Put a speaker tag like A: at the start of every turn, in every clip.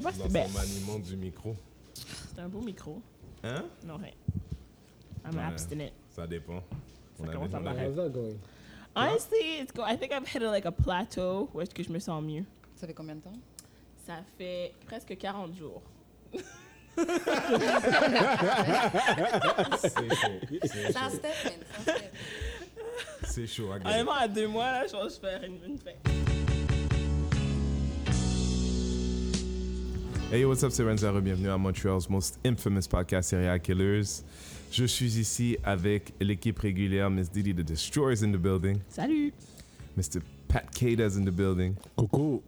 A: pas si
B: dans
A: bête.
B: son maniement du micro.
A: C'est ben, un beau micro.
B: Hein?
A: Non, rien. I'm
B: Ouais.
A: abstinent.
B: Ça dépend.
A: Ça commence à
B: on
A: barrer.
B: avait-
C: How's that going?
A: Honestly, it's cool. I think I've hit a, like a plateau où est-ce que je me sens mieux.
D: Ça fait combien de temps
A: Ça fait presque 40 jours.
B: C'est chaud. C'est
D: C'est un
B: chaud.
D: step, man, c'est un step.
B: C'est chaud, I get it.
A: Honnêtement, à deux mois, là, je pense que je vais faire une, une fête.
B: Hey, what's up, c'est Renzaro. Bienvenue à Montreal's most infamous podcast, Serial Killers. Je suis ici avec l'équipe régulière, Miss Didi the Destroyers in the building,
A: Salut!
B: Mr. Pat Cada's in the building. Coucou.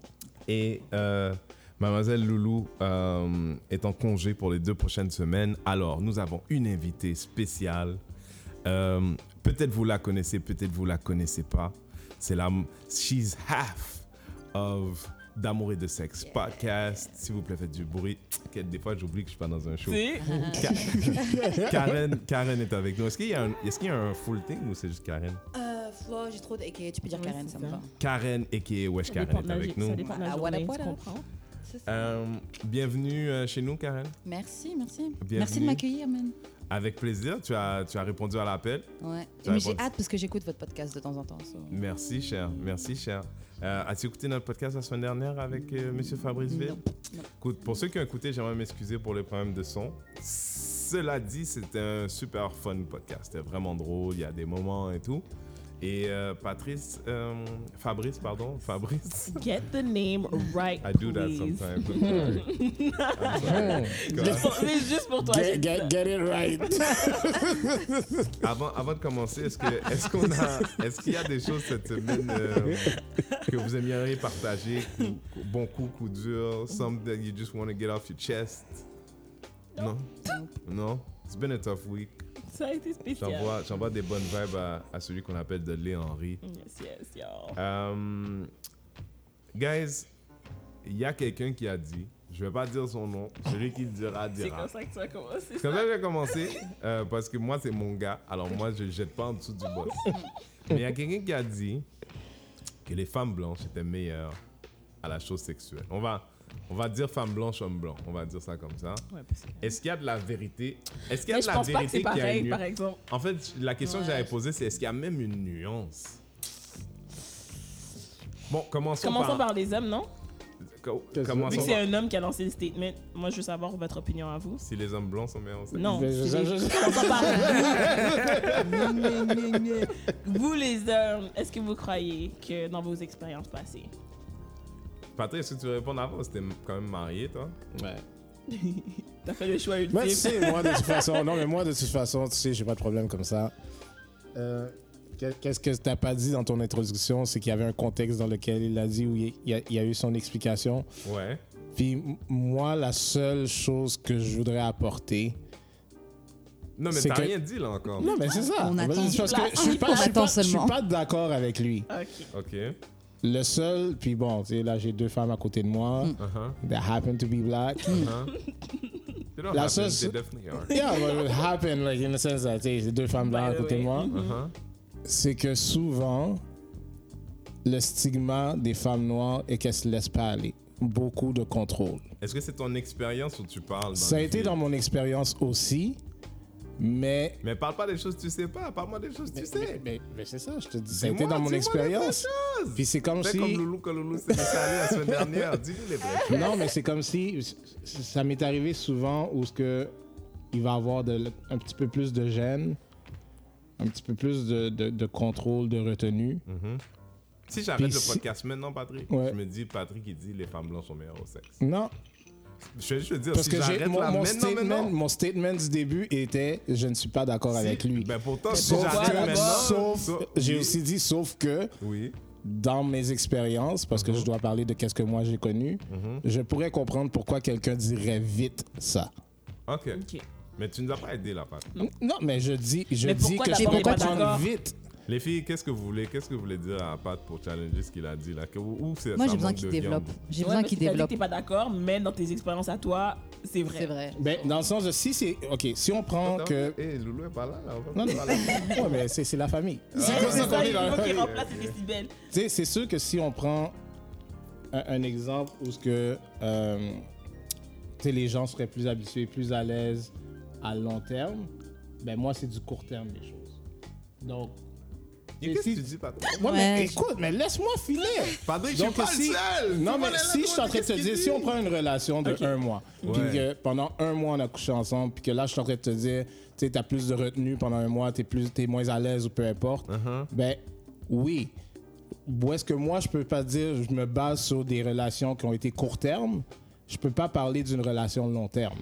B: Et euh, Mademoiselle Loulou euh, est en congé pour les deux prochaines semaines. Alors, nous avons une invitée spéciale. Euh, peut-être vous la connaissez, peut-être vous la connaissez pas. C'est la. She's half of D'amour et de sexe podcast. S'il vous plaît, faites du bruit. Des fois, j'oublie que je suis pas dans un show.
A: Tu
B: Ka- Karen, Karen est avec nous. Est-ce qu'il y, a un- est-ce qu'il y a un full thing ou c'est juste Karen
D: Euh, oh, j'ai trop de. Ok, tu peux dire
A: Ouais,
D: Karen,
A: c'est
D: ça me
A: ça.
D: va.
B: Karen et qui est Wesh Karen est avec nous.
A: dépend de la
D: Ah, what
A: journée,
D: up, what
A: tu
D: up?
A: comprends?
B: Euh, bienvenue euh, chez nous, Karen.
D: Merci, merci.
B: Bienvenue.
D: Merci de m'accueillir, man.
B: Avec plaisir, tu as, tu as répondu à l'appel.
D: Ouais.
B: Ça répond-
D: Mais j'ai hâte parce que j'écoute votre podcast de temps en temps. so.
B: Merci, cher. Merci, cher. Euh, As-tu écouté notre podcast la semaine dernière avec euh, Monsieur Fabrice Ville
D: Non.
B: Écoute, pour ceux qui ont écouté, j'aimerais m'excuser pour les problèmes de son. Cela dit, c'était un super fun podcast. C'était vraiment drôle. Il y a des moments et tout. Et euh, Patrice, euh, Fabrice, pardon, Fabrice.
A: Get the name right,
B: I do that
A: please.
B: sometimes. I'm sorry. I'm sorry.
A: Juste pour- C'est juste pour toi.
C: Get, get, get it right.
B: Avant, avant de commencer, est-ce que est-ce qu'on a est-ce qu'il y a des choses cette semaine euh, que vous aimeriez partager, coup- coup- bon coup, coup dur, something that you just want to get off your chest? Non. Non. It's been a tough week.
A: Ça a été spécial.
B: J'envoie j'envoie des bonnes vibes à, à celui qu'on appelle de Lé Henry.
A: Yes, yes, y'all.
B: Um, guys, il y a quelqu'un qui a dit, je vais pas dire son nom, celui qui le dira
A: C'est
B: dira.
A: comme ça que tu as commencé.
B: C'est comme ça que j'ai commencé, euh, parce que moi, c'est mon gars. Alors, moi, je ne jette pas en dessous du boss. Mais il y a quelqu'un qui a dit que les femmes blanches étaient meilleures à la chose sexuelle. On va, on va dire femmes blanches, hommes blancs. On va dire ça comme ça.
A: Ouais, parce que...
B: Est-ce qu'il y a de la vérité Est-ce qu'il y a
A: Mais
B: de
A: je
B: la
A: pense pas que
B: vérité
A: c'est
B: qui a une
A: pareil,
B: nuance
A: par exemple.
B: En fait, la question que
D: Ouais.
B: j'avais posée, c'est est-ce qu'il y a même une nuance Bon, commençons,
A: Commençons
B: par...
A: par les hommes, non?
B: co-
C: Qu'est-ce que-
A: Vu
B: commençons
A: que c'est
B: par-
A: un homme qui a lancé le statement, moi, je veux savoir votre opinion à vous.
B: Si les hommes blancs sont meilleurs, on sait.
A: Non,
C: Je- je- je- je-
A: commençons par vous. vous, les hommes, est-ce que vous croyez que dans vos expériences passées,
B: Patrick, est-ce que tu veux répondre avant C'était quand même marié, toi
C: Ouais.
A: t'as fait le choix
C: Mais tu
A: ultime?
C: sais, moi, de toute façon, non, mais moi, de toute façon, tu sais, j'ai pas de problème comme ça. Euh, qu'est- Qu'est-ce que t'as pas dit dans ton introduction, c'est qu'il y avait un contexte dans lequel il a dit où il y a, il y a eu son explication.
B: Ouais.
C: Puis m- moi, la seule chose que je voudrais apporter.
B: Non, mais
C: C'est
B: t'as
C: que-
B: rien dit là encore.
C: Non, mais c'est ça.
D: On
C: Vas-y,
D: attend.
C: c'est parce que je suis
D: On
C: pas, je suis
D: attend
C: pas, je suis
D: seulement.
C: pas d'accord avec lui.
A: Ok.
B: Ok. Uh
C: Le seul, puis bon, tu sais, là, j'ai deux femmes à côté de moi.
D: Mm.
B: -huh.
C: That happen to be black.
B: They don't
C: La
B: happen,
C: sauce-
B: they definitely are.
C: Yeah, but it happened, like, in the sense that, tu sais, j'ai deux femmes blanches à
A: By the
C: côté de
A: way. Uh-huh.
C: moi.
B: Uh -huh.
C: c'est que souvent, le stigma des femmes noires est qu'elles se laissent pas aller. Beaucoup de contrôle.
B: Est-ce que c'est ton expérience où tu parles dans
C: Ça a
B: le
C: été
B: film?
C: dans mon expérience aussi, mais.
B: Mais parle pas des choses que tu sais pas, parle-moi des choses que tu sais.
C: Mais, mais c'est ça, je te dis. Ça a
B: Dis-moi,
C: été dans mon
B: dis-moi des vraies
C: expérience.
B: choses.
C: Puis c'est comme
B: Fais
C: si.
B: comme Loulou, quand Loulou s'est laissé aller la semaine dernière. Dis-lui les vraies choses.
C: Non, mais c'est comme si ça m'est arrivé souvent où ce que il va avoir de- un petit peu plus de gêne, un petit peu plus de, de- de contrôle, de retenue.
B: Mm. Si j'arrête
C: Puis
B: le
C: si-
B: podcast maintenant, Patrick,
C: Ouais.
B: je me dis, Patrick, il dit les femmes blanches sont meilleures au sexe.
C: Non,
B: Je vais juste te dire,
C: parce
B: si
C: que j'ai
B: j'arrête
C: mon,
B: là
C: mon
B: maintenant,
C: statement,
B: maintenant.
C: mon statement du début était je ne suis pas d'accord
B: si-
C: avec lui.
B: Ben pourtant, si
C: Sauf
B: j'arrête
C: que,
B: maintenant.
C: sauf-
B: so-
C: j'ai aussi dit sauf que
B: Oui.
C: dans mes expériences, parce
B: Mm-hmm.
C: que je dois parler de qu'est-ce que moi j'ai connu, je pourrais comprendre pourquoi quelqu'un dirait vite ça.
B: Ok.
A: Ok.
B: Mais tu nous as pas aidé là, Patrick.
C: Non, mais je dis, je
A: Mais
C: dis
A: pourquoi
C: que je
A: d'abord
C: peux
A: on est pas
C: comprendre
A: d'accord?
C: vite.
B: Les filles, qu'est-ce que vous voulez Qu'est-ce que vous voulez dire à Pat pour challenger ce qu'il a dit là Que- Où c'est
D: Moi,
B: ça
D: j'ai besoin
B: manque
D: qu'il
B: de
D: développe.
B: viande?
D: J'ai
A: Ouais,
D: besoin
A: parce
D: qu'il
A: que t'as dit que
D: développe.
A: T'es pas d'accord, mais dans tes expériences à toi, c'est vrai.
D: C'est vrai.
C: Ben, dans le sens de si c'est ok, si on prend
B: Attends,
C: que
B: eh, Loulou est pas là, là. On va
C: euh, non, non,
B: pas parler.
C: ouais, mais c'est Ah, c'est la famille.
A: C'est
C: comme ça qu'on hein.
A: ça,
C: est
A: il
C: dans la
A: faut qu'il
C: famille.
A: remplace les décibels.
C: Tu sais, c'est sûr que si on prend un, un exemple où ce que euh, tu sais, les gens seraient plus habitués, plus à l'aise à long terme. Ben moi, c'est du court terme, les choses. Donc,
B: Qu'est-ce
C: Et
B: que
C: si-
B: tu dis, Patrick?
C: ouais, mais
D: Ouais, je-
C: écoute, mais laisse-moi filer.
B: Patrick, je suis
C: Donc,
B: pas
C: si-
B: le seul! Tout
C: Non,
B: le
C: mais
B: monde est là,
C: si je suis en train de te
B: qu'est-ce qu'il
C: dire,
B: dit?
C: si on prend une relation de un mois, puis
B: Ouais.
C: que pendant un mois on a couché ensemble, puis que là je suis en train de te dire, tu sais, t'as plus de retenue pendant un mois, t'es plus, t'es moins à l'aise ou peu importe,
B: Uh-huh.
C: ben oui. Où est-ce que moi je peux pas dire, je me base sur des relations qui ont été court terme, je peux pas parler d'une relation long terme.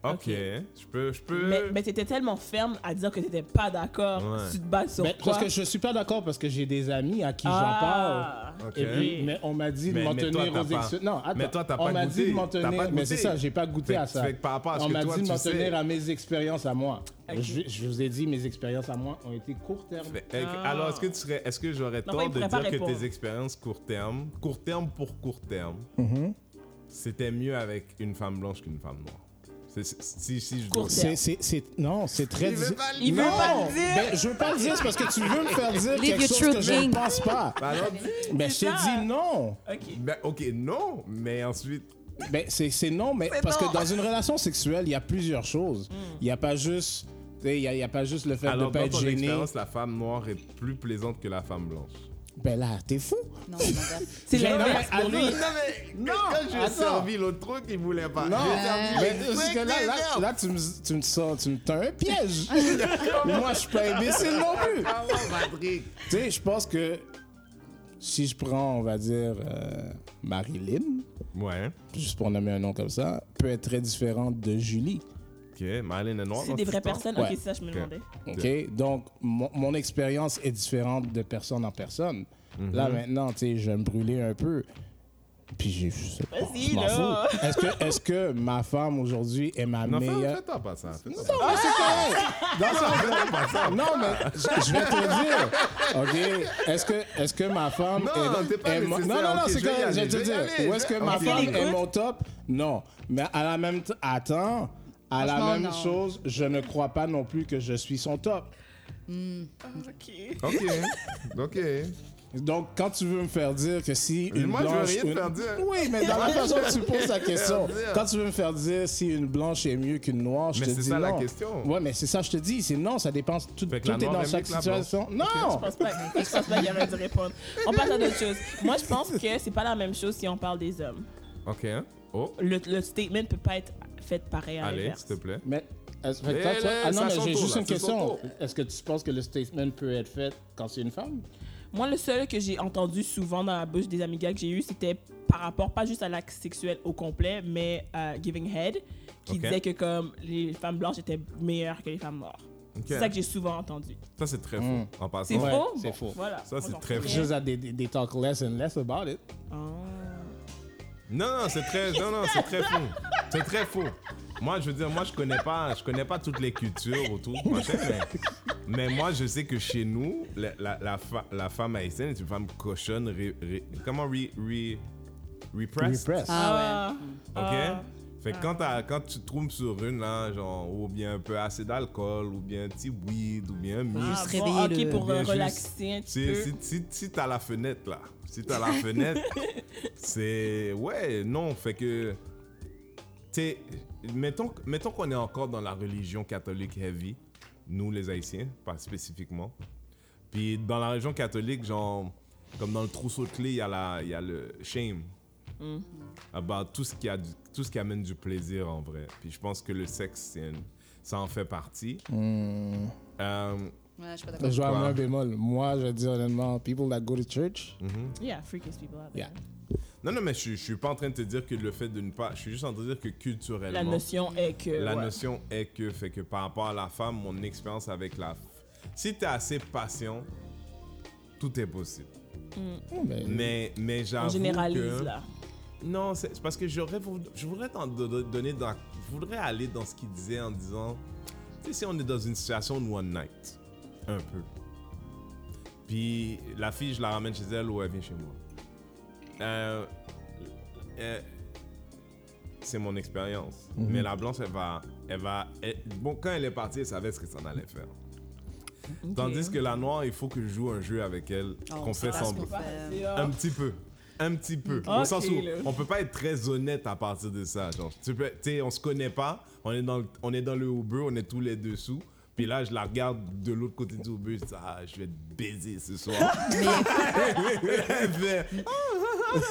B: Ok, je peux. Je
C: Euh.
B: peux...
A: Mais, mais t'étais tellement ferme à dire que t'étais pas d'accord.
B: Ouais.
A: Tu te bases sur
C: Ben,
A: quoi?
C: parce que je suis pas d'accord parce que j'ai des amis à qui j'en parle.
A: Ah.
B: Ok.
C: Et puis, mais on m'a dit de
B: Mais-
C: m'en
B: mais toi,
C: tenir
B: t'as
C: aux
B: pas-
C: exceptions. Non, attends.
B: mais toi, t'as pas
C: On m'a dit
B: goûté.
C: de m'en
B: T'as
C: tenir.
B: pas goûté.
C: Mais c'est ça, j'ai pas goûté
B: Fait
C: à
B: que-
C: ça.
B: fait que par rapport à ce
C: on
B: que
C: m'a
B: toi,
C: dit de
B: tu
C: m'en
B: sais.
C: tenir à mes expériences à moi.
A: Ok.
C: Je, je vous ai dit, mes expériences à moi ont été court terme.
B: Mais, euh, Alors, est-ce que tu serais, est-ce que j'aurais
A: Non,
B: tort
A: il
B: de
A: pourrait pas
B: dire que
A: répondre.
B: tes expériences court terme, court terme pour court terme,
C: Mhm.
B: c'était mieux avec une femme blanche qu'une femme noire C'est- c'est- Si, si je dois-
A: Court
C: C'est, c'est, c'est, non, c'est très.
B: Il veut
C: diffi-
B: pas le
A: Il veut
C: non,
A: pas le dire.
C: Ben, je veux pas le dire, c'est parce que tu veux me faire dire
D: Leave
C: quelque
D: your
C: chose
D: truth
C: que je
D: in.
C: ne pense pas.
B: Bah alors, dis-
C: Ben, je
A: C'est
C: t'ai
A: ça.
C: dit non.
A: Ok.
B: ben, ok, non, mais ensuite,
C: Ben, c'est c'est non, mais
A: C'est
C: parce
A: non.
C: que dans une relation sexuelle, il y a plusieurs choses. Il n'y a pas juste. tu sais, Il n'y a, il y a pas juste le fait
B: Hmm. alors
C: de ne
B: dans
C: pas être
B: ton
C: gêné.
B: expérience, la femme noire est plus plaisante que la femme blanche.
C: Ben là, t'es fou.
D: Non, c'est l'inverse.
A: C'est
C: Non,
A: l'inverse
C: mais
A: pour lui.
C: attends.
B: Non mais, non,
C: quand je lui ai servi
B: l'autre truc, il voulait pas.
C: Non, mais
B: mais
C: parce que là, là, là, tu me, tu me sors, tu me t'as un piège. Moi, je suis pas imbécile non plus.
A: Ah
B: Patrick.
C: Tu sais, je pense que si je prends, on va dire, euh, Marilyn,
B: Ouais.
C: juste pour nommer un nom comme ça, peut être très différente de Julie.
B: Ok, Marlène est noire.
A: C'est des vraies personnes. Ok,
C: Ouais.
A: c'est ça, je me demandais.
C: OK? Donc, mon, mon expérience est différente de personne en personne. Là, maintenant, tu sais, je vais me brûler un peu. Puis j'ai. Je sais pas,
A: Vas-y,
C: je m'en
A: là.
C: fous. Est-ce que, est que ma femme aujourd'hui est ma
B: Non, fais-
C: meilleure.
B: fais-toi pas ça. fais-toi
C: euh, Non, mais c'est
A: Ah!
C: correct. Dans sa- Non, mais je, je vais te dire. Ah. OK. Est-ce que, est que ma femme.
B: Non,
C: est,
B: t'es pas
C: est mon-
B: nécessaire.
C: non, non, non,
B: Ok,
C: c'est
B: je vais y
C: correct. Je
B: aller,
C: vais te
B: je vais y
C: dire.
B: aller,
C: Où est-ce
B: je-
C: que ma
B: Ok,
C: femme
A: l'écoute.
C: est mon top? Non. Mais à la même. t- Attends. À la
D: Franchement,
C: même
D: non.
C: chose, je ne crois pas non plus que je suis son top.
A: Ok.
B: Ok, ok.
C: Donc, quand tu veux me faire dire que si
B: Mais
C: une
B: moi, je veux
C: blanche...
B: rien te
C: une-
B: faire dire.
C: Oui, mais dans la façon dont tu poses la question,
B: Faire dire.
C: quand tu veux me faire dire si une blanche est mieux qu'une noire, je
B: Mais
C: te dis
B: c'est
C: non.
B: ça la question.
C: Ouais, mais c'est ça je te dis. C'est non, ça dépend. Tout, tout
B: Fait
C: est
B: que la noire
C: dans
B: est mieux
C: chaque
B: que la
C: situation. Non!
A: Je pense pas, je pense pas qu'il y aurait dû répondre. On passe à d'autres choses. Moi, je pense que c'est pas la même chose si on parle des hommes.
B: Ok. Oh,
A: Le, le statement peut pas être fait pareil à
B: allez,
A: l'inverse.
B: s'il te plaît.
C: Mais... est-ce- fait que
B: Mais
C: toi, toi-
B: là,
C: ah non,
B: c'est à
C: mais
B: son
C: j'ai
B: tour,
C: juste
B: là,
C: une
B: c'est son
C: question.
B: tour.
C: Est-ce que tu penses que le statement peut être fait quand c'est une femme?
A: Moi, le seul que j'ai entendu souvent dans la bouche des amigales que j'ai eues, c'était par rapport pas juste à l'acte sexuel au complet, mais à Giving Head, qui
B: Ok.
A: disait que comme les femmes blanches étaient meilleures que les femmes noires.
B: Ok.
A: C'est ça que j'ai souvent entendu.
B: Ça, c'est très faux.
C: Mm.
B: En
A: C'est
B: passant.
C: Ouais,
A: faux?
C: c'est
A: Bon,
C: faux.
A: Voilà.
B: Ça,
A: On
B: c'est
A: s'en
B: très
A: fout.
B: faux.
C: Just that they, they talk less and less about it.
A: Ah.
B: Non, non, c'est très, non, non, c'est très faux. C'est très faux. Moi, je veux dire, moi, je connais pas, je connais pas toutes les cultures autour, machin, mais, mais moi, je sais que chez nous, la, la, la, fa- la femme haïtienne est une femme cochonne, ré- ré- comment, re, re, repressed.
C: Repress.
D: Ah
B: Ok?
A: Ah.
B: Fait que quand, t'as- quand tu te trompes sur une, là, genre, ou bien un peu assez d'alcool, ou bien un petit weed, ou bien un mix,
A: Ah,
D: Juste
A: bon,
D: réveiller
A: ok,
D: le-
A: pour euh,
B: Bien juste.
A: relaxer un petit
B: si,
A: peu.
B: si, si, si t'as la fenêtre là, si t'as la fenêtre, c'est. Ouais, non, fait que. T'sais, mettons, mettons qu'on est encore dans la religion catholique heavy, nous les Haïtiens, pas spécifiquement. Puis dans la religion catholique, genre, comme dans le trousseau de clés, il y, a la- il y a le shame. About tout ce, qui a du- tout ce qui amène du plaisir en vrai. Puis je pense que le sexe, c'est une- ça en fait partie.
C: Mm.
B: Euh,
D: ouais. Ouais, je suis pas
C: Je
D: d'accord.
C: vais amener
B: Ouais.
C: un bémol. Moi, je dis honnêtement, people that go to church,
B: Hmm.
A: Yeah, freakish people out there.
C: yeah.
B: Non, non, mais je, je suis pas en train de te dire que le fait de ne pas. Je suis juste en train de dire que culturellement,
A: La notion est que.
B: la
A: ouais.
B: notion est que, fait que par rapport à la femme, mon expérience avec la. f- Si tu es assez patient, tout est possible.
C: Oh, ben,
B: Mais, mais
A: Mm. On
B: j'avoue.
A: généralise
B: que-
A: là.
B: Non, c'est c'est parce que j'aurais, vou- je voudrais t'en do- do- donner. Dans, je voudrais aller dans ce qu'il disait en disant. Tu sais, si on est dans une situation de one night, un peu. Puis la fille, je la ramène chez elle ou elle vient chez moi. Euh, euh, c'est mon expérience.
D: Mhm.
B: Mais la blanche, elle va. Elle va elle- bon, quand elle est partie, elle savait ce que ça allait faire. Tandis que la noire, il faut que je joue un jeu avec elle,
D: Oh,
B: qu'on fait
D: ça, c'est
B: semblant.
D: pas-
A: Ouais, c'est, euh,
B: Un petit peu. un petit peu.
A: Ok,
B: au sens où
A: là.
B: on peut pas être très honnête à partir de ça. Genre, tu peux, tu sais, on se connaît pas, on est dans, le- on est dans le Uber, on est tous les dessous. Puis là, je la regarde de l'autre côté du Uber, je dis, ah, je vais te baiser ce soir. Elle fait,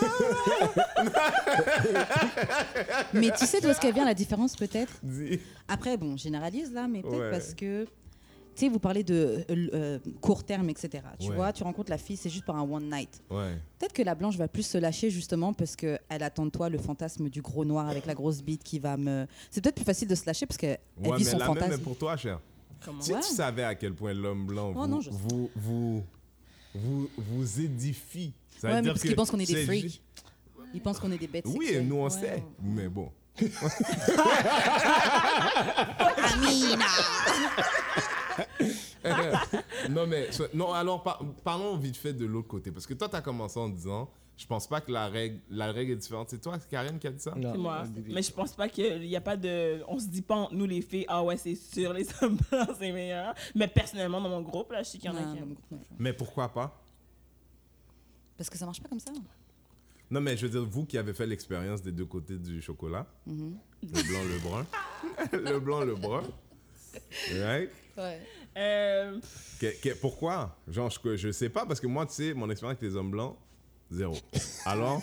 D: Mais tu sais d'où est-ce qu'elle vient la différence peut-être
B: dis-
D: Après, bon, généralise là, mais peut-être
B: Ouais.
D: parce que, tu sais, vous parlez de euh, euh, court terme, etc. Tu
B: Ouais.
D: vois, tu rencontres la fille, c'est juste par un one night.
B: Ouais.
D: Peut-être que la blanche va plus se lâcher justement parce qu'elle attend de toi le fantasme du gros noir avec la grosse bite qui va me. C'est peut-être plus facile de se lâcher parce qu'elle
B: Ouais,
D: vit
B: mais
D: son
B: la même est
D: fantasme.
B: pour toi, cher.
A: Comment
B: Si
D: Ouais.
B: tu savais à quel point l'homme blanc
D: Oh
B: vous,
D: non, je sais.
B: vous, vous, vous, vous édifie. Ça veut
D: Ouais, mais
B: dire
D: parce
B: que
D: qu'ils pensent qu'on est des
B: c'est
D: freaks.
B: ju-
D: Ils pensent qu'on est des bêtes.
B: Oui, et
D: sexuelles.
B: nous on
D: Ouais.
B: sait, mais bon.
D: Amina
B: non, mais so- non, alors par- parlons vite fait de l'autre côté. Parce que toi, tu as commencé en disant je pense pas que la règle, la règle est différente. C'est toi, Karen, qui a dit ça
C: Non,
A: C'est moi.
C: Bibi.
A: Mais je pense pas qu'il y a pas de. On se dit pas, entre nous les filles, ah ouais, c'est sûr, les hommes blancs, c'est meilleur. Mais personnellement, dans mon groupe, là, je sais qu'il y en a
D: Non,
A: qui
D: non,
A: aiment.
D: non.
B: Mais pourquoi pas
D: Parce que ça marche pas comme ça. hein.
B: Non, mais je veux dire, vous qui avez fait l'expérience des deux côtés du chocolat,
A: Mm-hmm.
B: le blanc, le brun. le blanc, le brun. Right
D: Ouais.
A: Euh, pff,
B: Que- que- pourquoi Genre, je, je sais pas, parce que moi, tu sais, mon expérience avec les hommes blancs, zéro. Alors,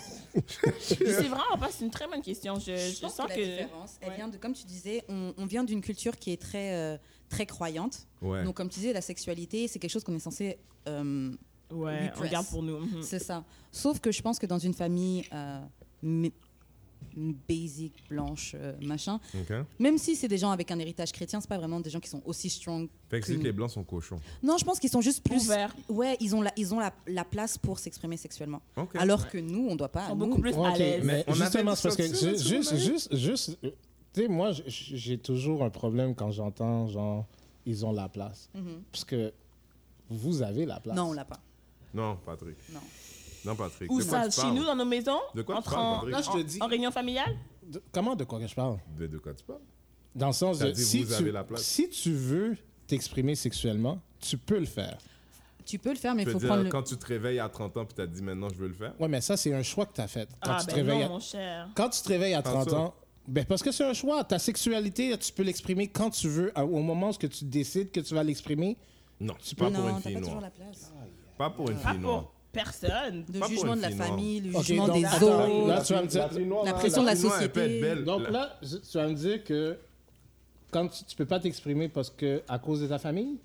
A: c'est vraiment pas, c'est une très bonne question. Je,
D: Je,
A: Euh, je
D: pense
A: sens
D: que,
A: que.
D: la différence, elle
A: ouais.
D: vient de, comme tu disais, on, on vient d'une culture qui est très, euh, très croyante.
B: ouais.
D: Donc, comme tu disais, la sexualité, c'est quelque chose qu'on est censé. euh,
A: Mm. Ouais, on
D: Repress.
A: garde pour nous. mhm.
D: C'est ça. Sauf que je pense que dans une famille euh, mi- basic, blanche, euh, machin,
B: Ok.
D: même si c'est des gens avec un héritage chrétien, c'est pas vraiment des gens qui sont aussi strong.
B: Fait que c'est
D: Qu'une-
B: que les blancs sont cochons.
D: Non, je pense qu'ils sont juste plus.
A: Ouverts.
D: Ouais, ils ont la, ils ont la, la place pour s'exprimer sexuellement.
B: Ok.
D: Alors que nous, on doit pas.
A: Ils sont
D: nous-
A: beaucoup plus
C: Ouais,
A: à
C: ok,
A: l'aise.
C: Mais
B: Mais on avait
C: justement,
B: une
C: c'est parce que
B: discussion
C: ju-
B: là-dessus,
C: juste,
B: Marie?
C: juste, juste, euh, tu sais, moi, j- j- j'ai toujours un problème quand j'entends, genre, ils ont la place.
A: Mm-hmm.
D: Mhm.
C: Parce que vous avez la place.
D: Non, on l'a pas.
B: Non, Patrick.
D: Non.
B: Non, Patrick.
A: Où
B: De quoi
A: ça
B: tu
A: Chez
B: parles
A: nous, dans nos maisons
B: De quoi tu
A: Entre
B: parles,
A: en-
B: Patrick
C: Là, je te dis.
A: En réunion familiale
C: De- comment de quoi que je parle
B: De, de quoi tu parles
C: Dans le sens
B: T'as
C: de.
B: dit
C: si,
B: vous
C: tu,
B: avez la place.
C: si tu veux t'exprimer sexuellement, tu peux le faire.
D: Tu peux le faire, mais il
B: Je veux
D: faut
B: dire,
D: prendre le.
B: quand tu te réveilles à 30 ans puis t'as dit maintenant je veux le faire.
C: Ouais, mais ça, c'est un choix que tu as fait. Quand,
A: Ah,
C: tu te
A: ben
C: réveilles
A: non,
C: à...
A: mon cher.
C: quand tu te réveilles à
B: Comment
C: 30
B: ça?
C: ans, ben parce que c'est un choix. Ta sexualité, tu peux l'exprimer quand tu veux, à- au moment où ce que tu décides que tu vas l'exprimer.
B: Non, tu
D: Non,
B: pas pour une
D: t'as
B: fille
D: pas toujours la Ah.
B: noire.
D: place.
B: Pas pour une
A: Pas
B: fille noire.
A: Ah, pour personne.
D: Le
B: Pas pour
D: jugement
B: une
D: de la
B: fille noire.
D: famille, le
C: Ok,
D: jugement
C: donc,
D: des
C: attends,
D: autres.
C: là, tu vas me dire-
D: la pression de la
B: fille noire, elle peut être
D: société.
B: belle.
C: Donc
B: La-
C: là, je- tu vas me dire que quand tu, tu peux pas t'exprimer parce que à cause de ta famille,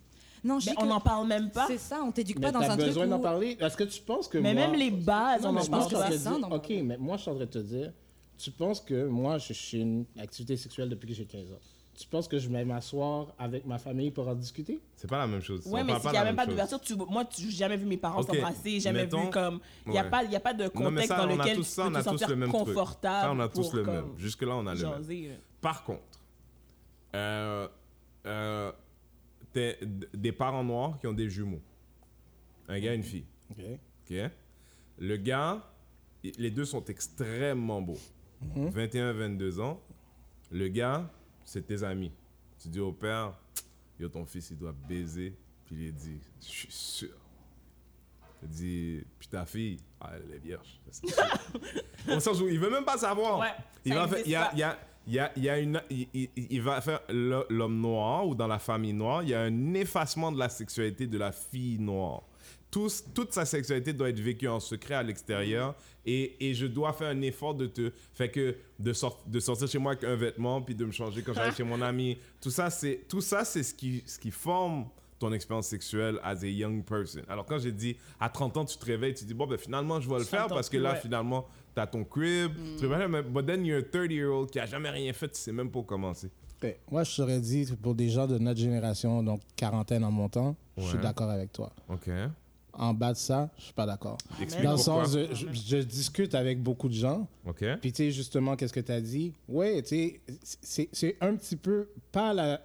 D: Non, je
A: Mais
D: dis
A: on
D: que
A: n'en parle même pas.
D: C'est ça, on t'éduque
C: mais
D: pas dans
C: t'as
D: un truc
C: besoin d'en
D: où-
C: parler. Est-ce que tu penses que
A: Mais
C: moi-
A: même les bases,
C: Ah, Non,
A: on
C: mais
A: en
C: je pense
A: parle
C: que
D: c'est
A: pas.
C: c'est euh.
D: ça, d'en
C: Ok,
D: parler.
C: mais moi, je suis en train de te dire, tu penses que moi, je suis une activité sexuelle depuis que j'ai 15 ans. Tu penses que je vais m'asseoir avec ma famille pour en discuter?
B: C'est pas la même chose.
A: Ouais,
B: On
A: mais
B: parle
A: s'il
B: pas
A: n'y
B: la
A: a même pas
B: chose.
A: d'ouverture, tu, moi, tu- j'ai jamais vu mes parents
B: Ok,
A: s'embrasser, jamais vu
B: mettons-
A: comme. Il n'y a,
B: ouais.
A: pas- y a pas de
B: Non, mais
A: contexte
B: ça,
A: dans
B: on a
A: lequel
B: tous
A: tu
B: ça,
A: peux
B: on a
A: te
B: tous
A: sentir
B: le même truc.
A: confortable.
B: Ça, on a tous
A: pour
B: le
A: comme
B: même. Jusque-là, on a le même.
A: jaser.
B: Par contre, euh, euh, t'es- d- des parents noirs qui ont des jumeaux. Un gars et une fille. OK? Le gars, i- les deux sont extrêmement beaux. 21-22 ans. Le gars, c'est tes amis. Tu dis au père, yo, ton fils, il doit baiser. Puis il dit, je suis sûr. Il dit, puis ta fille, ah, elle est vierge. Ça, c'est sûr. Au sens où il veut même pas savoir.
A: Ouais,
B: il,
A: ça
B: va faire,
A: existe
B: il, y a,
A: pas.
B: il, y a, il, y a, il y a une, il, il- il va faire le- l'homme noir ou dans la famille noire, il y a un effacement de la sexualité de la fille noire. Tous- toute sa sexualité doit être vécue en secret à l'extérieur et, et je dois faire un effort de te fait que de, sort- de sortir chez moi avec un vêtement puis de me changer quand j'arrive chez mon ami tout ça c'est tout ça c'est ce qui ce qui forme ton expérience sexuelle as a young person alors quand j'ai dit à 30 ans tu te réveilles tu dis bon ben finalement je vais le faire
A: ans,
B: parce que là
A: ouais.
B: finalement t'as ton crib tu te réveilles mais but then you're a 30 year old qui a jamais rien fait tu sais même pas où commencer
C: Ben, Moi, je serais dit, pour des gens de notre génération, donc quarantaine en montant, je suis
B: Ouais.
C: d'accord avec toi.
B: ok
C: En bas de ça, je suis pas d'accord.
B: explique
C: Dans le
B: pourquoi
C: sens, de- je, je discute avec beaucoup de gens,
B: ok
C: puis tu sais, justement, qu'est-ce que tu as dit? Ouais, tu sais, c'est- c'est un petit peu pas la.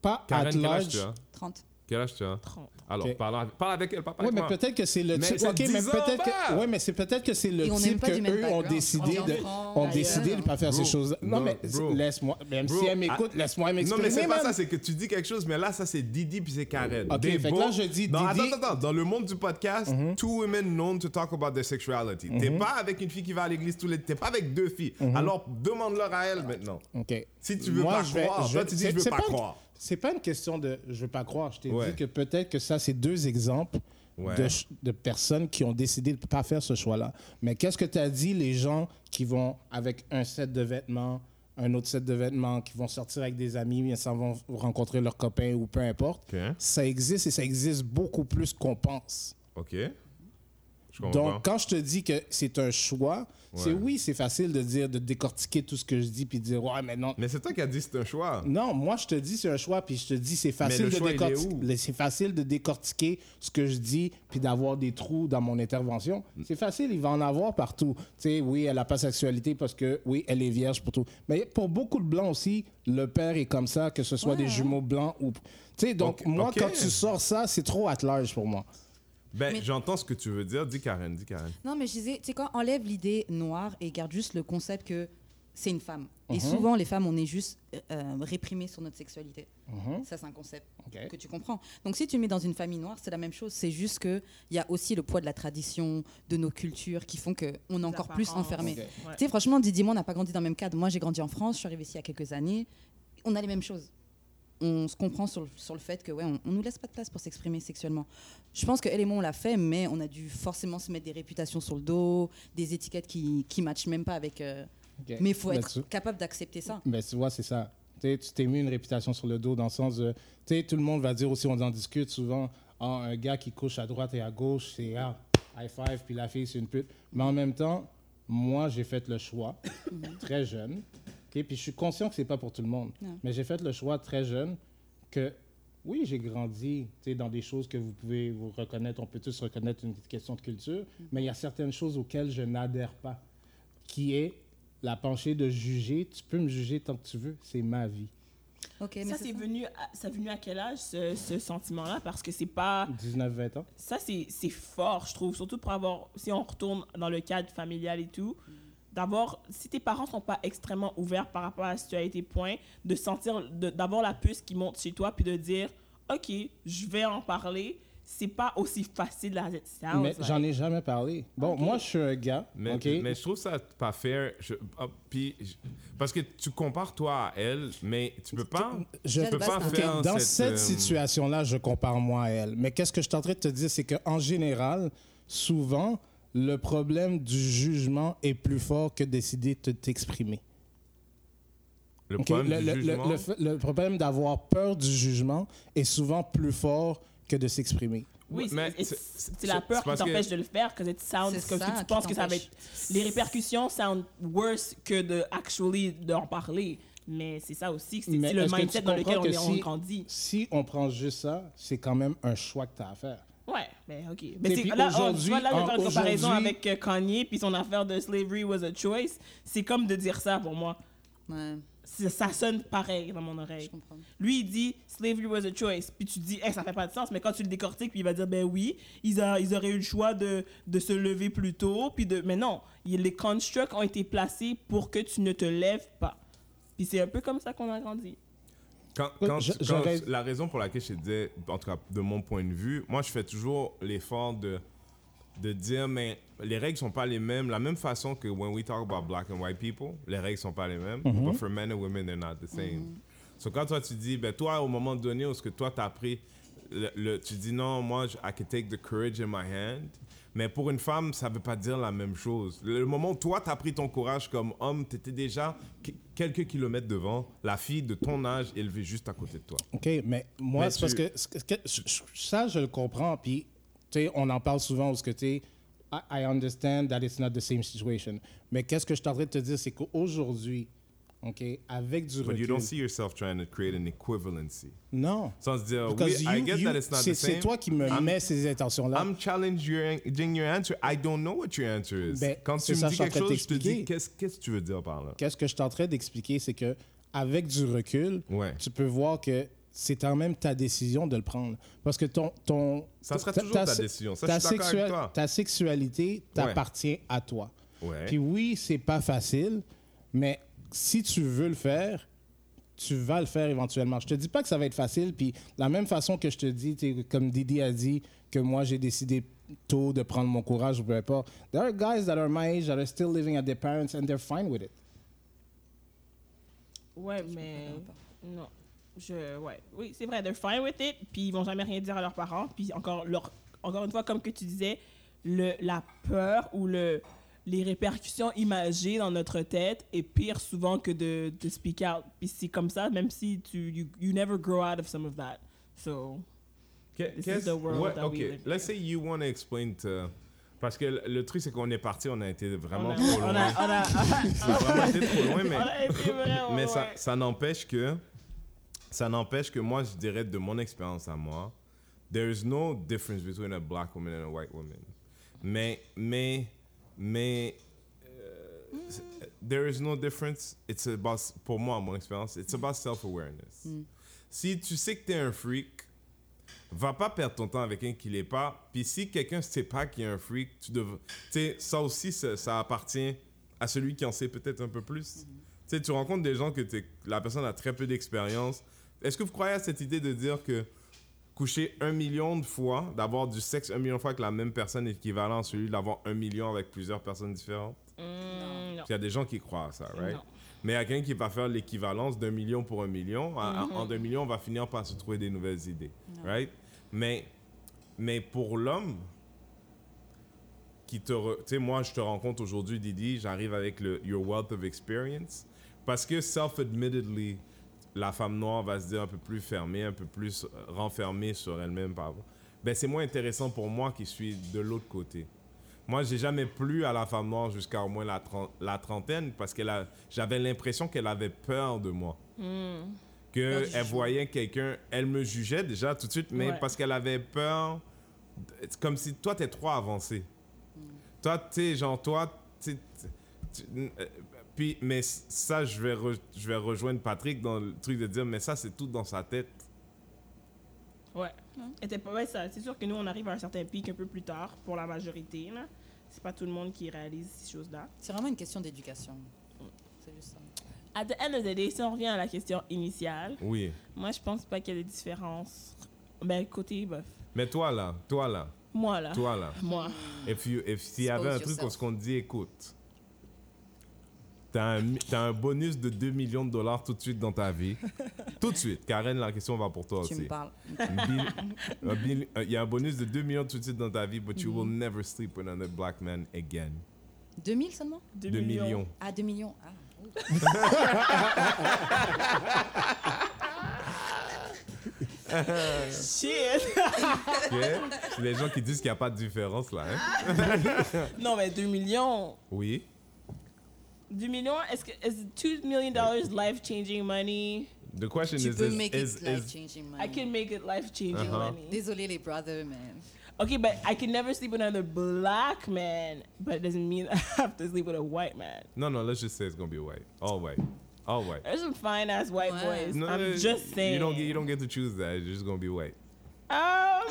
C: Pas
B: Karen,
C: at
B: quel âge
C: large.
B: tu as
D: 30.
B: Quel âge tu as
A: 30.
B: Alors,
C: Ok.
B: parle, avec- parle avec elle, papa.
C: Oui,
B: avec
C: mais
B: moi.
C: peut-être que c'est le
B: Mais
C: type.
B: c'est
C: Ok,
B: dix
C: mais
B: ans
C: peut-être que.
B: bas.
C: Ouais, mais c'est peut-être que c'est le
D: Et on n'est
C: type
D: pas
C: que
D: du même
C: eux ont
D: background.
C: décidé
D: On
C: de.
D: vient d'Iran,
C: Ont
D: d'ailleurs.
C: décidé de pas faire
B: Bro,
C: ces choses. Non,
B: non,
C: mais
B: bro.
C: laisse-moi. Même
B: Bro,
C: si elle m'écoute,
B: ah,
C: laisse-moi
B: Non, mais
C: m'exprimer.
B: c'est pas
C: man.
B: ça, c'est que tu dis quelque chose, mais là, ça c'est Didi puis c'est Karen.
C: Ok,
B: Des
C: fait que
B: beaux-
C: là, je dis
B: dans,
C: Didi- Mhm.
B: Attends, attends, attends. dans le monde du podcast, two women known to talk about their sexuality. T'es pas avec une fille qui va à l'église tous les... T'es pas avec deux filles.
C: Mhm.
B: Alors, demande-leur à elle maintenant.
C: Ok.
B: Si tu veux pas croire, toi, tu dis,
C: c'est-
B: je veux
C: c'est
B: pas
C: une-
B: croire.
C: C'est pas une question de je veux pas croire. Je t'ai
B: Ouais.
C: dit que peut-être que ça, c'est deux exemples
B: Ouais.
C: de, ch- de personnes qui ont décidé de pas faire ce choix-là. Mais qu'est-ce que tu as dit, les gens qui vont avec un set de vêtements, un autre set de vêtements, qui vont sortir avec des amis, bien ça vont rencontrer leurs copains ou peu importe.
B: Ok.
C: Ça existe et ça existe beaucoup plus qu'on pense.
B: Ok. Je comprends.
C: Donc, quand je te dis que c'est un choix, c'est oui, c'est facile de dire, de décortiquer tout ce que je dis puis de dire, ouais, mais non,
B: Mais c'est toi qui as dit c'est un choix.
C: non, moi je te dis c'est un choix, puis je te dis c'est facile
B: le
C: de
B: choix, il est où?
C: décortiquer. C'est facile de décortiquer ce que je dis, puis d'avoir des trous dans mon intervention.
B: Mm.
C: C'est facile, il va en avoir partout. Tu sais, oui, elle a pas sexualité parce que oui, elle est vierge pour tout. Mais pour beaucoup de blancs aussi, le père est comme ça, que ce soit des jumeaux blancs ou. Tu sais, donc
B: Ok,
C: moi
B: ok.
C: quand tu sors ça, c'est trop at large pour moi.
B: Ben,
D: Mais-
B: j'entends ce que tu veux dire. Dis Karen, dis Karen.
D: Non, mais je disais, tu sais quoi, enlève l'idée noire et garde juste le concept que c'est une femme. Et souvent, les femmes, on est juste euh, euh, réprimées sur notre sexualité. Ça, c'est un concept
C: Ok.
D: que tu comprends. Donc, si tu le mets dans une famille noire, c'est la même chose. C'est juste qu'il y a aussi le poids de la tradition, de nos cultures qui font qu'on est encore plus
A: apparences.
D: enfermé.
C: Ok.
A: Ouais.
D: Tu sais, franchement, Didi, et moi, on n'a pas grandi dans le même cadre. Moi, j'ai grandi en France, je suis arrivée ici il y a quelques années. On a les mêmes choses. On se comprend sur le, sur le fait que, ouais, on, on nous laisse pas de place pour s'exprimer sexuellement. Je pense que elle et moi, on l'a fait, mais on a dû forcément se mettre des réputations sur le dos, des étiquettes qui, qui matchent même pas avec. euh,
C: Ok. Bah,
D: Mais il faut
C: Mais
D: être
C: tu-
D: capable d'accepter ça.
C: Mais Ben, tu vois, c'est ça. Tu sais, tu t'es mis une réputation sur le dos dans le sens de. Tu sais, tout le monde va dire aussi, on en discute souvent. Ah, un gars qui couche à droite et à gauche, c'est ah, high five, puis la fille, c'est une pute. Mais en même temps, moi, j'ai fait le choix très jeune. ok puis je suis conscient que c'est pas pour tout le monde.
D: Non.
C: Mais j'ai fait le choix très jeune que, oui, j'ai grandi tu sais, dans des choses que vous pouvez vous reconnaître. On peut tous reconnaître une question de culture. Mais il y a certaines choses auxquelles je n'adhère pas qui est la penchée de juger. Tu peux me juger tant que tu veux, c'est ma vie.
D: Ok, mais
A: Ça,
D: c'est
A: c'est
D: ça.
A: venu, à- ça venu à quel âge, ce, ce sentiment-là? Parce que c'est pas...
C: 19-20 ans.
A: Ça, c'est c'est fort, je trouve. Surtout pour avoir... Si on retourne dans le cadre familial et tout, d'avoir... Si tes parents sont pas extrêmement ouverts par rapport à la sexualité, point, de sentir... de- D'avoir la puce qui monte chez toi, puis de dire, OK, je vais en parler, c'est pas aussi facile à... ça,
B: Ah,
A: on
C: mais
A: dirait.
C: j'en ai jamais parlé. Bon, moi, je suis un gars.
B: Mais,
C: ok?
B: mais je trouve ça pas fair. Je- ah, puis, je- parce que tu compares toi à elle, mais tu peux pas.
C: Je
D: Quelle
B: peux pas
D: base,
C: Ok,
B: faire
C: dans
B: euh,
C: cette situation-là, je compare moi à elle. Mais qu'est-ce que je suis en train de te dire, c'est qu'en général, souvent, le problème du jugement est plus fort que décider de t'exprimer.
B: Le
C: Ok,
B: problème
C: le,
B: du
C: le- le-
B: jugement.
C: le f- le problème d'avoir peur du jugement est souvent plus fort que de s'exprimer.
A: Oui,
B: Ouais,
A: c'est-
B: mais
A: et
B: c'est-
A: c'est
B: c'est-
A: c'est la peur
B: c'est
A: qui
B: parce
A: t'empêche
B: que-
A: de le faire, que it sounds
D: C'est
A: comme
D: ça
A: que tu
D: qui
A: penses que ça va
D: t'empêche.
A: être. Les répercussions sound worse que de actually d'en parler, mais c'est ça aussi, c'est
C: Mais
A: c'est le
C: est-ce que tu
A: mindset dans lequel on,
C: comprends que
A: est- on
C: si-
A: grandit.
C: Si on prend juste ça, c'est quand même un choix que tu as à faire.
A: Ouais, mais Ben, ok. Mais c'est-
C: puis
A: là, on, tu
C: aujourd'hui,
A: vois, là, je vais
C: en-
A: faire une comparaison
C: aujourd'hui-
A: avec euh, Kanye puis son affaire de slavery was a choice. C'est comme de dire ça pour moi.
D: Ouais,
A: C'est- Ça sonne pareil dans mon
D: je
A: oreille.
D: comprends.
A: Lui, il dit slavery was a choice. Puis tu dis, hey, ça fait pas de sens. Mais quand tu le décortiques, puis il va dire, ben oui, ils, a- ils auraient eu le choix de, de se lever plus tôt. Puis de... Mais non, il- les constructs ont été placés pour que tu ne te lèves pas. Puis c'est un peu comme ça qu'on a grandi.
B: Quand,
C: Oui,
B: quand-
C: je-
B: quand-
C: j'aurais-
B: la raison pour laquelle je te disais, en tout cas de mon point de vue, moi je fais toujours l'effort de, de dire, mais les règles sont pas les mêmes. La même façon que when we talk about black and white people, les règles sont pas les mêmes. But for men and women, they're not the same. So quand toi tu dis, ben toi au moment donné où ce que toi t'as appris, le, le- tu dis non, moi je- I can take the courage in my hand. Mais pour une femme, ça veut pas dire la même chose. Le moment où toi, tu as pris ton courage comme homme, tu étais déjà que- quelques kilomètres devant la fille de ton âge élevée juste à côté de toi.
C: OK, mais moi,
B: Mais
C: c'est parce
B: tu-
C: que, c'est que- je- je- ça, je le comprends. Puis, tu sais, on en parle souvent parce que, tu sais, I, I understand that it's not the same situation. Mais qu'est-ce que je suis en train de te dire, c'est qu'aujourd'hui, OK, avec du
B: But you
C: recul...
B: don't see yourself trying to create an equivalency.
C: Non.
B: Sans se dire,
C: Because
B: oui,
C: you-
B: Uh, I get
C: you-
B: that it's not
C: c'est-
B: the same.
C: C'est toi qui me
B: I'm-
C: mets ces intentions-là.
B: I'm challenging your answer. I don't know what your answer is.
C: Ben,
B: Quand
C: c'est
B: tu me
C: ça
B: dis
C: que je suis en
B: quelque
C: train de
B: chose, je te dis,
C: t'expliquer.
B: qu'est-ce qu'est-ce que tu veux dire par là?
C: Qu'est-ce que je suis en train d'expliquer, c'est que avec du recul,
B: Ouais.
C: tu peux voir que c'est quand même ta décision de le prendre. Parce que ton. ton
B: Ça sera
C: ta-
B: toujours ta
C: se-
B: décision. Ça, je
C: ta,
B: suis d'accord avec
C: sexua-
B: toi.
C: ta sexualité t'appartient à toi.
B: Ouais.
C: Puis oui, c'est pas facile, mais si tu veux le faire, tu vas le faire éventuellement. Je te dis pas que ça va être facile, puis de la même façon que je te dis, t'es- comme Didi a dit, que moi j'ai décidé tôt de prendre mon courage, ou peu importe. There are guys that are my age that are still living at their parents and they're fine with it.
A: Ouais, mais. Non. Je, ouais. Oui, c'est vrai, they're fine with it, puis ils vont jamais rien dire à leurs parents. Puis encore, leur, encore une fois, comme que tu disais, le, la peur ou le, les répercussions imagées dans notre tête est pire souvent que de, de speak out. Puis c'est comme ça, même si tu. You, you never grow out of some of that. So.
B: Que-
A: This
B: qu'est-ce-
A: is the world
B: ouais,
A: that
B: ok.
A: we live in.
B: Let's say you want to explain to- Parce que le, le truc, c'est qu'on est parti, on a été
A: On
B: vraiment
A: a,
B: trop
A: on a,
B: loin.
A: on a,
B: On a vraiment été trop loin, mais...
A: on a été vraiment.
B: mais ça,
A: ouais.
B: ça n'empêche que ça n'empêche que moi je dirais de mon expérience à moi there is no difference between a black woman and a white woman mais mais mais euh, c'est- there is no difference it's about pour moi à mon expérience it's about self awareness
A: Mm.
B: si tu sais que tu es un freak va pas perdre ton temps avec un qui l'est pas. Puis si quelqu'un sait pas qu'il est un freak, tu devrais. Tu sais, ça aussi, ça, ça appartient à celui qui en sait peut-être un peu plus.
A: Mm.
B: Tu sais, tu rencontres des gens que t'es- la personne a très peu d'expérience. Est-ce que vous croyez à cette idée de dire que coucher un million de fois, d'avoir du sexe un million de fois avec la même personne est équivalent à celui d'avoir un million avec plusieurs personnes différentes?
A: Mm, non.
B: Il y a des gens qui croient à ça, right?
A: Non.
B: Mais il y a quelqu'un qui va faire l'équivalence d'un million pour un million. À- à- En deux millions, on va finir par se trouver des nouvelles idées, right? Mais, mais pour l'homme qui te... re- Tu sais, moi, je te rencontre aujourd'hui, Didi, j'arrive avec le « your wealth of experience » parce que self-admittedly, la femme noire va se dire un peu plus fermée, un peu plus euh, renfermée sur elle-même, pardon. Ben, c'est moins intéressant pour moi qui suis de l'autre côté. Moi, j'ai jamais plu à la femme noire jusqu'à au moins la, tren- la trentaine parce que j'avais l'impression qu'elle avait peur de moi.
A: Mm.
D: Peur
B: Que
D: du
B: elle
D: jugement.
B: voyait quelqu'un, elle me jugeait déjà tout de suite, mais
A: Ouais.
B: parce qu'elle avait peur. d- C'est comme si toi, t'es trop avancé.
D: Mm.
B: Toi, tu sais, genre, toi, tu sais, tu- tu- euh, Puis, mais ça, je vais, re- je vais rejoindre Patrick dans le truc de dire, mais ça, c'est tout dans sa tête.
A: Ouais. Et t'es pas- ouais, ça. C'est sûr que nous, on arrive à un certain pic un peu plus tard pour la majorité. Là. C'est pas tout le monde qui réalise ces choses-là.
D: C'est vraiment une question d'éducation. C'est juste ça.
A: À the end of the day, si on revient à la question initiale,
B: Oui.
A: moi, je pense pas qu'il y ait de différence. Ben, côté bof.
B: Mais toi, là, toi, là,
A: Moi, là.
B: toi, là.
A: Moi.
B: Et puis, et puis, s'il y avait un
D: Expose
B: truc où
D: yourself.
B: ce qu'on te dit, écoute, t'as un, mi- t'as un bonus de 2 millions de dollars tout de suite dans ta vie. tout de suite. Karen, la question va pour toi
D: Tu
B: aussi.
D: me parles.
B: Un bil- un bil- euh, Il y a un bonus de 2 millions tout de suite dans ta vie, but you will
D: Mm-hmm.
B: never sleep with another black man again.
D: 2000 seulement
A: 2
B: 2 millions.
D: Ah, 2 millions. Ah, ouh.
A: Shit!
B: Ok? C'est les gens qui disent qu'il n'y a pas de différence là. hein?
A: non, mais 2 millions.
B: Oui.
A: 2 millions? Est-ce que. Is 2 million dollars life-changing money?
B: The question
D: Tu
B: is,
D: peux
B: is-
D: make
B: is-
D: it life
B: is-
D: changing
A: I can make it life-changing
B: Uh-huh.
A: money.
D: Désolé les brothers, mais
A: Okay, but I can never sleep with another black man, but it doesn't mean I have to sleep with a white man.
B: No, no, let's just say it's gonna be white. All white. All white.
A: There's some fine ass white
D: Wow.
A: boys.
B: No,
A: I'm
B: no,
A: just saying.
B: You don't get you don't get to choose that. It's just gonna be white.
A: Um,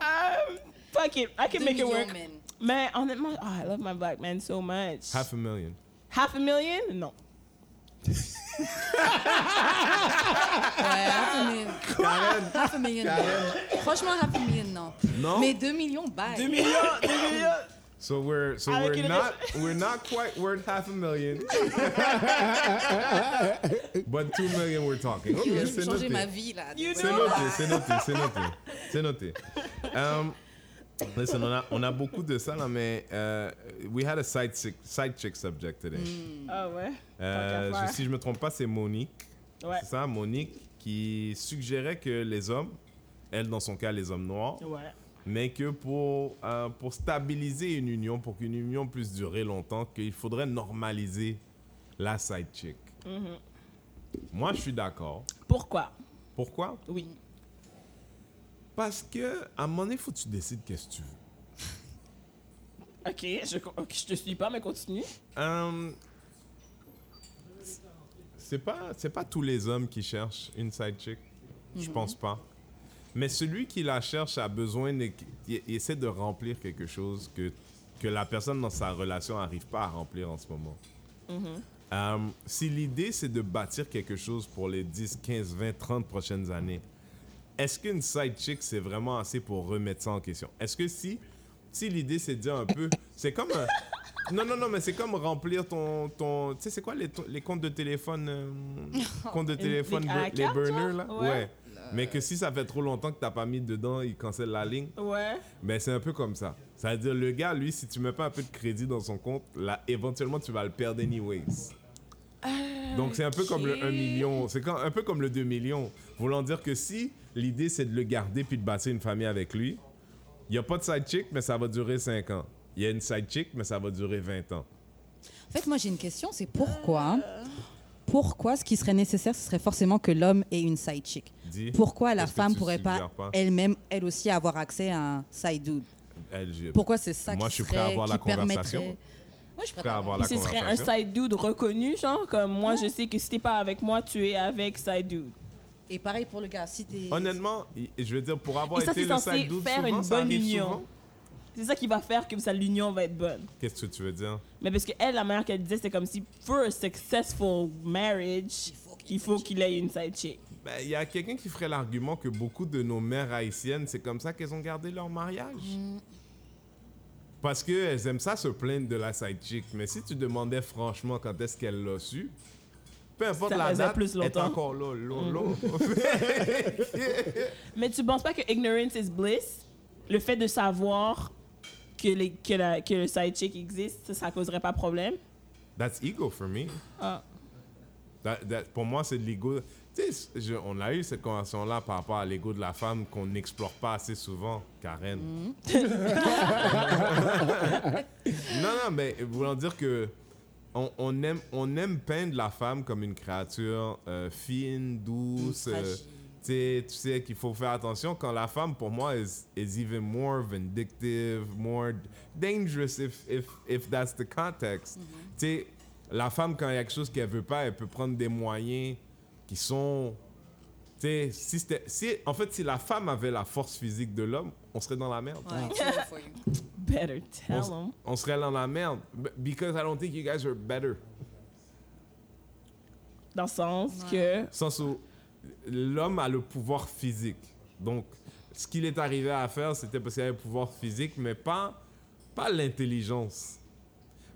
A: um, fuck it. I can
D: Deux
A: make it
D: millions,
A: work.
D: man.
A: Man, on the, my, oh, I love my black man so much.
B: Half a million.
A: Half a million? No.
D: Ouais, half a million. Half a million. Franchement, half a million, non.
B: Non?
D: Mais 2 millions, bye.
A: Deux millions, deux millions.
B: So we're so
A: I like
B: we're
A: it.
B: not we're not quite worth half a million, but two million we're talking.
D: Tu
B: Okay,
D: veux
B: c'est
D: changer
B: noté.
D: ma vie, là.
A: You
B: C'est noté, c'est noté, c'est noté, c'est noté. Um, listen, on a on a beaucoup de ça là, mais euh, we had a side chick, side chick subject today.
A: Ah ouais.
B: Euh,
A: Tant qu'à
B: je-
A: faire.
B: si je me trompe pas, c'est Monique.
A: Ouais.
B: C'est ça, Monique qui suggérait que les hommes, elle dans son cas les hommes noirs,
A: Ouais.
B: mais que pour, euh, pour stabiliser une union, pour qu'une union puisse durer longtemps, qu'il faudrait normaliser la side chick. Moi, je suis d'accord.
A: Pourquoi?
B: Pourquoi
A: Oui.
B: Parce que à un moment donné, faut que tu décides qu'est-ce que tu veux.
A: Ok, je, co- ok, je te suis pas, mais continue.
B: Hum, c'est pas c'est pas tous les hommes qui cherchent une side chick. Je pense pas. Mais celui qui la cherche a besoin, de, il il essaie de remplir quelque chose que, que la personne dans sa relation n'arrive pas à remplir en ce moment. Euh, si l'idée c'est de bâtir quelque chose pour les 10, 15, 20, 30 prochaines années, est-ce qu'une side chick c'est vraiment assez pour remettre ça en question Est-ce que si, si l'idée c'est de dire un peu, c'est comme un- non non non mais c'est comme remplir ton ton, tu sais c'est quoi les, to- les comptes de téléphone, euh, comptes de
A: Les-
B: téléphone,
A: les-
B: bur-
A: à la
B: les,
A: carte,
B: burners là,
A: là?
B: ouais.
A: Ouais.
B: Mais que si ça fait trop longtemps que t'as pas mis dedans, il cancelle la ligne.
A: Ouais.
B: Ben, c'est un peu comme ça. Ça veut dire, le gars, lui, si tu mets pas un peu de crédit dans son compte, là, éventuellement, tu vas le perdre anyways.
A: Euh,
B: Donc, c'est un peu comme le 1 million. C'est quand- un peu comme le 2 millions. Voulant dire que si l'idée, c'est de le garder puis de bâtir une famille avec lui, il n'y a pas de side chick, mais ça va durer 5 ans. Il y a une side chick, mais ça va durer 20 ans.
D: En fait, moi, j'ai une question, c'est pourquoi Pourquoi ce qui serait nécessaire, ce serait forcément que l'homme ait une side chick
B: Dis,
D: Pourquoi la
B: Est-ce que
D: femme
B: tu
D: pourrait pas,
B: suggères pas
D: elle-même, elle aussi, avoir accès à un side dude
B: elle, je-
D: Pourquoi c'est ça
B: Moi,
D: qui
B: je suis prêt à
D: serait-
B: avoir la
D: qui permettrait-
B: conversation.
D: Moi, je suis
B: Prêt à avoir
A: Puis
B: la
A: ce serait un
B: conversation.
A: side dude reconnu, genre, comme moi, je sais que si t'es pas avec moi, tu es avec side dude.
D: Et pareil pour le gars, si t'es...
B: Honnêtement, i- je veux dire, pour avoir
A: Et ça,
B: été
A: c'est
B: le
A: censé
B: side dude
A: faire
B: souvent,
A: une
B: ça
A: bonne
B: arrive
A: union.
B: souvent.
A: C'est ça qui va faire que ça, l'union va être bonne.
B: Qu'est-ce que tu veux dire?
A: Mais parce que elle, la manière qu'elle disait, c'est comme si, for a successful marriage, il faut qu'il ait une side chick.
B: Ben, Il y a quelqu'un qui ferait l'argument que beaucoup de nos mères haïtiennes, c'est comme ça qu'elles ont gardé leur mariage.
A: Mm.
B: Parce qu'elles aiment ça se plaindre de la side chick. Mais si tu demandais franchement quand est-ce qu'elle l'a su, peu importe
A: Ça
B: la
A: faisait
B: date,
A: plus
B: elle est
A: longtemps. Mm.
B: encore là, là, là.
A: Mais tu penses pas que ignorance is bliss? Le fait de savoir que, les, que, la, que le side chick existe, ça, ça causerait pas problème?
B: That's ego for me.
A: Ah.
B: That- that- pour moi, c'est de l'ego. Tu sais, je- on a eu cette convention-là par rapport à l'ego de la femme qu'on n'explore pas assez souvent, Karen. non, non, mais voulant dire que on, on aime, on aime peindre la femme comme une créature euh, fine, douce.
D: Mm,
B: euh,
D: fragile.
B: tu sais- tu sais qu'il faut faire attention quand la femme, pour moi, is, is even more vindictive, more dangerous if, if, if that's the context. Tu
D: Mm-hmm.
B: sais, la femme, quand il y a quelque chose qu'elle veut pas, elle peut prendre des moyens qui sont. Tu sais, si c'était- si, en fait, si la femme avait la force physique de l'homme, on serait dans la merde.
D: Ouais, it's over for you.
A: Better tell
B: On s-
A: 'em.
B: on serait dans la merde. B- Because I don't think you guys are better.
A: Dans le sens que.
B: sens où l'homme a le pouvoir physique. Donc, ce qu'il est arrivé à faire, c'était parce qu'il avait le pouvoir physique, mais pas, pas l'intelligence.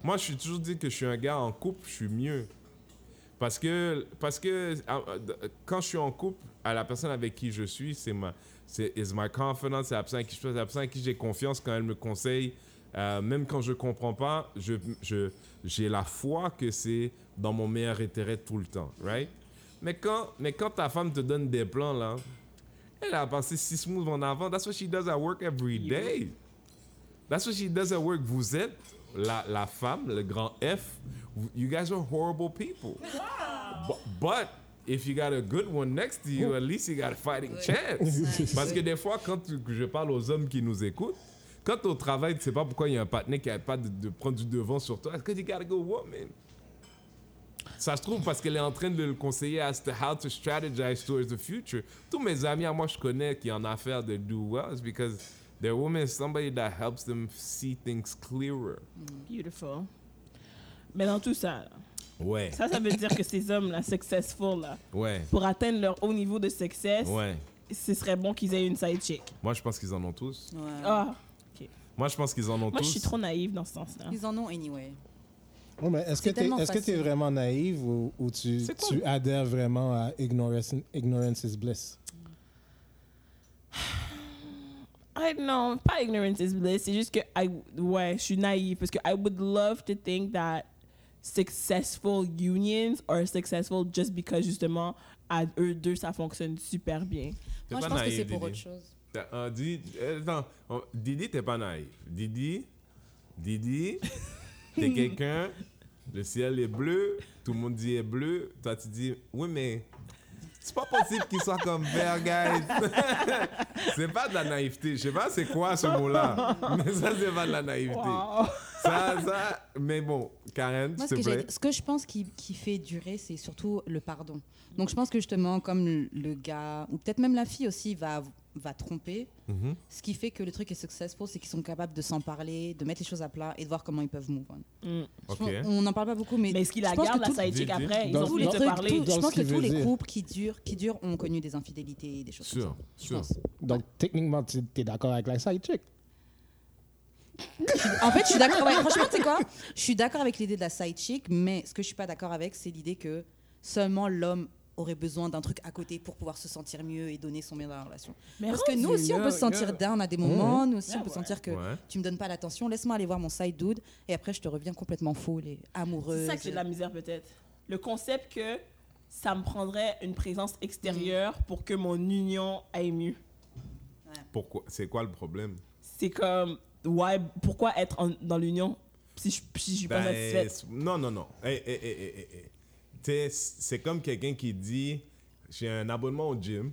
B: Moi, je suis toujours dit que je suis un gars en couple, je suis mieux. Parce que, parce que ah, ah, d- quand je suis en couple, à la personne avec qui je suis, c'est ma, c'est is my confidence, c'est la personne à qui je suis, c'est la personne à qui j'ai confiance quand elle me conseille. Euh, même quand je comprends pas, je, je, j'ai la foi que c'est dans mon meilleur intérêt tout le temps, right? Mais quand, mais quand ta femme te donne des plans, là, elle a passé six moves en avant. That's what she does at work every day. That's what she does at work. Vous êtes la, la femme, le grand F. Vous- You guys are horrible people. Bu- But if you got a good one next to you, at least you got a fighting chance. Parce que des fois, quand tu- je parle aux hommes qui nous écoutent, quand au travail, tu sais pas pourquoi il y a un partenaire qui a pas de, de prendre du devant sur toi. It's 'cause you gotta go woman. Ça se trouve parce qu'elle est en train de le conseiller as to how to strategize towards the future. Tous mes amis à moi, je connais qui en affaire de do well, it's because their woman is somebody that helps them see things clearer.
A: Beautiful. Mais dans tout ça, là,
B: Ouais,
A: ça, ça veut dire que ces hommes-là, successful, là,
B: ouais,
A: pour atteindre leur haut niveau de success,
B: ouais.
A: ce serait bon qu'ils aient une side chick.
B: Moi, je pense qu'ils en ont tous.
D: Ouais.
A: Ah,
B: Moi, je pense qu'ils en ont
A: moi,
B: tous.
A: je suis trop naïve dans ce sens-là.
D: Ils en ont anyway.
C: Ouais, mais est-ce que
D: C'est
C: tu es,
D: tellement facile.
C: vraiment naïve ou, ou tu,
B: C'est quoi?
C: tu adhères vraiment à ignorance, ignorance is bliss?
A: I non, pas ignorance is bliss. C'est juste que I, ouais, je suis naïve parce que I would love to think that successful unions are successful just because justement à eux deux ça fonctionne super bien.
B: T'es
D: Moi, je
B: pas
D: pense que
B: naïf,
D: c'est pour
B: Didi.
D: autre chose.
B: T'as- euh, Didi, euh, attends, on- Didi, t'es pas naïf. Didi, Didi, t'es quelqu'un, le ciel est bleu, tout le monde dit est bleu. Toi, tu dis, oui, mais c'est pas possible qu'il soit comme vert, guys. c'est pas de la naïveté. Je sais pas c'est quoi ce mot-là, mais ça, c'est pas de la naïveté. Ça, ça, mais bon, Karen,
D: Moi,
B: s'il
D: ce
B: te
D: que,
B: plaît.
D: j'ai- ce que je pense qui, qui fait durer, c'est surtout le pardon. Donc, je pense que justement, comme le, le gars, ou peut-être même la fille aussi, va, va tromper,
B: Mhm.
D: ce qui fait que le truc est successful, c'est qu'ils sont capables de s'en parler, de mettre les choses à plat et de voir comment ils peuvent move on.
A: Mm.
D: Je
B: Ok.
D: pense- On n'en parle pas beaucoup, mais,
A: Mais est-ce qu'il la
D: je pense
A: garde,
D: que
A: la
D: tout-
A: side chick
B: Dis-
A: après Ils
C: dans-
A: ont
C: tous
D: tous les
A: voulu te
D: trucs,
A: parler.
D: tout- je
C: Dans
D: pense
C: ce
D: que
C: qu'il
D: tous
C: veut
D: les
C: dire.
D: couples qui durent, qui durent ont connu des infidélités, des choses
B: Sûr,
D: comme ça. je
B: sûr.
D: pense.
C: Donc, techniquement, tu es d'accord avec la side chick.
D: En fait, je suis d'accord. ouais, franchement, tu sais quoi Je suis d'accord avec l'idée de la side chick, mais ce que je suis pas d'accord avec, c'est l'idée que seulement l'homme aurait besoin d'un truc à côté pour pouvoir se sentir mieux et donner son bien dans la relation.
A: Mais
D: Parce que nous aussi, on peut se sentir down à des moments. Nous aussi,
A: Ouais,
D: on peut
A: ouais.
D: sentir que
B: Ouais.
D: tu me donnes pas l'attention. Laisse-moi aller voir mon side dude et après, je te reviens complètement folle et amoureuse.
A: C'est ça que j'ai de la misère peut-être. Le concept que ça me prendrait une présence extérieure pour que mon union aille mieux.
B: Pourquoi C'est quoi le problème
A: C'est comme, ouais, pourquoi être en- dans l'union si je si je suis pas
B: Ben,
A: satisfaite
B: c'est- Non, non, non. Hey, hey, hey, hey, hey, hey. Tu sais, C'est comme quelqu'un qui dit J'ai un abonnement au gym.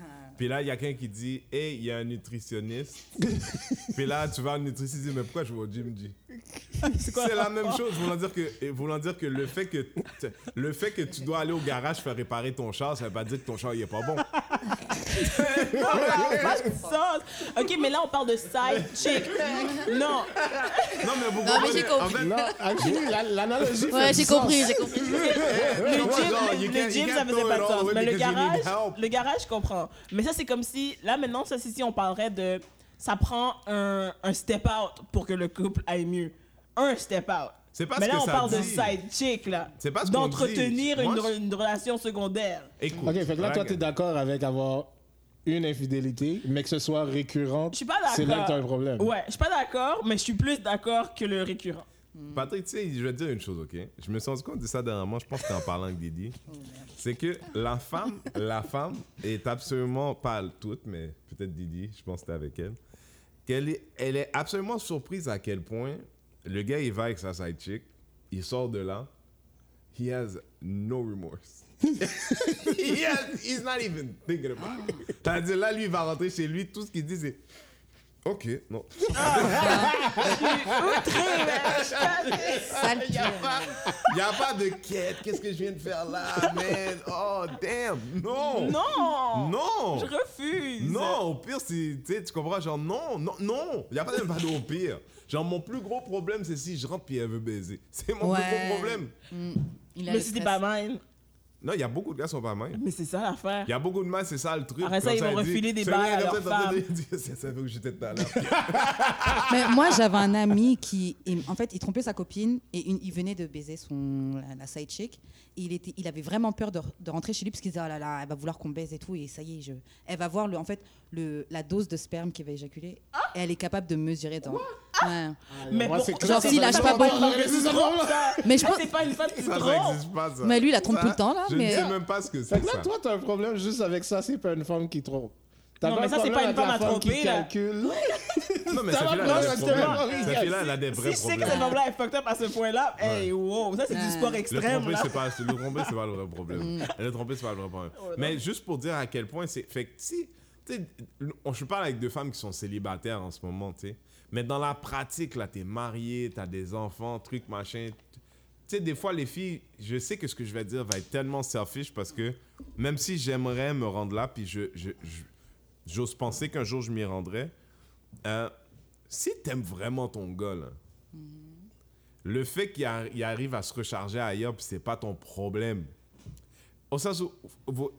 A: Ah.
B: Puis là, il y a quelqu'un qui dit Hey, il y a un nutritionniste. Puis là, tu vas au nutritionniste, tu dis, Mais pourquoi je vais au gym G?
A: C'est quoi
B: C'est la même chose, voulant dire que, et voulant dire que, le, fait que t- le fait que tu dois aller au garage faire réparer ton char, ça veut pas dire que ton char il est pas bon.
A: Pas de sens. Ok, mais là, on parle de side chick. Non,
B: Non, mais vous
E: Non, mais j'ai
B: comprenez,
E: compris.
B: en fait,
C: Là, actually, la- l'analogie.
E: Ouais,
C: fait
E: j'ai
C: du sens.
E: compris, j'ai compris.
A: le
B: Comment
A: gym,
B: genre, you
A: le
B: can't- you
A: gym,
B: can't
A: ça faisait
B: throw
A: pas
B: it
A: de
B: all
A: sens.
B: away
A: Mais le
B: because you
A: garage,
B: need help.
A: le garage, je comprends. Mais ça, c'est comme si, là maintenant, ça, c'est si on parlerait de. Ça prend un, un step out pour que le couple aille mieux. Un step out.
B: C'est pas
A: Mais
B: ce
A: là,
B: que
A: on
B: ça
A: parle de
B: dit.
A: side chick, là.
B: C'est pas ce qu'on
A: D'entretenir
B: dit.
A: une,
B: Moi, je-
A: une relation secondaire.
B: Écoute.
C: Ok, fait que là, toi,
B: regarde.
C: tu es d'accord avec avoir une infidélité, mais que ce soit récurrente.
A: Je suis pas d'accord.
C: C'est là que tu as un problème.
A: Ouais, je suis pas d'accord, mais je suis plus d'accord que le récurrent.
B: Patrick, tu sais, je vais te dire une chose, OK? Je me suis rendu compte de ça dernièrement, je pense que t'es en parlant avec Didi. C'est que la femme, la femme est absolument, pas toute, mais peut-être Didi, je pense que t'es avec elle, qu'elle est, elle est absolument surprise à quel point le gars, il va avec sa side chick, il sort de là, he has no remorse. he has, he's not even thinking about it. Tandis là, lui, il va rentrer chez lui, tout ce qu'il dit, c'est... Ok, non.
D: Sale pire.
B: Il a pas de quête. Qu'est-ce que je viens de faire là, man? Oh, damn. Non.
A: Non!
B: Non.
A: Je refuse!
B: Non, au pire, c'est- tu sais, tu comprends, genre, non, non, non, il n'y a pas de pas de au pire. Genre, mon plus gros problème, c'est si je rentre puis elle veut baiser. C'est mon plus
D: Ouais.
B: gros problème.
D: Mm. Il a
A: Mais
D: le
A: c'était
D: stress.
A: pas mine.
B: Non, il y a beaucoup de gars qui sont pas mal.
A: Mais c'est ça l'affaire.
B: Il y a beaucoup de mal, c'est ça le truc.
A: Après ça,
B: Comme
A: ils vont
B: dit-
A: refiler des
B: Celui-là,
A: balles à leurs
B: comme ça, t'es en train de dire, Ça, ça fait que j'étais tout à l'heure.
D: Mais moi, j'avais un ami qui, il- en fait, il trompait sa copine et une- il venait de baiser son, la, la side chick. Et il, était, il avait vraiment peur de, re- de rentrer chez lui parce qu'il disait, oh là là, elle va vouloir qu'on baise et tout. Et ça y est, je, elle va voir le, en fait, le, la dose de sperme qu'il va éjaculer. Et elle est capable de mesurer dans. Ouais.
A: Mais
C: Moi,
A: pour-
C: c'est
A: genre,
C: clair, ça
D: s'il
C: fait
D: lâche
C: longtemps
D: pas
C: que
D: beaucoup.
C: j'avais ces enfants-là.
D: Mais je
A: Ah,
D: pense-
A: c'est pas une femme qui se
B: Ça, ça
A: trompe!
B: n'existe pas, ça.
D: Mais lui, il la trompe
B: Ça,
D: tout le temps, là,
B: Je
D: mais-
B: ne sais même pas ce que
C: Fait
B: c'est,
C: que là,
B: ça.
C: toi, t'as un problème juste avec ça, c'est pas une femme qui trompe. T'as
A: Non, mais
C: un
A: ça, c'est
C: problème
A: pas une
C: avec
A: femme
C: la
A: à tromper,
C: qui
A: là.
C: calcule.
B: Non, mais
C: Ça
B: ça
C: va,
B: fait
C: non,
B: là, elle a des
C: justement,
B: problèmes. Ça fait là, elle a des
A: Si
B: vrais
A: je sais
B: problèmes.
A: que cette homme-là est fucked up à ce point-là, hey, wow, ça c'est du
D: Ouais.
A: sport
B: Le
A: extrême.
B: tromper,
A: Là. Mm.
B: c'est pas, le tromper, c'est pas le vrai problème. Le tromper, c'est pas le vrai problème.
A: Oh,
B: Mais juste pour dire à quel point c'est. Fait que si. tu sais, on- Je parle avec deux femmes qui sont célibataires en ce moment, tu sais. Mais dans la pratique, là, t'es marié, t'as des enfants, truc, machin. Tu sais, des fois, les filles, je sais que ce que je vais dire va être tellement selfish parce que même si j'aimerais me rendre là, puis je, je- je- j'ose penser qu'un jour je m'y rendrai, euh, si t'aimes vraiment ton gars, là, le fait qu'il ar- il arrive à se recharger ailleurs, puis c'est pas ton problème. Au sens où vous,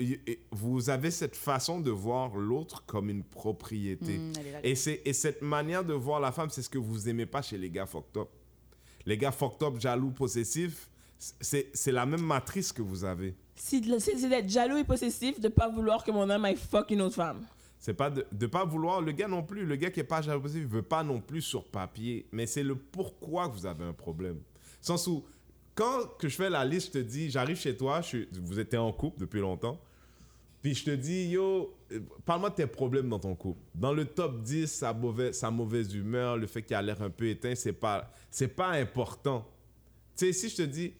B: vous avez cette façon de voir l'autre comme une propriété.
D: Mm, elle est là.
B: Et, c'est- et cette manière de voir la femme, c'est ce que vous aimez pas chez les gars fucked up. Les gars fucked up, jaloux, possessifs, c'est c'est la même matrice que vous avez.
A: C'est de- c'est- c'est d'être jaloux et possessif de pas vouloir que mon homme aille fuck une autre femme.
B: C'est pas de, de pas vouloir le gars non plus. Le gars qui est pas jaloux, il veut pas non plus sur papier. Mais c'est le pourquoi que vous avez un problème. Sens où quand que je fais la liste, je te dis, j'arrive chez toi, je suis- vous étiez en couple depuis longtemps, puis je te dis, yo, euh, parle-moi de tes problèmes dans ton couple. Dans le top 10, sa mauvaise, sa mauvaise humeur, le fait qu'il a l'air un peu éteint, c'est pas, c'est pas important. Tu sais, si je te dis,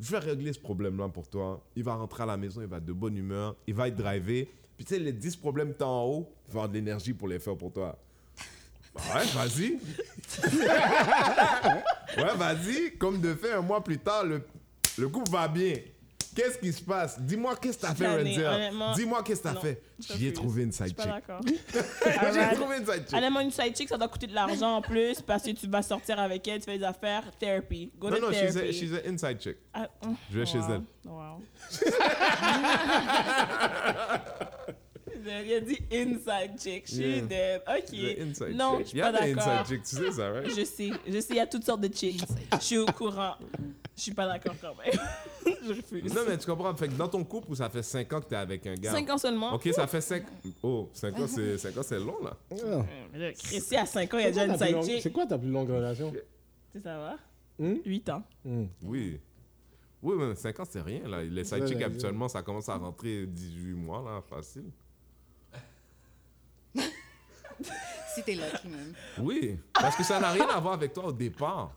B: je vais régler ce problème-là pour toi. Il va rentrer à la maison, il va être de bonne humeur, il va être drivé. Puis tu sais, les 10 problèmes que t'as en haut, il va avoir de l'énergie pour les faire pour toi. Bah Ouais, vas-y. ouais, vas-y. Comme de fait, un mois plus tard, le, le couple va bien. Qu'est-ce qui se passe? Dis-moi qu'est-ce que t'as fait,
A: Flâner,
B: Renzel.
A: honnêtement,
B: Dis-moi qu'est-ce que t'as
A: non,
B: fait.
A: je
B: J'y ai
A: refuse.
B: trouvé une
A: Je suis
B: side
A: pas
B: chick.
A: d'accord.
B: J'ai
A: Alright.
B: trouvé une side chick.
A: Honnêtement, une side chick, ça doit coûter de l'argent en plus parce que tu vas sortir avec elle, tu fais des affaires, therapy. Go
B: Non,
A: to
B: non, she's a,
A: therapy.
B: she's an inside chick.
A: Ah, mm,
B: Je vais chez
A: wow,
B: elle.
A: Wow. Il a dit inside chick. She
B: Yeah.
A: dead. Ok.
B: She's an inside
A: non,
B: chick.
A: je
B: Il
A: suis
B: y
A: pas
B: a des
A: d'accord.
B: inside chicks, tu sais ça, right?
A: Je sais, je sais, il y a toutes sortes de chicks. Je suis au courant. Je suis pas d'accord quand même. je refuse.
B: Non, mais tu comprends. Fait que dans ton couple où ça fait 5 ans que t'es avec un gars.
A: 5 ans seulement.
B: Ok, ça fait 5. Oh, 5 ans, c'est cinq ans, c'est long, là.
C: Yeah.
A: Chrissy, à 5 ans, Euh, il y a déjà une
C: C'est quoi ta plus
A: side
C: longue-
A: chick.
C: C'est quoi ta plus longue relation?
A: Tu sais, ça va?
C: Hmm?
A: 8 ans.
C: Hmm.
B: Oui. Oui, mais 5 ans, c'est rien, là. Les side
C: Ouais,
B: chicks,
C: ouais,
B: habituellement, ça commence à rentrer 18 mois, là, facile.
D: Si t'es lucky, même.
B: Oui, parce que ça n'a rien à voir avec toi au départ.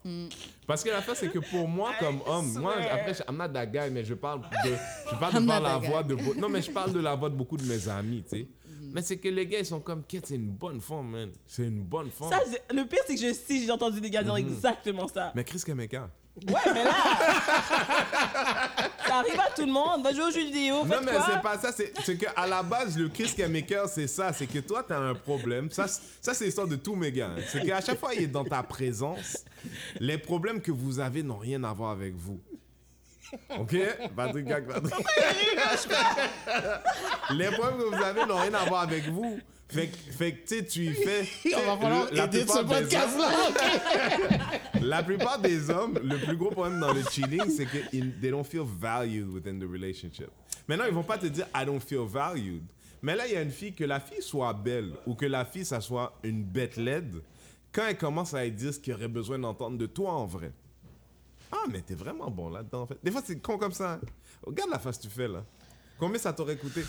B: Parce que l'affaire, c'est que pour moi, comme homme, moi,
A: swear.
B: après, je, I'm not that guy, mais je parle de, je parle de
D: I'm
B: par
D: not
B: la
D: that guy.
B: voix de... beau- Non, mais je parle de la voix de beaucoup de mes amis, tu sais. Mais c'est que les gars, ils sont comme, Kate, c'est une bonne femme, man. C'est une bonne femme.
A: Ça, je- le pire, c'est que je sais, j'ai entendu des gars dire
B: Mhm.
A: exactement ça.
B: Mais Chris Kameka.
A: Ouais, mais là, ça arrive à tout le monde. Va jouer aux jeux vidéo,
B: Non,
A: faites
B: mais
A: quoi?
B: c'est pas ça. C'est c'est que à la base, le Chris Kameka, c'est ça. C'est que toi, t'as un problème. Ça, c'est- ça c'est l'histoire de tous mes gars. hein. C'est qu'à chaque fois, il est dans ta présence. Les problèmes que vous avez n'ont rien à voir avec vous. OK Patrick Gag, Patrick. Les problèmes que vous avez n'ont rien à voir avec vous. Fait que, fait que, tu sais, tu y fais.
C: On va falloir
B: le- la
C: aider de ce
B: plupart des hommes-
C: podcast-là.
B: la plupart des hommes, le plus gros problème dans le cheating, c'est que ils- they don't feel valued within the relationship. Maintenant, ils vont pas te dire I don't feel valued. Mais là, il y a une fille que la fille soit belle ou que la fille ça soit une bête laide. Quand elle commence à dire ce qu'il aurait besoin d'entendre de toi en vrai. Ah, mais t'es vraiment bon là-dedans en fait. Des fois, c'est con comme ça. hein. Regarde la face que tu fais là. Combien ça t'aurait coûté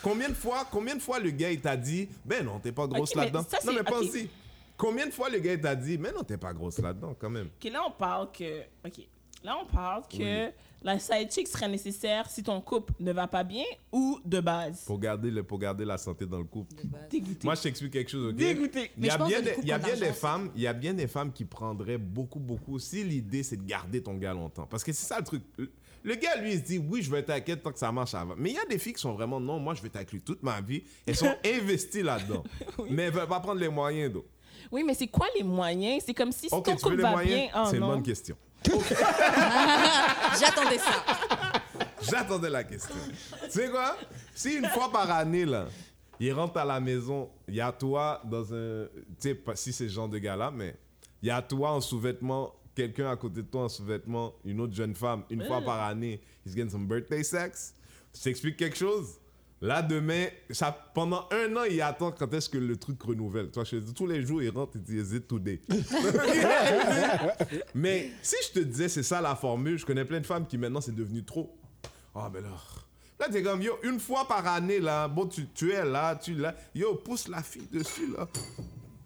B: Combien de fois, combien de fois le gars il t'a dit ben non t'es pas grosse
A: Ok, mais
B: là-dedans.
A: ça,
B: Non
A: c'est-
B: mais pense-y.
A: ok.
B: Combien de fois le gars il t'a dit mais non t'es pas grosse là-dedans quand même.
A: Ok, là, on parle que. Ok. Là, on parle que la side chick serait nécessaire si ton couple ne va pas bien ou de base.
B: Pour garder, le, pour garder la santé dans le couple.
D: de base.
A: Dégoûté.
B: Moi, je t'explique quelque chose, ok?
A: Dégoûté.
B: Il
D: Mais
B: y a
D: je pense
B: bien
D: que le
B: des,
D: couple
B: il y a
D: en
B: bien
D: argent,
B: des
D: c'est-
B: femmes, il y a bien des femmes qui prendraient beaucoup, beaucoup si l'idée c'est de garder ton gars longtemps. Parce que c'est ça le truc. Le- Le gars, lui, il se dit, oui, je vais t'inquiéter tant que ça marche avant. Mais il y a des filles qui sont vraiment, non, moi, je vais t'inquiéter toute ma vie. Elles sont investies là-dedans. Mais elles veulent pas prendre les moyens, donc.
A: Oui, mais c'est quoi les moyens? C'est comme si, si
B: Ok,
A: ton
B: tu veux
A: couple
B: les
A: va
B: moyens?
A: bien. ah
B: c'est une
A: non.
B: bonne question.
D: Ah. J'attendais ça.
B: J'attendais la question. tu sais quoi? Si une fois par année, là, il rentre à la maison, il y a toi dans un. Tu sais, pas si c'est ce genre de gars-là, mais il y a toi en sous-vêtements, quelqu'un à côté de toi en sous-vêtements, une autre jeune femme, une fois par année, he's getting some birthday sex. Je t'explique quelque chose? Là, demain, ça, pendant un an, il attend quand est-ce que le truc renouvelle. Toi, je te dis, tous les jours, il rentre et dit, is it today? Mais si je te disais c'est ça la formule, je connais plein de femmes qui maintenant c'est devenu trop. Ah ben là. Là t'es comme yo, une fois par année là, bon tu, tu es là, tu là, yo pousse la fille dessus là.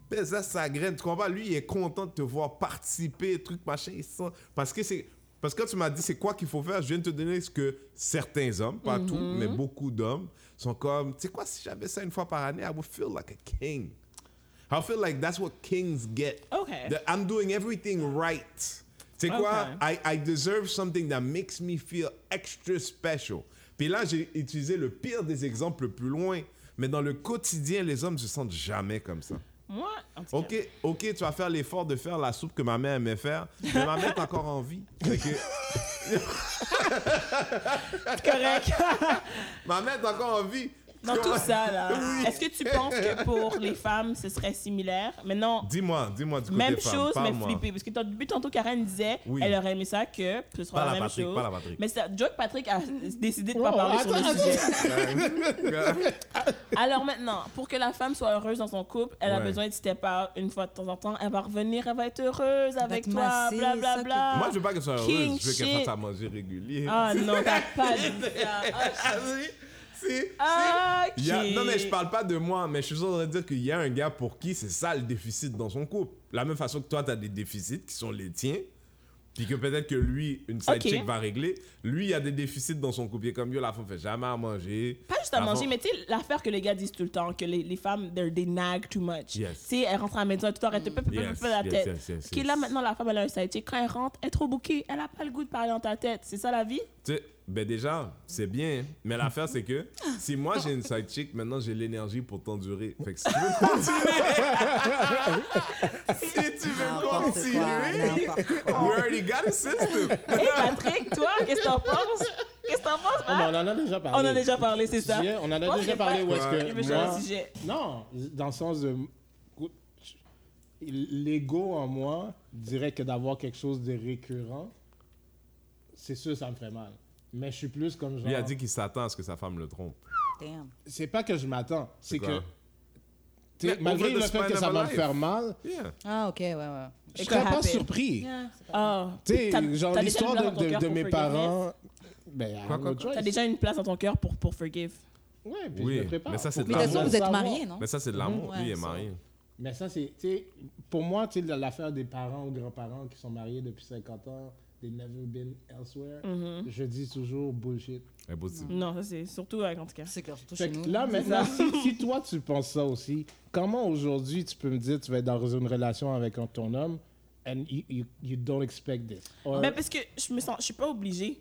B: Pèse sa graine, tu comprends? Lui il est content de te voir participer, truc machin, il sent- Parce que c'est. Parce que quand tu m'as dit c'est quoi qu'il faut faire, je viens de te donner ce que certains hommes, pas tous, mais beaucoup d'hommes, sont comme, tu sais quoi, si j'avais ça une fois par année, I would feel like a king. I feel like that's what kings get.
A: Okay.
B: The- I'm doing everything right. C'est quoi? I, I deserve something that makes me feel extra special. Puis là, j'ai utilisé le pire des exemples le plus loin, mais dans le quotidien, les hommes se sentent jamais comme ça.
A: Moi, en tout cas.
B: Ok, ok, tu vas faire l'effort de faire la soupe que ma mère aimait faire, mais ma mère est encore en vie. Fait que-
A: Correct.
B: ma mère est encore en vie.
A: Dans tout ça, là.
B: Oui.
A: Est-ce que tu penses que pour les femmes, ce serait similaire? Mais non.
B: Dis-moi, dis-moi du côté
A: Même
B: femme,
A: chose, mais
B: parle-moi.
A: flippé. Parce que tant- depuis tantôt, Karen disait
B: Oui.
A: elle aurait aimé ça que ce soit la,
B: Pas la
A: même
B: Patrick,
A: chose.
B: pas la Patrick.
A: Mais c'est Joe Patrick a décidé de ne
C: Oh,
A: pas parler sur
C: attends,
A: le sujet. Alors maintenant, pour que la femme soit heureuse dans son couple, elle a
B: Ouais.
A: besoin de step out une fois de temps en temps. Elle va revenir, elle va être heureuse avec
D: te
A: toi,
D: masser, ça
A: blablabla.
D: que-
B: Moi, je veux pas qu'elle soit heureuse, je veux qu'elle
A: King
B: fasse
A: shit.
B: à manger régulier.
A: Ah non, t'as pas dit ça.
B: Ah, si, si,
A: Ah,
B: Il y a-
A: ok.
B: Non, mais je parle pas de moi, mais je suis en train de dire qu'il y a un gars pour qui c'est ça le déficit dans son couple. La même façon que toi, tu as des déficits qui sont les tiens. Puis que peut-être que lui, une side
A: Ok.
B: chick va régler. Lui, il y a des déficits dans son couple. Il est comme yo, la femme fait jamais à manger.
A: Pas juste à
B: La
A: manger,
B: femme-
A: mais tu sais, l'affaire que les gars disent tout le temps, que les, les femmes, they're- they nag too much.
B: Yes.
A: Tu sais, elles rentrent à la maison, tout le temps, elles te peuvent
B: Yes,
A: la
B: yes,
A: tête.
B: yes, yes,
A: Qui
B: yes.
A: là, maintenant, la femme, elle a un side chick. Quand elle rentre, elle est trop bouquée, elle a pas le goût de parler dans ta tête. C'est ça la vie?
B: Tu sais, ben déjà, c'est bien. Mais l'affaire, c'est que si moi j'ai une side chick, maintenant j'ai l'énergie pour t'endurer. Fait que si tu veux continuer, si tu veux
D: N'importe
B: continuer,
D: quoi, n'importe
B: we already got a system.
A: Hé, Patrick, toi, qu'est-ce que t'en penses? Qu'est-ce que t'en penses,
C: Oh, mais
A: Matt?
C: on en a déjà
A: On
C: parlé.
A: en a déjà parlé, c'est ça?
C: Yeah, on en a
A: Je pense
C: déjà
A: que
C: parlé,
A: Patrick
C: où est-ce que
A: veut changer
C: moi-
A: de sujet.
C: Non, dans le sens de. L'ego en moi dirait que d'avoir quelque chose de récurrent, c'est sûr, ça me ferait mal. Mais je suis plus comme genre.
B: Lui a dit qu'il s'attend à ce que sa femme le trompe.
D: Damn.
C: C'est pas que je m'attends, c'est
B: quoi?
C: que. t'sais,
B: Mais
C: malgré
B: over
C: le
B: the
C: fait que
B: span
C: ça
B: of
C: va
B: a
C: me
B: life.
C: faire mal,
B: Yeah.
D: Ah, ok, ouais, ouais.
A: It
C: je
A: could
C: serais pas
A: happen.
C: surpris.
A: Ah.
C: Tu sais,
A: T'as-
C: genre
A: t'as déjà
C: l'histoire
A: une place
C: de,
A: dans ton
C: de-
A: cœur
C: de
A: pour
C: mes
A: forgiveness?
C: parents. Ben,
B: Quoi, quoi,
C: no
B: quoi?
C: choice.
A: T'as déjà une place dans ton cœur pour, pour forgive.
C: Ouais, puis
B: Oui,
C: je me prépare.
B: mais ça, c'est de
D: Mais
B: Ah,
D: de toute
B: moi,
D: façon,
B: je
D: vous êtes mariés, non
B: Mais ça, c'est de l'amour.
D: Mhm.
B: Lui, il est
D: Ouais,
B: marié.
C: Mais ça, c'est, tu sais, pour moi, tu sais, l'affaire des parents ou grands-parents qui sont mariés depuis 50 ans, they never been elsewhere,
A: Mm-hmm.
C: je dis toujours bullshit.
D: Mm.
B: Impossible.
A: Non, ça c'est surtout avec en tout cas.
D: C'est clair, surtout
C: Fait
D: chez
C: que
D: nous.
C: là, maintenant, si, si toi, tu penses ça aussi, comment aujourd'hui tu peux me dire que tu vas être dans une relation avec un- ton homme and you, you, you don't expect this? Or-
A: Ben, parce que je me sens, je suis pas obligée.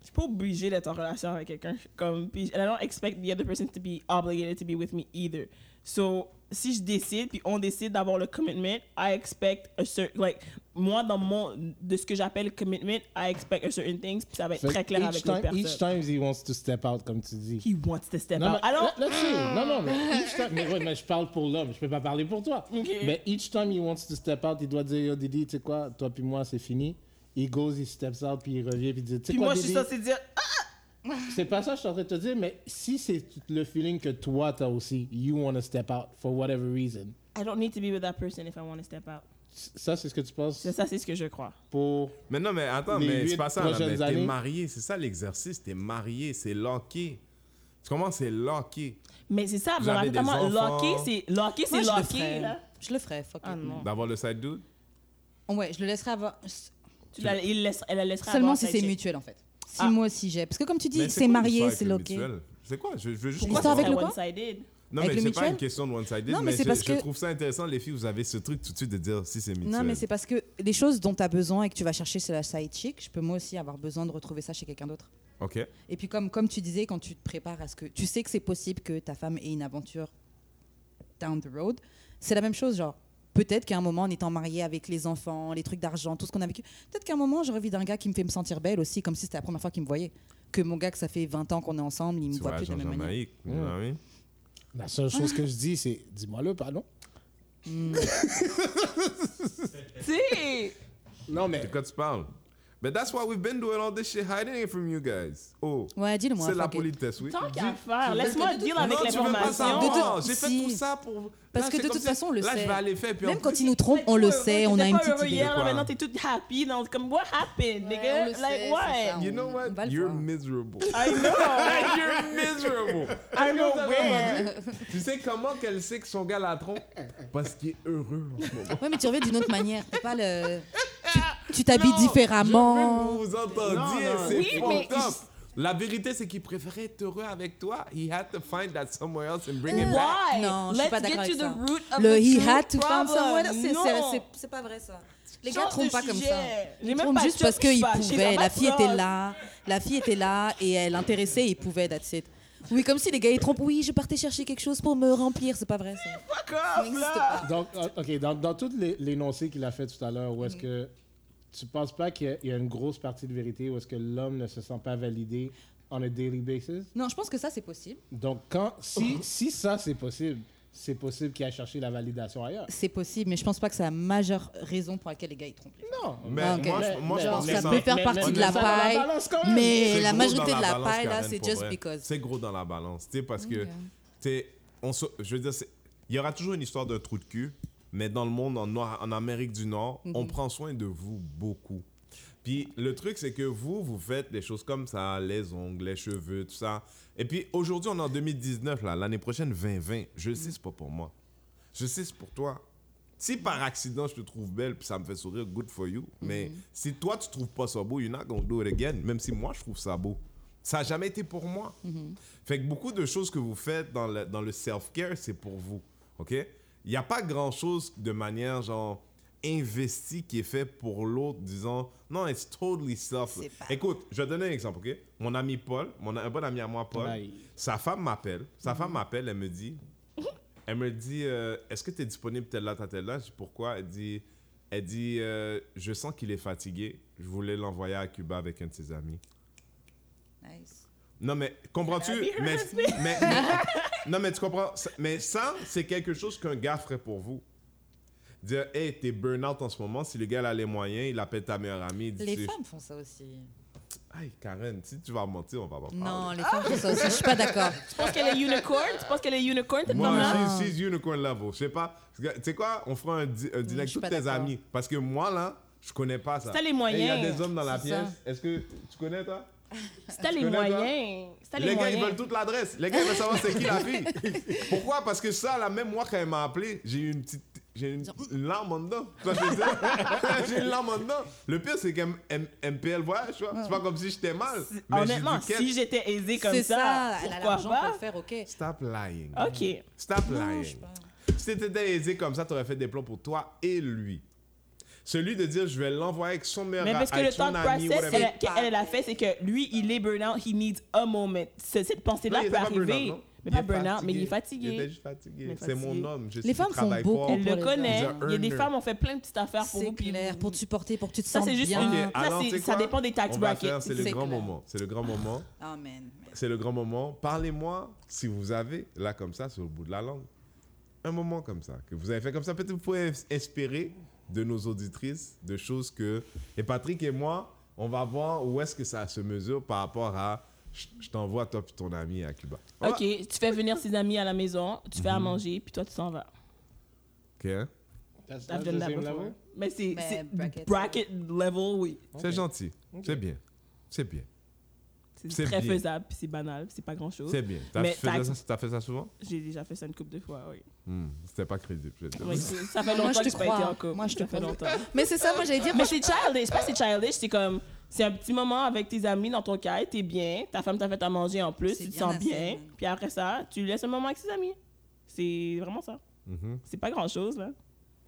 A: Je suis pas obligée d'être en relation avec quelqu'un. Comme, puis, and I don't expect the other person to be obligated to be with me either. So, si je décide, puis on décide d'avoir le commitment, I expect a certain, like, moi, dans mon, de ce que j'appelle commitment, I expect a certain things, puis ça va être
C: Fait que
A: très clair
C: each
A: avec
C: time,
A: l'autre personne.
C: Each time he wants to step out, comme tu dis.
A: He wants to step
C: Non,
A: out.
C: mais,
A: Eh ben, Alors, Hmm.
C: let- let's see. non, non, mais each time, mais, ouais, mais je parle pour l'homme, je peux pas parler pour toi.
A: Ok.
C: Mais each time he wants to step out, il doit dire, yo, Didi, tu sais quoi, toi puis moi, c'est fini. He goes, he steps out, puis il revient, puis il dit, tu sais
A: puis
C: quoi,
A: moi, je suis
C: Didi,
A: censée dire, ah,
C: c'est pas ça que je suis en train de te dire, mais si c'est le feeling que toi, t'as aussi, you want to step out for whatever reason.
A: I don't need to be with that person if I want to step out.
C: Ça, c'est ce que tu penses
A: C'est ça, c'est ce que je crois.
C: pour...
B: Mais non, mais attends,
C: Les
B: mais
C: huit
B: c'est pas ça. là,
C: prochaines
B: mais T'es
C: années.
B: marié, c'est ça l'exercice. T'es marié, c'est locké. Tu commences, c'est locké.
A: Mais c'est ça,
B: Vous
A: mon
B: avez
A: appelle
B: des
A: tellement
B: enfants.
A: locké, c'est locké,
D: Moi,
A: c'est
D: je le
A: locké.
D: ferais.
A: là.
D: Je le ferais, fuck
A: Ah,
D: it.
A: non.
B: D'avoir le side dude.
D: Ouais, je le laisserai avoir.
A: Tu la, il laisse, elle la laissera
D: Seulement
A: avoir
D: si
A: sa
D: c'est
A: chick.
D: mutuel, en fait. Si
A: Ah.
D: moi aussi j'ai. Parce que comme tu
B: Mais
D: dis, c'est
B: quoi
D: marié,
B: l'histoire
D: c'est
B: avec
D: loqué.
B: le mutuel? C'est quoi je, je veux juste
D: Pourquoi
B: comprendre.
D: ça avec le quoi?
A: one-sided.
B: Non, mais
D: Avec le
B: c'est pas
D: mutuel?
B: une question de one-sided.
D: Non, mais
B: mais
D: c'est
B: je-
D: parce
B: je
D: que-
B: trouve ça intéressant, les filles, vous avez ce truc tout de suite de dire si c'est mutuel.
D: Non, mais c'est parce que les choses dont tu as besoin et que tu vas chercher, c'est la side chick. Je peux moi aussi avoir besoin de retrouver ça chez quelqu'un d'autre.
B: Ok.
D: Et puis, comme, comme tu disais, quand tu te prépares à ce que. Tu sais que c'est possible que ta femme ait une aventure down the road. C'est la même chose, genre. Peut-être qu'à un moment, en étant marié avec les enfants, les trucs d'argent, tout ce qu'on a vécu, peut-être qu'à un moment, j'aurais envie d'un gars qui me fait me sentir belle aussi, comme si c'était la première fois qu'il me voyait. Que mon gars, que ça fait 20 ans qu'on est ensemble, il me
B: Tu
D: voit
B: vois,
D: plus de la
B: Jean
D: même manière.
B: Jamaïque. tu vois, oui.
C: La seule chose que je dis, c'est, dis-moi-le, pardon.
A: Tu sais,
C: Non, mais
B: De quoi tu parles? But that's why we've been doing all this shit hiding it from you guys. Oh.
D: Ouais, dis-le-moi.
B: C'est la
D: fuck it.
B: politesse, oui.
A: tant qu'à faire, laisse-moi
D: de- de-
A: deal avec
B: non, tu veux pas
A: l'information.
D: De
B: savoir.
D: toute-
B: J'ai fait
D: si.
B: tout ça pour.
D: Parce
B: Là,
D: que
B: c'est
D: de
B: comme
D: toute
B: ça.
D: façon, on le
B: Là,
D: sait.
B: je vais aller faire. Puis en
D: Même quand
B: plus-
D: ils nous trompent, on le sait, on a une petite
A: T'étais pas heureux
D: idée.
B: de
A: hier, là,
B: quoi.
A: maintenant t'es toute happy, non, comme what happened,
D: Ouais, on
A: nigga?
D: le
A: like
D: sait, c'est ça,
A: what?
D: on-
B: You know
D: on va
B: what?
D: le
B: You're
D: voir.
B: miserable.
A: I know,
B: You're miserable.
A: I'm aware.
B: Tu sais comment qu'elle sait que son gars la trompe? Parce qu'il est heureux en ce moment.
D: Ouais, mais tu reviens d'une autre manière. T'es pas le. tu- Tu t'habilles
B: Non, Je veux
D: différemment.
B: que vous entendiez,
C: Non, non,
B: c'est
A: oui,
B: fucked
A: mais-
B: up. La vérité, c'est qu'il préférait être heureux avec toi. He had to find that somewhere else and bring it back.
A: Why?
D: Non, je suis
A: Let's
D: pas d'accord
A: get to
D: avec ça.
A: the root of
D: Le
A: the
D: he
A: true
D: had to find
A: problem.
D: someone. c'est-
A: Non.
D: c'est- C'est pas vrai ça. Les gars
A: Change de
D: trompent pas comme
A: sujet.
D: ça.
A: J'ai
D: Ils
A: même
D: trompent
A: pas
D: juste
A: sûr
D: parce
A: que je suis
D: qu'ils
A: fâchée, ça
D: pouvaient.
A: va
D: La
A: te
D: fille était
A: cross.
D: là. La fille était là et elle intéressait et ils pouvaient, that's it. Oui, comme si les gars ils trompent. Oui, je partais chercher quelque chose pour me remplir. C'est pas vrai ça.
A: Fuck off,
D: n'existe
A: là.
C: Donc, euh, OK, dans, dans tout les- l'énoncé qu'il a fait tout à l'heure, où est-ce que tu penses pas qu'il y a- il y, a une grosse partie de vérité où est-ce que l'homme ne se sent pas validé on a daily basis?
D: Non, je pense que ça c'est possible.
C: Donc, quand,
B: Mm-hmm.
C: si, si ça, c'est possible, c'est possible qu'il aille chercher la validation ailleurs.
D: C'est possible, mais je pense pas que c'est la majeure raison pour laquelle les gars ils trompent. les femmes.
C: Non.
B: Mais
D: Ah, ok.
B: moi, je, moi, je
C: Mais-
B: pense
C: mais-
B: que
D: ça
B: ça
D: peut faire
C: mais-
D: partie
B: mais-
D: de la
C: mais ça, la
D: paille,
C: balance quand même.
D: mais
B: C'est
D: la
B: gros
D: majorité
B: dans
D: de la
B: balance,
D: paille là,
B: Karen,
D: c'est
B: pour
D: just
B: vrai.
D: because.
B: C'est gros dans la balance, tu sais, parce que,
D: Ok.
B: tu sais, on se- je veux dire, c'est- il y aura toujours une histoire d'un trou de cul, mais dans le monde, en, Noir- en Amérique du Nord, on prend soin de vous beaucoup. Puis le truc, c'est que vous, vous faites des choses comme ça, les ongles, les cheveux, tout ça. Et puis aujourd'hui, on est en 2019, là, l'année prochaine, 2020. Je le sais, c'est pas pour moi. Je sais, c'est pour toi. Si par accident je te trouve belle puis ça me fait sourire, good for you. Mais
D: Mhm.
B: si toi tu trouves pas ça beau, you're not gonna do it again. Même si moi je trouve ça beau. Ça n'a jamais été pour moi.
D: Mhm.
B: Fait que beaucoup de choses que vous faites dans le, dans le self-care, c'est pour vous. OK? Il n'y a pas grand-chose de manière genre investie qui est fait pour l'autre disant non, it's totally self.
D: C'est pas-
B: Écoute, je vais donner un exemple, OK? Mon ami Paul, mon, un bon ami à moi, Paul,
C: Bye.
B: sa femme m'appelle. Sa
D: Mm-hmm.
B: femme m'appelle, elle me dit elle me dit euh, Est-ce que tu es disponible telle date à telle date Je dis Pourquoi Elle dit, elle dit euh, Je sens qu'il est fatigué. Je voulais l'envoyer à Cuba avec un de ses amis.
D: Nice.
B: Non, mais comprends-tu
A: La vie,
B: mais, mais, mais- Non, mais tu comprends ça- Mais ça, c'est quelque chose qu'un gars ferait pour vous. Dire Hey, t'es burn-out en ce moment. Si le gars il a les moyens, il appelle ta meilleure amie. il dit,
D: Les
B: tu-
D: femmes font ça aussi.
A: Ah
B: Aïe, Karen, si tu vas mentir, on va pas parler.
D: Non, les femmes font ça aussi. Je suis pas d'accord.
A: Tu penses qu'elle est unicorn Tu penses qu'elle est unicorn cette
B: Moi,
A: femme-là
B: she's, she's unicorn level. Je sais pas. Tu sais quoi? On fera un, di- un dîner
D: je
B: avec
D: suis
B: toutes
D: pas
B: tes
D: d'accord.
B: amies. Parce que moi, là, je connais pas
A: Si
B: ça.
A: t'as les
B: Et Il y
A: moyens.
B: a des hommes dans la
D: C'est ça.
B: pièce. Est-ce que tu connais, toi?
A: Si t'as les
B: connais, toi
A: moyens. Si t'as les,
B: Les gars, ils
A: moyens.
B: veulent toute l'adresse. Les gars, ils veulent savoir c'est qui la fille. Pourquoi? Parce que ça, là, même moi, quand elle m'a appelé, j'ai eu une petite. J'ai une, une larme en dedans. Tu vois ce que je veux dire? j'ai une larme en dedans. Le pire, c'est qu'elle m- m- MPL voyage, tu vois. C'est pas comme si j'étais mal.
A: Si-
B: Mais
A: Honnêtement,
B: j'ai dit,
A: si j'étais aisée comme
D: C'est
A: ça,
D: ça. Elle a l'argent pour
A: pourquoi
D: le faire, ok.
B: Ken, Stop lying.
A: pas Ok.
B: Stop
D: Non,
B: lying.
D: je sais pas.
B: Si t'étais aisé comme ça, t'aurais fait des plans pour toi et lui. Celui de dire, je vais l'envoyer avec son meilleur
A: Mais parce que
B: avec
A: le temps
B: son
A: de
B: ami,
A: process
B: whatever.
A: qu'elle a- qu'elle a fait, c'est que lui, il est burn-out, he needs a moment. Ce- Cette pensée-là
B: Non, il
A: peut
B: était pas burn-out,
A: arriver.
B: non?
A: Mais
B: Il
A: pas
B: est
A: burn-out, mais il est
B: Il était
A: fatigué.
B: juste fatigué.
A: Il est
B: C'est mon
A: fatigué.
B: homme. Je sais
D: Les
B: qu'il
D: femmes font
B: travaille
D: beaucoup.
B: fort.
A: Elle
D: Pour
A: le
D: les
A: connaît.
B: hommes.
A: Il y a des
B: He's a
A: femmes, on fait plein de petites affaires pour
D: C'est
A: vous. puis
D: clair,
A: vous-
D: pour te supporter, pour que tu te
A: Ça,
D: sens
A: c'est juste
D: bien.
A: une.
B: Ok, alors,
A: Ça, c'est-
B: tu sais
A: ça
B: quoi?
A: dépend des tax
B: On va faire,
A: brackets.
B: c'est le
D: C'est
B: grand
D: clair.
B: moment. C'est le grand moment.
D: Amen.
B: C'est le grand moment. Parlez-moi si vous avez, là comme ça, sur le bout de la langue, un moment comme ça, que vous avez fait comme ça. Peut-être vous pouvez ins- inspirer de nos auditrices de choses que... Et Patrick et moi, on va voir où est-ce que ça se mesure par rapport à... Je je t'envoie, toi puis ton ami à Cuba. On va-
A: Ok, tu fais venir ses amis à la maison, tu
B: Mhm.
A: fais à manger, puis toi, tu t'en vas.
B: Ah, Ok, hein?
C: That's-
A: I've
C: that's
A: done
C: the
A: that
C: same
A: before.
C: level?
A: Mais c'est
D: Mais
A: c'est
D: bracket-
A: bracket level, oui.
B: C'est gentil. C'est bien. C'est bien.
A: C'est
B: C'est
A: très
B: bien.
A: faisable, puis c'est banal, puis c'est pas grand-chose.
B: C'est bien. T'as
A: Mais
B: fait,
A: t'as-
B: ça- t'as fait ça souvent?
A: J'ai déjà fait ça une couple de fois, oui.
B: Hmm, C'était pas crédible. je vais te dire.
A: Oui, c'est- ça fait
D: Moi,
A: longtemps
D: je
A: que
D: te
A: j'ai pas été
D: crois.
A: en couple.
D: Moi, je te
A: Ça fait
D: crois.
A: longtemps.
D: Mais c'est ça, moi j'allais dire.
A: Mais c'est childish, pas c'est childish, c'est comme c'est un petit moment avec tes amis dans ton cas, t'es bien, ta femme t'a fait à manger en plus,
D: C'est
A: tu te
D: bien
A: sens
D: la
A: bien,
D: scène.
A: puis après ça, tu laisses un moment avec ses amis. C'est vraiment ça.
B: Mhm.
A: C'est pas grand chose là.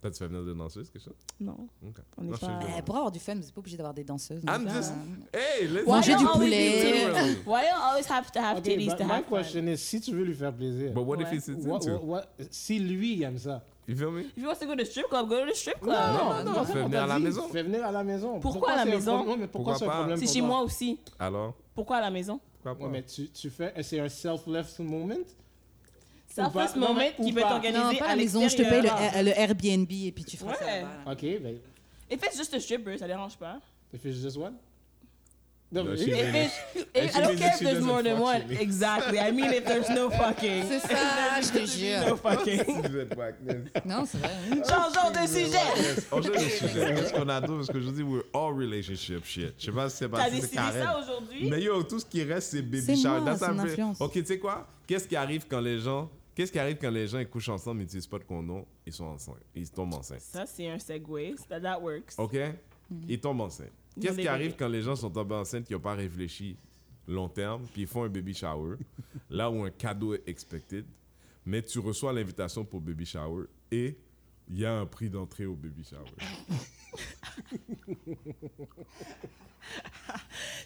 B: Toi, tu fais venir de danseuse, quelque chose?
A: Non.
B: Ok.
A: On n'est
B: Non, je te
A: pas- hein.
B: jure.
D: Eh, pour avoir du fun, c'est pas obligé d'avoir des danseuses.
A: Ah,
B: I'm
D: mais-
B: just-
D: Euh,
B: Hey, let's
D: Manger
A: Why
D: du
A: you always
D: poulet.
A: need to- Why you always have to have
C: Okay,
A: titties
C: but
A: to
C: my
A: have fun?
C: question is, si tu veux lui faire plaisir,
B: But what if
A: Ouais.
B: it's into?
C: what- what- what- si lui il aime ça, Ah,
B: You feel me?
A: If you want to go to the strip club, go to the strip club.
D: Non, non,
B: fais venir
C: on t'a
B: à la
C: dit,
B: maison.
C: Fais venir à la maison.
A: Pourquoi à la
C: c'est un
A: maison
C: problème- mais pourquoi
B: Pourquoi
C: c'est un
B: pas
C: problème
A: C'est
C: pour
A: chez
C: toi?
A: moi aussi.
B: Alors,
A: Pourquoi à la maison?
B: pourquoi pas?
C: Ouais, mais tu, tu fais, euh, c'est un self-left moment.
A: C'est un
C: Ou pas.
A: first moment
C: Ou
A: qui peut
C: pas.
A: t'organiser
D: Non, pas
A: à
D: la maison, je te paye le,
A: l'extérieur.
D: le Airbnb et puis tu feras ça.
A: Ouais.
D: là-bas, là.
C: Ok, ben,
A: If it's just a stripper, ça dérange pas.
C: if it's just one. Non,
B: Non,
C: mais-
A: If
B: chez-
A: it's,
B: And
A: if, I don't care
B: she means that
A: if
B: she
A: there's
B: doesn't
A: more than
B: fuck, she
A: one.
B: means.
A: Exactly. I mean if there's no fucking.
D: C'est ça, je te jure.
A: No fucking.
B: Vous êtes whackness.
D: Non, c'est vrai.
A: Changeons de sujet.
B: On change de sujet. Qu'est-ce qu'on a d'autre? Parce que je dis, we're all relationship shit. Je sais pas si c'est
A: T'as
B: pas si c'est
A: décidé ça
B: carré.
A: aujourd'hui?
B: Mais yo, tout ce qui reste, c'est baby
D: C'est
B: shower.
D: moi,
B: That's
D: son
B: how it-
D: influence.
B: Ok, tu sais quoi? Qu'est-ce qui arrive quand les gens. Qu'est-ce qui arrive quand les gens ils couchent ensemble, ils n'utilisent pas de condom, ils sont enceintes, ils tombent enceintes.
A: Ça, c'est un segue. That, that works.
B: Ok? Ils tombent enceintes.
A: Mhm. Ils ont
B: Qu'est-ce
A: des
B: qui arrive
A: bébés.
B: quand les gens sont tombés enceintes, qui n'ont pas réfléchi long terme, puis ils font un baby shower, là où un cadeau est expected, mais tu reçois l'invitation pour baby shower et il y a un prix d'entrée au baby shower.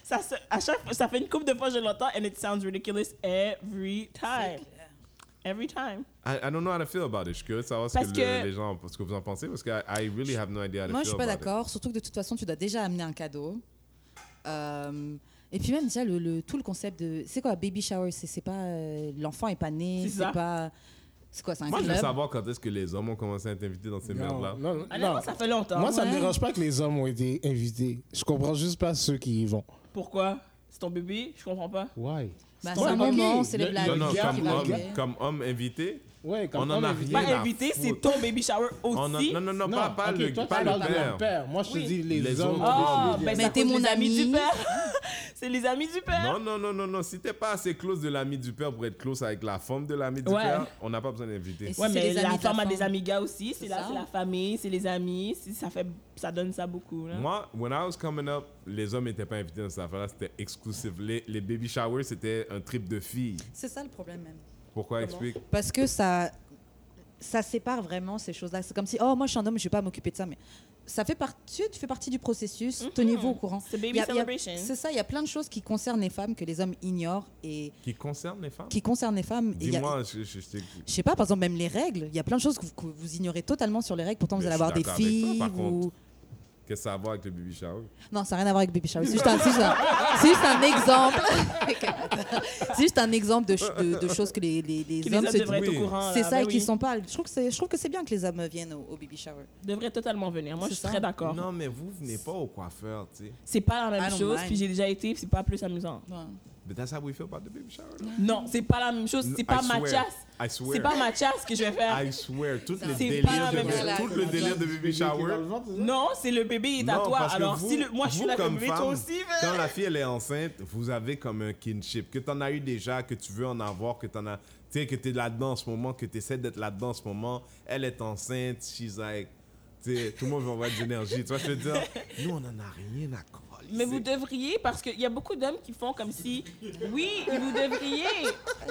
A: Ça, se- à chaque fois, ça fait une couple de fois que je l'entends and it sounds ridiculous every time. Every time.
B: I, I don't know how to feel about it. Je suis curieux de savoir ce que,
A: Parce
B: le-
A: que-
B: les gens, ce que vous en pensez, parce que I, I really have no idea how to
D: Moi, je
B: feel
D: suis pas
B: about it.
D: d'accord, surtout que de toute façon, tu dois déjà amener un cadeau. Euh, et puis même déjà le, le- tout le concept de c'est quoi baby shower c'est c'est pas euh, l'enfant est pas né
A: C'est ça.
D: c'est pas c'est quoi c'est un
B: Moi, je veux
D: club
B: savoir quand est-ce que les hommes ont commencé à être invités dans ces merdes-là.
C: non, non,
A: Honnêtement,
C: non.
A: Ah, ça fait longtemps.
C: Moi, ça me
D: Ouais.
C: dérange pas que les hommes ont été invités. Je comprends juste pas ceux qui y vont.
A: Pourquoi? C'est ton bébé? Je comprlague pas.
C: Why?
D: Bah,
C: Ouais,
D: c'est un
C: ok.
D: moment c'est les
C: Le-
D: blagues
B: Non, non,
D: qui
C: gars
B: comme
D: va
C: le
B: homme,
C: gars-
D: arriver.
B: comme homme invité,
C: Ouais,
B: On
C: comme
B: en a
C: invité.
A: Pas
B: rien à
A: invité, c'est
B: foutre.
A: ton baby shower aussi.
B: on a- non, non, non, pas, pas
C: ok,
B: le,
C: toi, tu
B: pas
C: parles
B: le
C: de
B: père.
C: leur père. Moi, je te
A: Oui.
C: dis les,
B: Les
D: Oh,
C: hommes.
B: autres.
C: ont
A: Ah,
C: décidé.
A: ben c'est
D: Mais
A: à
D: t'es
A: cause
D: mon
A: des amis
D: ami.
A: du père. C'est les amis du père.
B: Non, non, non, non, non. Si t'es pas assez close de l'ami du père pour être close avec la femme de l'ami du
A: Ouais.
B: père, on n'a pas besoin d'inviter.
D: Et si-
A: Ouais,
D: c'est
A: mais
D: les amis
A: la
D: de la
A: femme a
D: femme.
A: des amigas aussi. C'est
D: C'est
A: la,
D: ça.
A: c'est la famille, c'est les amis. c'est- Ça, fait, ça donne ça beaucoup. Là.
B: Moi, when I was coming up, les hommes n'étaient pas invités dans cette affaire-là, c'était exclusif. Les, les baby showers, c'était un trip de filles.
D: C'est ça le problème même.
B: Pourquoi
D: Comment?
B: explique
D: Parce que ça, ça sépare vraiment ces choses-là. C'est comme si, oh, moi je suis un homme, je ne vais pas m'occuper de ça. Mais ça fait partie, tu fais partie du processus, tenez-vous au courant.
A: C'est baby
D: Il y a- il y a-
A: celebration.
D: C'est ça, il y a plein de choses qui concernent les femmes que les hommes ignorent et
B: Qui concerne les femmes
D: qui concernent les femmes. et il y a-
B: Dis-moi, je, je, je t'ai-
D: je sais pas, par exemple, même les règles. Il y a plein de choses que vous, que vous ignorez totalement sur les règles. Pourtant,
B: Mais
D: vous allez
B: je suis
D: avoir des
B: d'accord avec toi,
D: filles.
B: par
D: ou-
B: contre. Qu'est-ce que ça a à voir avec le baby shower
D: Non, ça n'a rien à voir avec Baby Shower. C'est juste un, c'est juste un- c'est juste un exemple. c'est juste un exemple de, ch- de- de choses que les, les- les
A: Que les
D: hommes
A: hommes
D: se
A: devraient
D: disent.
A: être
B: Oui.
A: au courant.
D: C'est
A: là,
D: ça
A: ben
D: et qu'ils
A: oui.
D: sont pas. Je trouve que c'est- je trouve que c'est bien que les hommes viennent au, au Baby Shower.
A: devraient totalement venir. Moi,
D: C'est
A: je suis
D: ça.
A: très d'accord.
B: Non, mais vous venez pas au coiffeur, tu sais.
A: C'est pas la
D: I
A: même
D: don't
A: chose.
D: mind.
A: Puis j'ai déjà été. C'est pas plus amusant.
B: Mais that's how we feel about the baby shower. là.
A: Non, c'est pas la même chose. C'est pas
B: I
A: ma
B: swear.
A: chasse.
B: I
A: C'est
B: swear.
A: pas ma chasse que je vais faire.
B: I swear. Tout
D: C'est
B: le
D: pas
B: délire
A: la
B: de,
A: même
B: baby-
D: chose.
B: tout le délire de baby shower.
A: Non, c'est le bébé est à
B: Non,
A: toi.
B: parce que
A: Alors,
B: vous-
A: si le- moi, je suis
B: vous,
A: là comme
B: comme
A: bébé, toi
B: femme,
A: aussi. mais-
B: Quand la fille elle est enceinte, vous avez comme un kinship que t'en as eu déjà, que tu veux en avoir, que t'en as, tu sais que t'es là-dedans en ce moment, que t'essaies d'être là-dedans en ce moment. Elle est enceinte, she's like, tu sais, tout le monde va avoir de l'énergie. Tu vois, je veux dire, nous on en a rien à coller.
A: Mais vous devriez, parce qu'il y a beaucoup d'hommes qui font comme si. Oui, vous devriez.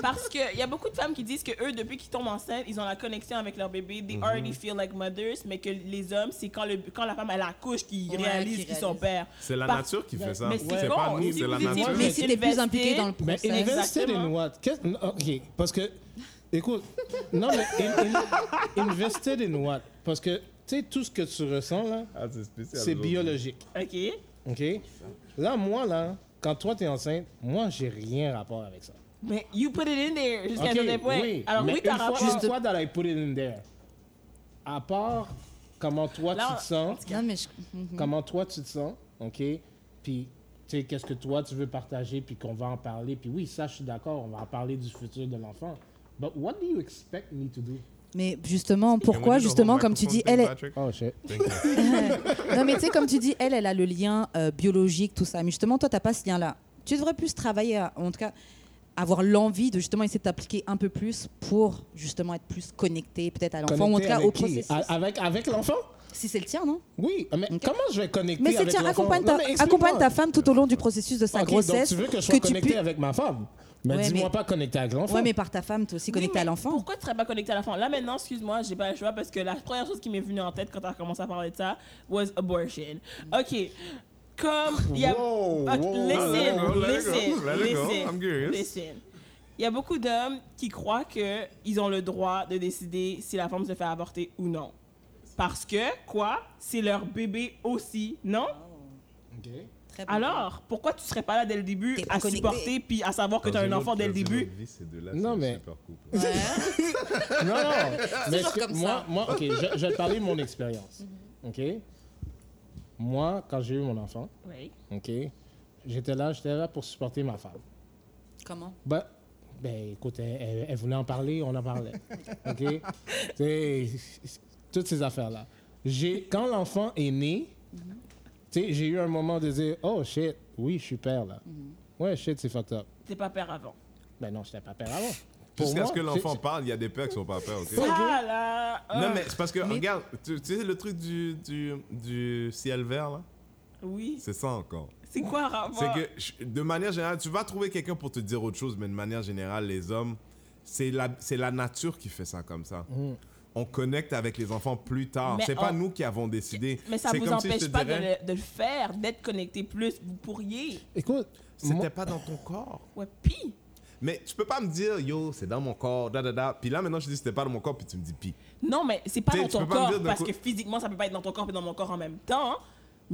A: Parce qu'il y a beaucoup de femmes qui disent que eux, depuis qu'ils tombent enceintes, ils ont la connexion avec leur bébé.
C: Mhm.
A: They already feel like mothers, mais que les hommes, c'est quand, le, quand la femme, elle accouche qu'ils
D: Ouais,
A: réalisent
D: qu'ils
A: qu'ils sont
D: réalisent.
A: pères.
B: C'est la
A: Par-
B: nature qui fait ça.
A: Mais c'est
B: C'est
A: bon,
B: pas nous,
A: si
B: c'est
A: vous
B: la
A: étiez
B: nature.
D: Mais si t'es plus
A: Investir.
D: impliqué dans le
C: Mais
D: process.
A: Bah,
C: invested in
A: Exactement.
C: what? Qu'est- non, OK, parce que... Écoute, non, mais in- in- invested in what? Parce que, tu sais, tout ce que tu ressens, là,
B: Ah, c'est spécial.
C: c'est
B: aujourd'hui.
C: biologique,
A: OK?
C: OK? Là, moi, là, quand toi, t'es enceinte, moi, j'ai rien rapport avec ça.
A: Mais you put it in there jusqu'à un
C: Ok,
A: certain point.
C: Oui,
A: Alors,
C: mais
A: oui, t'as
C: une fois-
A: rapport.
C: Une fois that I put it in there, à part comment toi
A: Là,
C: tu te sens,
D: Non, mais je- Mhm.
C: comment toi tu te sens, ok, puis tu sais qu'est-ce que toi tu veux partager, puis qu'on va en parler, puis oui, ça je suis d'accord, on va en parler du futur de l'enfant. But what do you expect me to do?
D: Mais
B: Can
D: justement,
B: we
D: pourquoi
B: do the
D: justement,
B: whole
D: comme tu dis,
B: microphone
D: elle
B: thing, Patrick?
D: est,
C: Oh shit.
D: non mais tu sais, comme tu dis, elle, elle a le lien euh, biologique, tout ça. Mais justement, toi, t'as pas ce lien-là. Tu devrais plus travailler, à- en tout cas, avoir l'envie de justement essayer de t'appliquer un peu plus pour justement être plus connecté peut-être à l'enfant ou en tout cas au
C: avec qui?
D: processus.
C: A- Avec, avec l'enfant?
D: Si c'est le tien, non
C: Oui, mais
D: Ok.
C: comment je vais connecter
D: Mais c'est le
C: avec
D: tien.
C: l'enfant?
D: Accompagne
C: Non,
D: ta,
C: mais explique-moi. Ah,
D: accompagne ta femme tout au long du processus de sa
C: Ok, donc
D: grossesse.
C: tu veux que je sois connecté
D: puisses-
C: avec ma femme? Mais
D: Ouais,
C: dis-moi
D: mais-
C: pas connecté avec l'enfant.
D: Ouais, mais par ta femme, toi aussi connecté
A: Oui,
D: à
A: mais
D: l'enfant.
A: Pourquoi tu serais pas connecté à l'enfant Là maintenant, excuse-moi, j'ai pas le choix parce que la première chose qui m'est venue en tête quand t'as commencé à parler de ça was abortion. Ok. Comme il y a.
B: Wow,
A: Ok,
B: wow, let it
A: listen,
B: go, let it go, let it go, I'm
A: listen, listen,
B: curious.
A: listen. Il y a beaucoup d'hommes qui croient que ils ont le droit de décider si la femme se fait avorter ou non. Parce que, quoi, c'est leur bébé aussi, non?
C: Ok.
D: Très bon.
A: Alors, pourquoi tu serais pas là dès le début
D: T'es pas
A: à
D: connecté.
A: supporter puis à savoir que
B: Dans
A: t'as un
B: une
A: enfant
B: autre-
A: dès le
B: dans une
A: début?
B: autre vie, ces deux-là,
C: Non,
B: c'est un
C: mais-
B: super couple.
C: Non, non. Mais
D: toujours
C: ce que-
D: comme ça.
C: moi, moi, ok, je, je vais te parler de mon expérience. Ok. Moi, quand j'ai eu mon enfant,
A: Oui.
C: ok, j'étais là, j'étais là pour supporter ma femme.
D: Comment
C: Ben, ben écoute, elle, elle- elle voulait en parler, on en parlait. OK? T'sais, toutes ces affaires-là. J'ai, quand l'enfant est né,
D: Mhm.
C: t'sais, j'ai eu un moment de dire Oh shit, oui, je suis père là.
D: Mhm.
C: Ouais, shit, c'est fucked up.
A: T'es pas père avant.
C: Ben non, j'étais pas père avant. Pour
B: Jusqu'à ce
C: moi,
B: que l'enfant
C: c'est-
B: parle, il y a des pères qui sont pas pères. ok?
A: Ah là! ah.
B: Non, mais c'est parce que, regarde, tu, tu sais le truc du, du, du ciel vert, là
A: Oui.
B: C'est ça encore.
A: C'est quoi, rapport?
B: C'est que, je- de manière générale, tu vas trouver quelqu'un pour te dire autre chose, mais de manière générale, les hommes, c'est la, c'est la nature qui fait ça comme ça. On connecte avec les enfants plus tard.
A: Mm. Mais
B: C'est pas
A: on-
B: nous qui avons décidé.
A: Mais ça
B: C'est
A: vous
B: comme si je
A: empêche
B: te
A: pas
B: dirais,
A: de, le, de le faire, d'être connecté plus. Vous pourriez.
C: Écoute, moi-
B: C'était pas dans ton corps.
A: Ouais, pis.
B: Mais tu peux pas me dire, yo, c'est dans mon corps, da da da. Puis là, maintenant, je dis, c'était pas dans mon corps, puis tu me dis, pi.
A: Non, mais c'est pas
B: T'sais,
A: dans
B: tu
A: ton
B: peux pas me
A: corps,
B: dire de
A: parce
B: quoi-
A: que physiquement, ça peut pas être dans ton corps et dans mon corps en même temps. hein.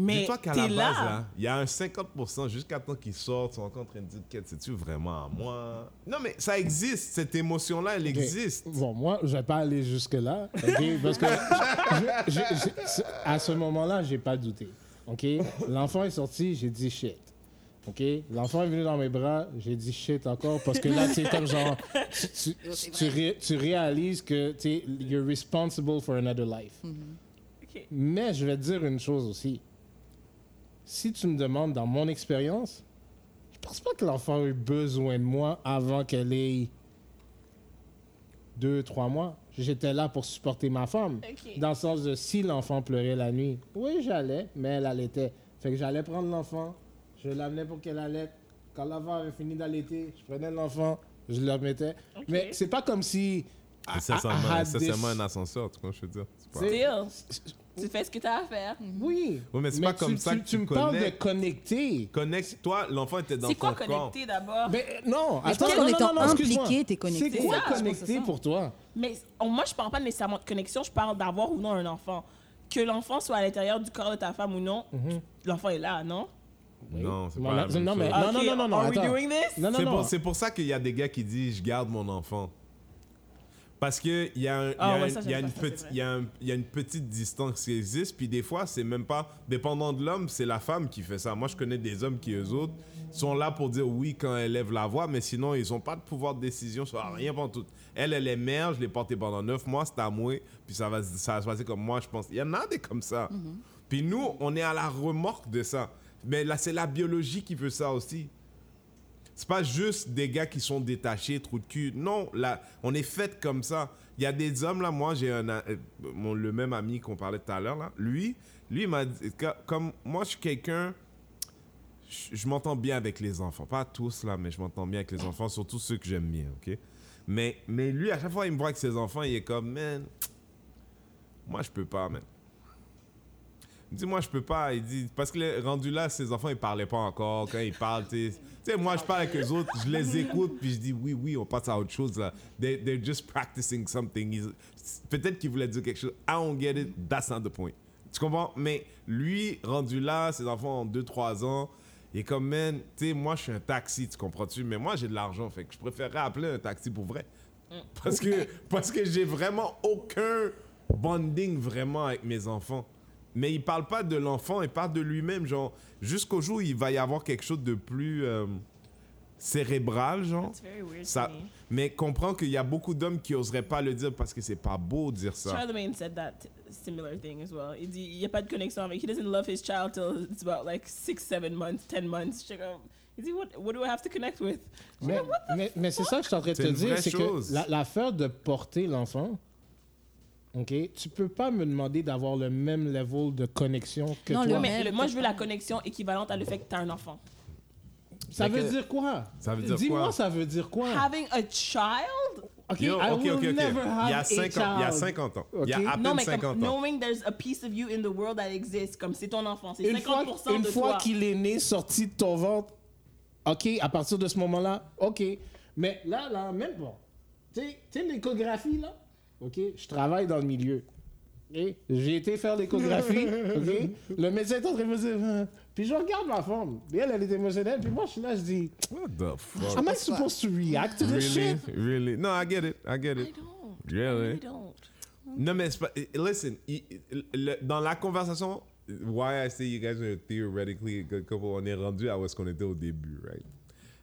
A: Mais
B: Dis-toi qu'à la
A: t'es
B: base,
A: là.
B: là, il y a un 50% jusqu'à temps qu'ils sortent, sont encore en train de dire Qu'est-ce c'est-tu vraiment à moi Non, mais ça existe, cette émotion-là, elle
C: Ok.
B: existe.
C: Bon, moi, je vais pas aller jusque-là, ok, parce que je- je- je- ce- à ce moment-là, j'ai pas douté, ok. L'enfant est sorti, j'ai dit shit, ok. L'enfant est venu dans mes bras, j'ai dit shit encore, parce que là, c'est comme genre, tu, tu,
D: c'est
C: tu
D: vrai.
C: ré- tu réalises que tu you're responsible for another life.
A: Ok.
C: Mais je vais te dire une chose aussi. Si tu me demandes dans mon expérience, je pense pas que l'enfant a eu besoin de moi avant qu'elle ait deux, trois mois. J'étais là pour supporter ma femme.
A: Ok.
C: Dans le sens de si l'enfant pleurait la nuit, oui, j'allais, mais elle allaitait. Fait que j'allais prendre l'enfant, je l'amenais pour qu'elle allaite. Quand l'enfant avait fini d'allaiter, je prenais l'enfant, je le remettais.
A: Ok.
C: Mais c'est pas comme si. I- I- I
B: Nécessairement,
C: had
B: nécessairement
C: this-
B: un ascenseur, tu vois, je veux dire. C'est pas-
A: Still, tu fais ce que t'as à faire.
C: Oui.
B: Oui, mais c'est pas comme ça que tu
C: me parles de
B: connectes.
C: connecter.
B: Connecte-toi, l'enfant était dans
A: C'est quoi
B: son corps.
A: connecter d'abord
C: Mais euh, non,
D: Mais je
C: attends,
D: pense
C: non,
D: qu'en
C: non,
D: étant
C: non, non, excuse-moi.
D: impliqué, t'es connecté.
C: C'est quoi
A: C'est ça,
D: je pense que c'est
C: connecter
D: ça.
C: pour toi
A: Mais on- moi, je parle pas nécessairement de connexion, je parle d'avoir ou non un enfant. Que l'enfant soit à l'intérieur du corps de ta femme ou non,
B: Mhm.
A: l'enfant est là, non
B: Non, c'est
C: Non,
B: pas la
C: non,
B: même
C: non, mais-
B: chose.
C: Ah, non,
A: Ok,
C: non, non, non,
A: Are we
C: attends.
A: doing this
C: Non, non,
B: C'est
C: non.
B: pour, c'est pour ça qu'il y a des gars qui disent je garde mon enfant. Parce qu'il y a un- il y
A: Ah
B: a
A: ouais,
B: un-
A: ça, j'aime
B: il y a
A: pas
B: une
A: ça, c'est
B: petite-
A: vrai.
B: il y a un- il y a une petite distance qui existe. Puis des fois, c'est même pas dépendant de l'homme, c'est la femme qui fait ça. Moi, je connais des hommes qui, eux autres, sont là pour dire oui quand elle lève la voix, mais sinon, ils n'ont pas de pouvoir de décision sur rien pendant tout. Elle, elle est mère, je l'ai portée pendant neuf mois, c'est à moi. Puis ça va, se- ça va se passer comme moi, je pense. Il y en a des comme ça.
A: Mm-hmm.
B: Puis nous, on est à la remorque de ça. Mais là, c'est la biologie qui veut ça aussi. C'est pas juste des gars qui sont détachés, trous de cul. Non, là, on est fait comme ça. Il y a des hommes, là, moi, j'ai un, a- euh, mon- le même ami qu'on parlait tout à l'heure, là. Lui, lui, il m'a dit, que- comme moi, je suis quelqu'un, je, je m'entends bien avec les enfants. Pas tous, là, mais je m'entends bien avec les enfants, surtout ceux que j'aime bien, OK? Mais, mais lui, à chaque fois, il me voit avec ses enfants, il est comme, man, moi, je peux pas, man. Il me dit, moi, je peux pas. Il dit, parce que le- rendu là, ses enfants, ils parlaient pas encore. Quand ils parlent, tu sais- tu sais, moi, je parle avec eux autres, je les écoute, puis je dis, oui, oui, on passe à autre chose, là. They, they're just practicing something. Ils- Peut-être qu'ils voulaient dire quelque chose. I don't get it, that's not the point. Tu comprends? Mais lui, rendu là, ses enfants ont 2-3 ans, il est comme, man, tu sais, moi, je suis un taxi, tu comprends-tu? Mais moi, j'ai de l'argent, fait que je préférerais appeler un taxi pour vrai. Parce que, parce que j'ai vraiment aucun bonding vraiment avec mes enfants. Mais il parle pas de l'enfant, il parle de lui-même, genre, jusqu'au jour où il va y avoir quelque chose de plus euh, cérébral, genre.
A: It's very weird
B: Ça,
A: to me.
B: mais comprends qu'il y a beaucoup d'hommes qui oseraient pas le dire parce que c'est pas beau de dire ça.
A: Charlemagne said that similar thing as well. Il dit, il n'y a pas de connexion avec. He doesn't love his child till it's about like six, seven months, ten months. Je suis comme, il dit, what, what do I have to connect with? Je suis
C: Mais,
A: comme, what the
C: mais- mais c'est ça que je suis en train de
B: C'est
C: te
B: une
C: dire,
B: vraie
C: c'est
B: chose.
C: que la- l'affaire de porter l'enfant, ok, tu peux pas me demander d'avoir le même level de connexion que
D: Non, le
C: toi.
A: Oui, mais
D: Ouais.
A: le- moi, je veux la connexion équivalente à le fait que tu as un enfant.
C: Ça veut
B: que-
C: dire quoi
B: Ça veut dire quoi?
C: Dis-moi, ça veut dire quoi
A: Having a child?
C: Ok,
B: Yo,
C: I
B: ok,
C: will
B: ok, ok.
C: never
B: Il y a
C: have
B: 50
C: a
B: il y a
C: child.
B: 50 ans. Il y a
C: Ok.
B: à peine
A: Non, mais comme
B: 50 ans.
A: knowing there's a piece of you in the world that exists, comme c'est ton enfant, c'est
C: Une
A: 50%
C: fois, une
A: de
C: fois
A: toi.
C: qu'il est né, sorti de ton ventre, ok, à partir de ce moment-là, ok. Mais là, là, même bon, tu sais, tu sais, l'échographie, là, ok, je travaille dans le milieu. ok? J'ai été faire l'échographie, ok. Le médecin est en train de me dire, euh, puis je regarde ma forme. Et elle, elle est émotionnelle, puis moi, je suis là, je dis,
B: What the fuck?
C: am I supposed to react to this
B: Really?
C: shit?
B: Really? No, I get it. I get
A: I
B: it.
A: don't.
B: Really?
A: I don't.
B: No, mais c'est pas- eh, listen, i- i- le- dans la conversation, why I say you guys are theoretically a good couple, on est rendu à où est-ce qu'on était au début, right?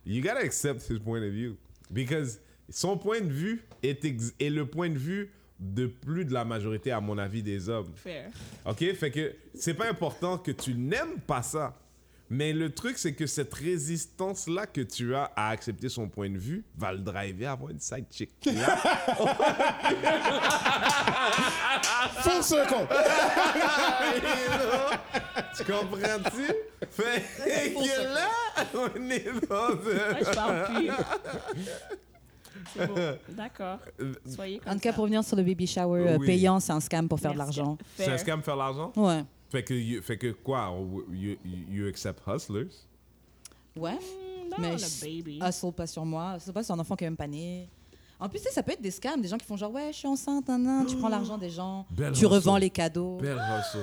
B: You gotta accept his point of view. Because son point de vue est, ex- est le point de vue de plus de la majorité, à mon avis, des hommes.
A: Fair.
B: OK? Fait que c'est pas important que tu n'aimes pas ça. Mais le truc, c'est que cette résistance-là que tu as à accepter son point de vue va le driver à avoir une side chick. Là,
C: Full circle!
B: tu comprends-tu? Fait que là, on est dans
A: Moi, je parle plus. C'est bon. D'accord.
B: un...
A: Soyez comme
D: En tout cas,
A: ça.
D: pour revenir sur le baby shower euh,
B: Oui.
D: payant, c'est un scam pour faire de
A: Merci.
D: l'argent.
B: C'est un
A: Fair.
B: scam faire l'argent?
D: Ouais.
B: Fait que, you- fait que quoi? on- You, you, you accept hustlers?
D: Ouais.
A: Mm, not
D: Mais
A: on a
D: je-
A: baby.
D: Assaut, pas sur moi. C'est pas sur un enfant qui est même pas né. En plus, tu sais, ça peut être des scams, des gens qui font genre, ouais, je suis enceinte, nan, nan. tu prends l'argent des gens,
B: Belle
D: tu revends
B: rançon.
D: les cadeaux.
B: Belle hustle.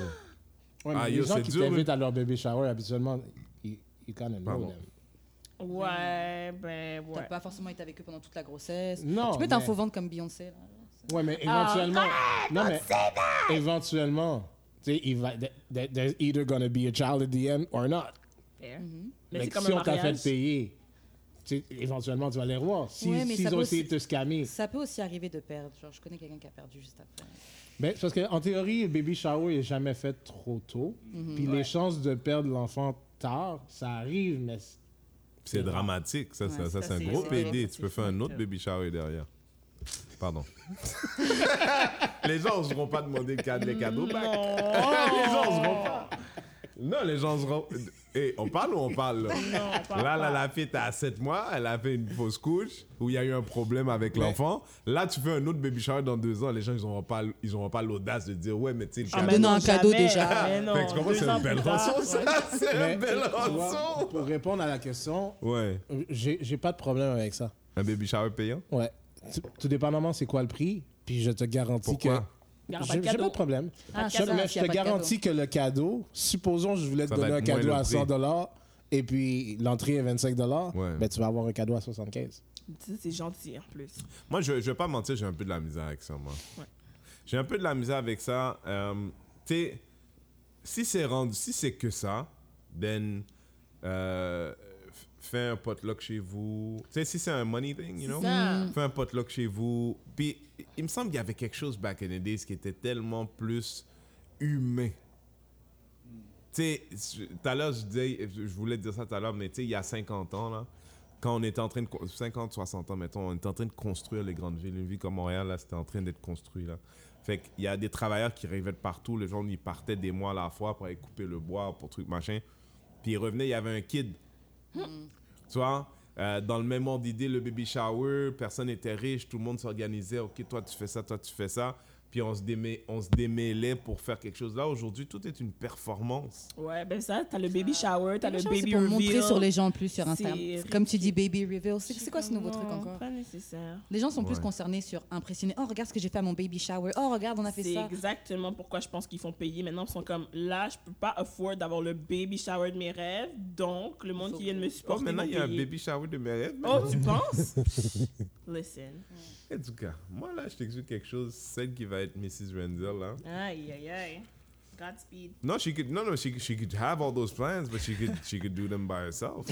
C: Ouais, mais
B: Ah,
C: les
B: yo,
C: gens
B: c'est
C: qui
B: dur,
C: t'invitent à leur baby shower, habituellement, ils ils kinda know
B: Pardon.
C: them.
A: Ouais, ben
D: T'as
A: ouais.
D: pas forcément été avec eux pendant toute la grossesse.
C: Non,
D: tu peux être un
C: mais-
D: faux vente comme Beyoncé. là.
C: Ouais, mais éventuellement. non, mais éventuellement, tu sais, il va. there- there- There's either gonna be a child at the end or not.
A: Fair.
D: Mhm.
A: Mais
C: Mais
A: c'est comme
C: si
A: un
C: on t'a fait
A: mariage.
C: le payer, tu sais, éventuellement, tu vas les revoir. Si,
D: Ouais, mais
C: s'ils
D: ça
C: ont
D: peut
C: essayé
D: aussi-
C: de te scammer.
D: Ça peut aussi arriver de perdre. Genre, je connais quelqu'un qui a perdu juste après.
C: Ben, c'est parce qu'en théorie, le baby shower est jamais fait trop tôt. Puis les chances de perdre l'enfant tard, ça arrive, mais. c'est-
B: C'est dramatique. Ça, ça,
D: Ouais,
B: ça,
A: ça,
B: c'est un
A: c'est-
B: gros
A: c'est-
B: PD.
A: c'est-
B: Tu peux
A: c'est
B: faire un autre
A: fucked up.
B: baby shower derrière. Pardon. les gens n'oseront pas demander le cad- les cadeaux back. les gens n'oseront pas. Non, les gens seront. Eh, on parle ou on parle là?
A: Non, pas-
B: Là, là, la fille était à 7 mois, elle a fait une fausse couche où il y a eu un problème avec l'enfant. Là, tu fais un autre baby shower dans deux ans, les gens, ils n'auront pas, ils auront pas l'audace de dire, ouais, mais tu sais, le
A: Ah, mais
B: cadeau-
D: Donnant
A: non,
D: un cadeau
A: jamais.
D: déjà.
A: Mais non,
B: Fait que tu comprends,
A: deux
B: c'est
A: ans
B: une belle
A: plus tard,
B: rançon, ça.
A: ouais.
B: C'est une
C: Mais,
B: belle
C: tu vois,
B: rançon.
C: Pour répondre à la question,
B: Ouais.
C: euh, j'ai j'ai pas de problème avec ça.
B: Un baby shower payant?
C: Ouais. Tout, tout dépendamment, c'est quoi le prix, puis je te garantis
B: Pourquoi?
C: que.
A: Il y aura pas de
C: J'ai j'ai
A: cadeau.
C: pas de problème.
D: Ah,
C: je,
D: ça,
C: mais
D: s'il
C: je
D: y a
C: te
D: pas de
C: garantis que le cadeau, supposons je voulais te
B: Ça va
C: donner un
B: être moins
C: cadeau
B: le
C: à
B: prix.
C: 100 et puis l'entrée est 25
B: Ouais.
C: ben, tu vas avoir un cadeau à 75
A: Ça, C'est gentil en plus.
B: Moi, je, je vais pas mentir, j'ai un peu de la misère avec ça, moi.
A: Ouais.
B: J'ai un peu de la misère avec ça. Euh, tu sais, si c'est rendu, si c'est que ça, then euh, f- fais un potluck chez vous. Tu sais, si c'est un money thing, you know,
A: ça.
B: fais un potluck chez vous. Puis, il me semble qu'il y avait quelque chose back in the days qui était tellement plus humain. Tu sais, je- tout à l'heure, je disais, je voulais dire ça tout à l'heure, mais tu sais, il y a 50 ans, là, quand on était en train de. co- 50, 60 ans, mettons, on était en train de construire les grandes villes. Une ville comme Montréal, là, c'était en train d'être construit, là. Fait qu'il y a des travailleurs qui arrivaient de partout. Les gens, ils partaient des mois à la fois pour aller couper le bois, pour truc, machin. Puis ils revenaient, il y avait un kid. Tu vois? Euh, dans le même ordre d'idée, le baby shower, personne n'était riche, tout le monde s'organisait. Ok, toi tu fais ça, toi tu fais ça. Puis on se, démê- on se démêlait pour faire quelque chose. Là, aujourd'hui, tout est une performance.
A: Ouais, ben ça, t'as le baby shower, t'as le
D: Quelque chose, c'est
A: baby
D: pour
A: reveal.
D: montrer sur les gens plus sur Instagram.
A: C'est
D: Comme tu dis, baby reveal. C'est c'est quoi ce nouveau truc
A: Non,
D: encore
A: Pas nécessaire.
D: Les gens sont plus
B: Ouais.
D: concernés sur impressionner. Oh, regarde ce que j'ai fait à mon baby shower. Oh, regarde, on a fait
A: C'est
D: ça.
A: exactement pourquoi je pense qu'ils font payer. Maintenant, ils sont comme là, je peux pas afford d'avoir le baby shower de mes rêves, donc le monde
D: Faut-
A: qui vient de me
B: Oh,
A: supporter.
B: maintenant,
A: vont
B: il y a un
A: payer.
B: baby shower de mes rêves.
A: Oh, tu penses? Listen.
B: En tout cas, Eh, moi, là, je t'explique quelque chose. Celle qui va être Mrs. Renzel, là.
A: Aïe, aïe, aïe. Godspeed.
B: No, she could. No, no, she could- she could have all those plans, but she could she could do them by herself.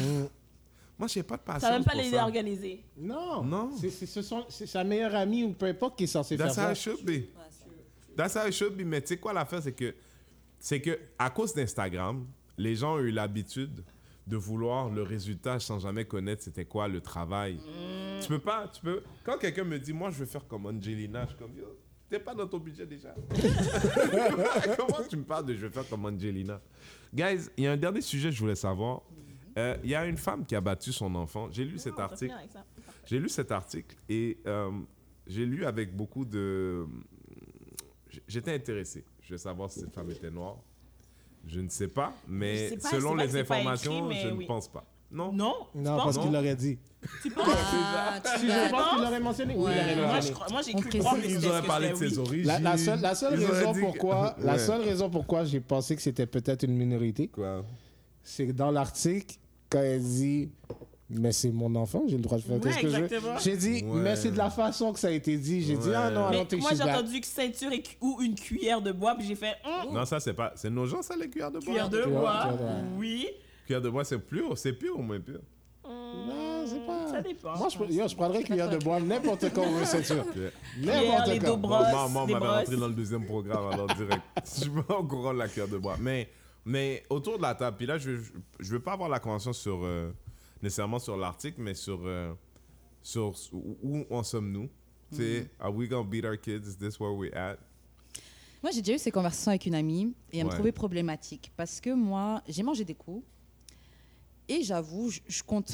B: Moi, j'ai pas de patience.
A: Ça même pas
B: Ah, pour
A: les
B: ça.
A: organiser.
C: Non.
B: Non.
C: C'est- C'est ce sont- c'est sa meilleure amie ou peu importe qui est censé
B: That's how
C: faire
B: it
C: ça.
B: should be. That's how it should be. Mais tu sais quoi l'affaire, c'est que c'est que à cause d'Instagram, les gens ont eu l'habitude de vouloir le résultat sans jamais connaître c'était quoi le travail. Tu peux pas, tu peux. Quand quelqu'un me dit moi je veux faire comme Angelina, je suis comme yo, t'es pas dans ton budget déjà. Comment tu me parles de je veux faire comme Angelina? Guys, il y a un dernier sujet que je voulais savoir. Euh, Il y a une femme qui a battu son enfant. J'ai lu cet
A: Non, on peut
B: article.
A: finir avec ça.
B: J'ai lu cet article et euh, j'ai lu avec beaucoup de. J'étais intéressé. Je veux savoir si cette femme était noire. Je ne sais pas,
A: Je
B: mais
A: sais pas, je
B: selon
A: sais pas que
B: les
A: c'est pas
B: informations,
A: écrit, mais
B: je ne
A: oui.
B: pense pas. Non.
A: Non, tu
C: Non,
A: penses?
C: parce qu'il l'aurait dit.
D: Ah, tu
C: Je
D: l'as-
C: pense qu'il l'aurait mentionné. Oui,
B: Ah,
D: Ouais.
C: il l'aurait
A: Moi,
C: mentionné.
A: je crois- moi, j'ai
D: On
A: cru
D: précise.
A: croire que
D: Ils
A: c'était
B: Ils auraient
A: ce que
B: parlé de
A: c'était,
B: ses
A: oui.
B: origines.
C: La, la seule, la seule
B: Ils auraient
C: raison
B: dit que-
C: pourquoi, la
B: Ouais.
C: seule raison pourquoi j'ai pensé que c'était peut-être une minorité,
B: Quoi
C: c'est que dans l'article, quand elle dit Mais c'est mon enfant, j'ai le droit de faire
A: Ouais,
C: ce que je veux.
A: exactement.
C: J'ai dit
B: Ouais.
C: Mais c'est de la façon que ça a été dit. J'ai dit
B: Ouais.
C: Ah non,
A: Mais
C: allons take
A: moi,
C: shit
A: j'ai
C: back.
A: entendu que ceinture et cu- ou une cuillère de bois, puis j'ai fait hum,
B: Non, ça, c'est pas. C'est nos gens, ça, les cuillères de bois.
A: cuillère de
C: Cuillère-
A: bois.
C: cuillère
A: Oui.
B: Cuillère de bois, c'est pur. C'est pur au moins pur.
C: Non, c'est pas.
A: Ça dépend.
C: Moi, je, pr- yo, je prendrais cuillère de bois, n'importe quoi, oui, c'est sûr.
B: Ok.
A: Cuillère, les
C: N'importe
A: dos
C: quoi.
A: brosses,
B: moi, moi, on
A: des
B: m'avait rentré
A: brosses.
B: dans le deuxième programme, alors direct. je suis pas au courant de la cuillère de bois. Mais, mais autour de la table, puis là, je veux- je veux pas avoir la convention sur, euh, nécessairement sur l'article, mais sur, euh, sur où où en sommes-nous. Tu sais,
D: Mm-hmm.
B: Are we gonna beat our kids? Is this where we at?
D: Moi, j'ai déjà eu ces conversations avec une amie et elle me
B: Ouais.
D: trouvait problématique parce que moi, j'ai mangé des coups et j'avoue, je, je compte,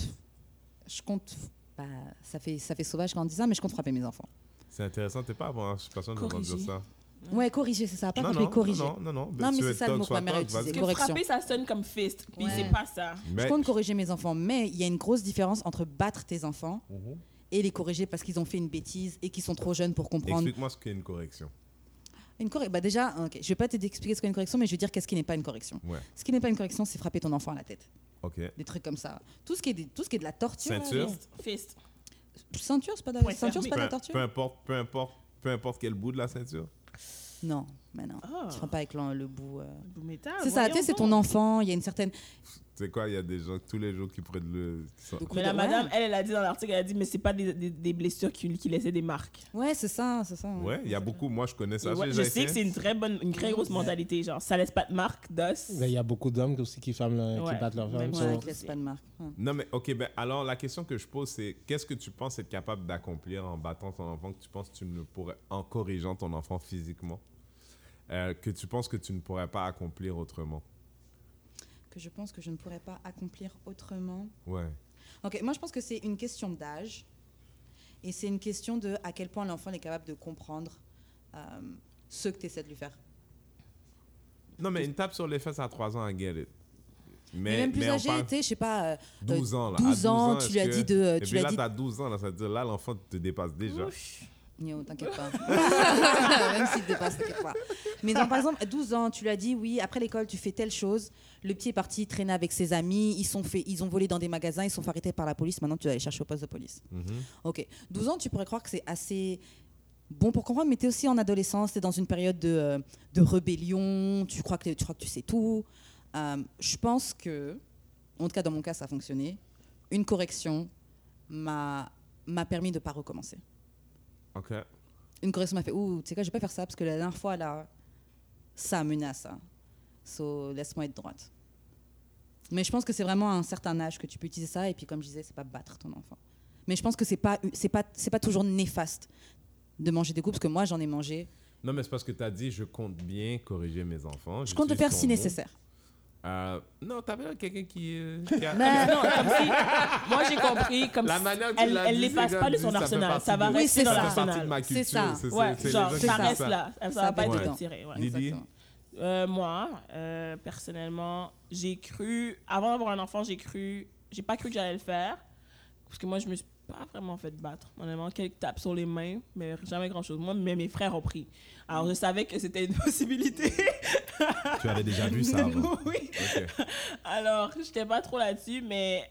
D: je compte, bah, ça fait ça fait sauvage quand on dit ça, mais je compte frapper mes enfants.
B: C'est intéressant, t'es pas avant, je suis pas sûr de me
A: Corriger.
B: dire ça.
D: Mmh. Ouais, corriger, c'est ça, pas
B: non,
D: frapper,
B: non,
D: corriger.
B: non, non, non,
D: Non, mais
B: tu
D: c'est
B: es
D: ça le
B: thug,
D: mot que
B: sois
D: ma mère
B: thug,
D: utilisait.
B: vas-y.
A: Parce que
D: Correction.
A: frapper, ça sonne comme fist, puis
D: Ouais.
A: c'est pas ça.
D: Je
B: Mais-
D: compte corriger mes enfants, mais il y a une grosse différence entre battre tes enfants
B: Mhm.
D: et les corriger parce qu'ils ont fait une bêtise et qu'ils sont trop jeunes pour comprendre.
B: Explique-moi ce qu'est une correction.
D: Une correction, bah déjà, ok, je vais pas t'aider à expliquer ce qu'est une correction, mais je vais dire qu'est-ce qui n'est pas une correction.
B: Ouais.
D: Ce qui n'est pas une correction, c'est frapper ton enfant à la tête,
B: Ok.
D: des trucs comme ça. Tout ce qui est, des- tout ce qui est de la torture. là,
B: Ceinture.
D: les-
A: Fist.
D: Ceinture, c'est pas de
A: Point
D: la, ceinture,
A: fermé.
D: c'est pas de la
B: Peu,
D: torture
B: peu importe, peu importe, peu importe quel bout de la ceinture.
D: Non, Mais non,
A: Ah.
D: tu feras pas avec l'en- le bout. euh.
A: Vous mettez,
D: c'est ça, tu sais,
A: voyons
D: c'est ton
A: donc.
D: enfant, il y a une certaine.
B: C'est quoi, il y a des gens tous les jours qui prennent le. qui sont-
D: Donc,
A: Mais la
D: Ouais.
A: madame, elle, elle a dit dans l'article, elle a dit, mais c'est pas des, des- des blessures qui, qui laissaient des marques.
D: Ouais, c'est ça, c'est ça.
B: Ouais, il y a beaucoup, moi je connais ça.
A: Et ouais,
B: j'ai
A: je
B: déjà
A: sais que
B: essayé.
A: c'est une très bonne, une très grosse mentalité, genre ça laisse pas de marque, d'os.
C: Ben, Il y a beaucoup d'hommes aussi qui, ferment le-
A: Ouais.
C: qui battent leur
A: Même
C: femme.
D: Ouais,
A: chose.
C: so-
D: avec laisse pas de marque. Ouais.
B: Non, mais ok, ben alors la question que je pose, c'est qu'est-ce que tu penses être capable d'accomplir en battant ton enfant que tu penses que tu ne pourrais, en corrigeant ton enfant physiquement, euh, que tu penses que tu ne pourrais pas accomplir autrement
D: Que je pense que je ne pourrais pas accomplir autrement.
B: Ouais.
D: Ok, moi je pense que c'est une question d'âge et c'est une question de à quel point l'enfant est capable de comprendre euh, ce que tu essaies de lui faire.
B: Non, mais une tape sur les fesses à 3 ans, I get it.
D: Mais,
B: Mais,
D: même plus
B: mais on
D: âgé,
B: parle
D: tu sais, je sais pas, euh,
B: 12 ans, là. À
D: 12 ans,
B: est-ce
D: tu lui as
B: que-
D: dit de-
B: Et
D: tu
B: puis
D: lui as
B: là,
D: dit-
B: t'as 12 ans, là, ça veut dire là, l'enfant te dépasse déjà.
D: Yo, t'inquiète pas. Même s'il te dépasse, t'inquiète pas. Mais donc, par exemple, à 12 ans, tu lui as dit, oui, après l'école, tu fais telle chose. Le petit est parti traîner avec ses amis. Ils, sont fait, ils ont volé dans des magasins. Ils sont fait arrêter par la police. Maintenant, tu dois aller chercher au poste de police.
B: Mhm.
D: Ok. 12 ans, tu pourrais croire que c'est assez bon pour comprendre, mais tu es aussi en adolescence. Tu es dans une période de, euh, de rébellion. Tu crois, que t'es- tu crois que tu sais tout. Euh, Je pense que, en tout cas, dans mon cas, ça a fonctionné. Une correction m'a m'a permis de ne pas recommencer
B: Ok.
D: une correction m'a fait Ouh, tu sais quoi, je vais pas faire ça parce que la dernière fois, là, ça a mené à ça. So, laisse-moi être droite. Mais je pense que c'est vraiment à un certain âge que tu peux utiliser ça. Et puis, comme je disais, c'est pas battre ton enfant. Mais je pense que c'est pas, c'est pas, c'est pas toujours néfaste de manger des coups parce que moi, j'en ai mangé.
B: Non, mais c'est parce que t'as dit, je compte bien corriger mes enfants.
D: Je compte le
B: J'utilise
D: faire
B: ton
D: si
B: mot.
D: nécessaire.
B: Euh, non, t'avais l'air de quelqu'un qui. euh, qui a-
D: Mais-
A: Non, comme si- moi j'ai compris, comme
B: La
A: si
B: manière dont tu
A: elle,
B: l'as
A: elle
B: dit,
A: les passe
B: c'est
A: pas de
B: comme
A: son
B: ça fait
A: arsenal,
B: partie
A: ça va
B: de-
D: Oui,
A: rester
D: c'est
A: dans
B: Ça fait partie de
A: l'arsenal.
B: ma
D: C'est
B: culture.
D: ça.
B: c'est-
A: Ouais,
B: c'est les
A: genre
B: gens qui
A: ça
B: font
A: reste
B: ça.
A: là, ça,
D: Ça
A: va
D: va
A: pas
B: dedans.
A: être retiré.
D: Ah,
A: ouais.
B: Lydie?
D: Exactement.
A: Euh, moi, euh, personnellement, j'ai cru, avant d'avoir un enfant, j'ai cru, j'ai pas cru que j'allais le faire. Parce que moi, je me suis pas vraiment fait battre. Honnêtement, quelques tapes sur les mains, mais jamais grand chose. Moi, mais mes frères ont pris. Alors, je savais que c'était une possibilité.
B: Tu avais déjà vu ça avant.
A: oui.
B: Ok.
A: Alors, j'étais pas trop là-dessus, mais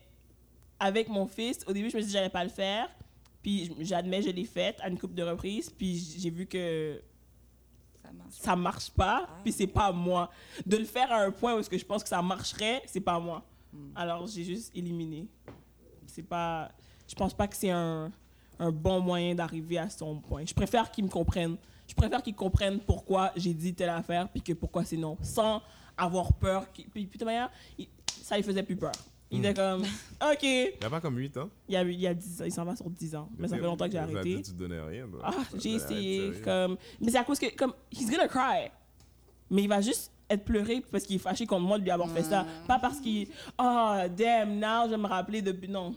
A: avec mon fils, au début, je me suis dit que j'allais pas le faire. Puis, je- j'admets, je l'ai faite à une couple de reprises. Puis, j- j'ai vu que
D: Ça marche.
A: ça marche pas,
D: Ah.
A: puis c'est pas à moi. De le faire à un point où est-ce que je pense que ça marcherait, c'est pas à moi. Alors j'ai juste éliminé. C'est pas, je pense pas que c'est un, un bon moyen d'arriver à son point. Je préfère qu'ils me comprennent. Je préfère qu'ils comprennent pourquoi j'ai dit telle affaire, puis que pourquoi c'est non, sans avoir peur. qu'ils- Puis, puis de toute manière, il- ça les faisait plus peur. Il
B: Mm.
A: était comme, OK, il
B: Il n'y a pas comme 8 ans.
A: y a, il y a 10 ans, il s'en va sur 10 ans. Mais ça fait longtemps que j'ai
B: Ça a dit,
A: arrêté.
B: Tu donnais rien. donc.
A: Ah, j'ai
B: Ça donnait rien,
A: essayé.
B: sérieux.
A: Comme... Mais c'est à cause que, comme, he's gonna cry. Mais il va juste être pleuré parce qu'il est fâché contre moi de lui avoir fait ça. Pas parce qu'il, oh, damn, now, je vais me rappeler depuis. Non.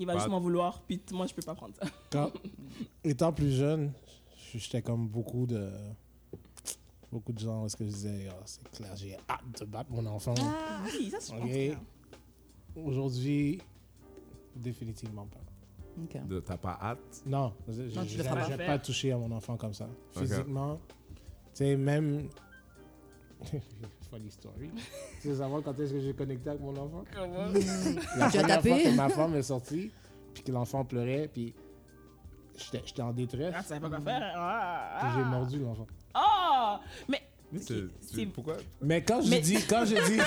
A: Il va
B: Bah-
A: juste m'en vouloir, puis t- moi, je peux pas prendre ça.
C: Quand, étant plus jeune, j'étais comme beaucoup de beaucoup de gens parce que je disais Ah, c'est clair j'ai hâte de battre mon enfant.
A: Ah. Oui, ça, c'est
C: Ok. Aujourd'hui, définitivement pas.
D: Ok.
B: De- T'as pas hâte.
C: Non, je je-
D: Non, tu
C: j'ai
D: le feras pas
C: j'ai
A: faire.
C: pas touché à mon enfant comme ça. Physiquement, tu sais, même. Funny story. tu veux savoir quand est-ce que j'ai connecté avec mon enfant? La
D: Tu as
C: première
D: tapé?
C: fois que ma femme est sortie, puis que l'enfant pleurait, puis j'étais j'étais en détresse,
A: Ah, tu savais pas quoi faire. Ah,
C: puis
A: ah.
C: j'ai mordu l'enfant.
A: Ah! Mais.
B: C'est-
A: Ok,
B: c'est-
A: C'est
B: Pourquoi
C: Mais quand j'ai
A: Mais-
C: dit, quand j'ai dit,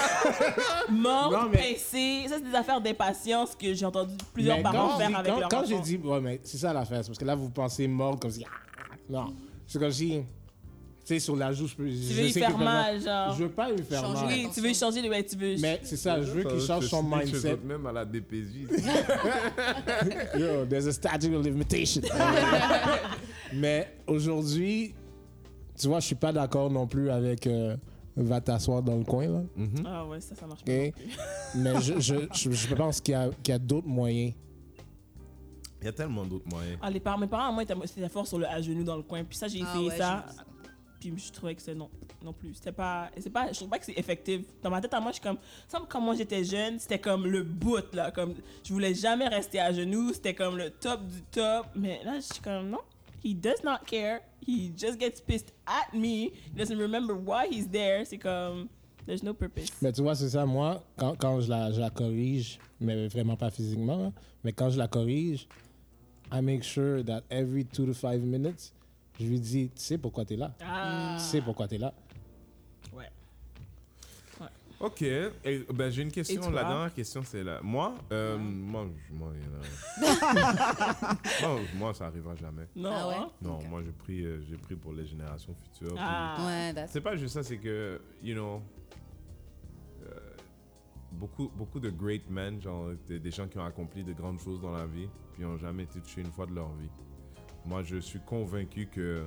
A: mort,
C: Non, mais-
A: pincé. Ça, c'est des affaires d'impatience que j'ai entendu plusieurs
C: mais
A: parents
C: quand, j'ai
A: faire
C: dit-
A: avec
C: quand-
A: leur
C: quand j'ai
A: enfant.
C: dit, ouais, mais c'est ça l'affaire, c'est parce que là vous pensez mort comme si, Ah! non, c'est comme si, tu sais, sur la joue, je peux,
A: Tu veux lui faire mal, genre.
C: Je veux pas lui faire
D: Changer
C: mal.
A: Oui, tu veux changer les. ouais, tu veux.
C: Mais c'est ça, je veux qu'il change son
B: Ça, je suis
C: mindset.
B: Même à la DPJ.
C: Yo, there's a statute of limitation. Mais aujourd'hui, tu vois, je suis pas d'accord non plus avec euh, va t'asseoir dans le coin là.
A: Ah, ouais, ça, ça marche
C: ok? Mais je, je, je, je pense qu'il y a, qu'il y a d'autres moyens.
B: Il y a tellement d'autres moyens.
A: Ah, les parents, mes parents, moi, ils étaient- c'était fort sur le à genoux dans le coin. Puis ça, j'ai
D: Ah
A: essayé
D: ouais,
A: ça.
D: j'ai vu
A: Puis je trouvais que c'est non, non plus. C'était pas, et c'est pas, je trouve pas que c'est effectif. Dans ma tête, à moi, je suis comme, ça me semble quand moi j'étais jeune, c'était comme le bout, là. Comme, je voulais jamais rester à genoux. C'était comme le top du top. Mais là, je suis comme, non. He does not care. He just gets pissed at me. He doesn't remember why he's there. C'est comme, there's no purpose.
C: Mais tu vois, c'est ça, moi, quand, quand je, la, je la corrige, mais vraiment pas physiquement, hein, là, mais quand je la corrige, I make sure that every two to five minutes, Je lui dis, tu sais pourquoi t'es là.
A: Ah.
C: Tu sais pourquoi t'es là.
A: Ouais.
B: Ok, et, ben, j'ai une
A: Et
B: question.
A: toi
B: La dernière question, c'est là. Moi, euh, moi, je- moi, il y en a- moi, moi, ça arrivera jamais.
A: Non.
D: Ah ouais?
A: hein?
B: Non,
D: Ok.
B: moi, j'ai pris, euh, j'ai pris pour les générations futures. puis-
A: Ah.
D: Ouais, bah, that's-
B: C'est pas juste ça, c'est que, you know, euh, beaucoup, beaucoup de great men, genre des, des gens qui ont accompli de grandes choses dans la vie, puis n'ont jamais été touchés une fois de leur vie. Moi, je suis convaincu que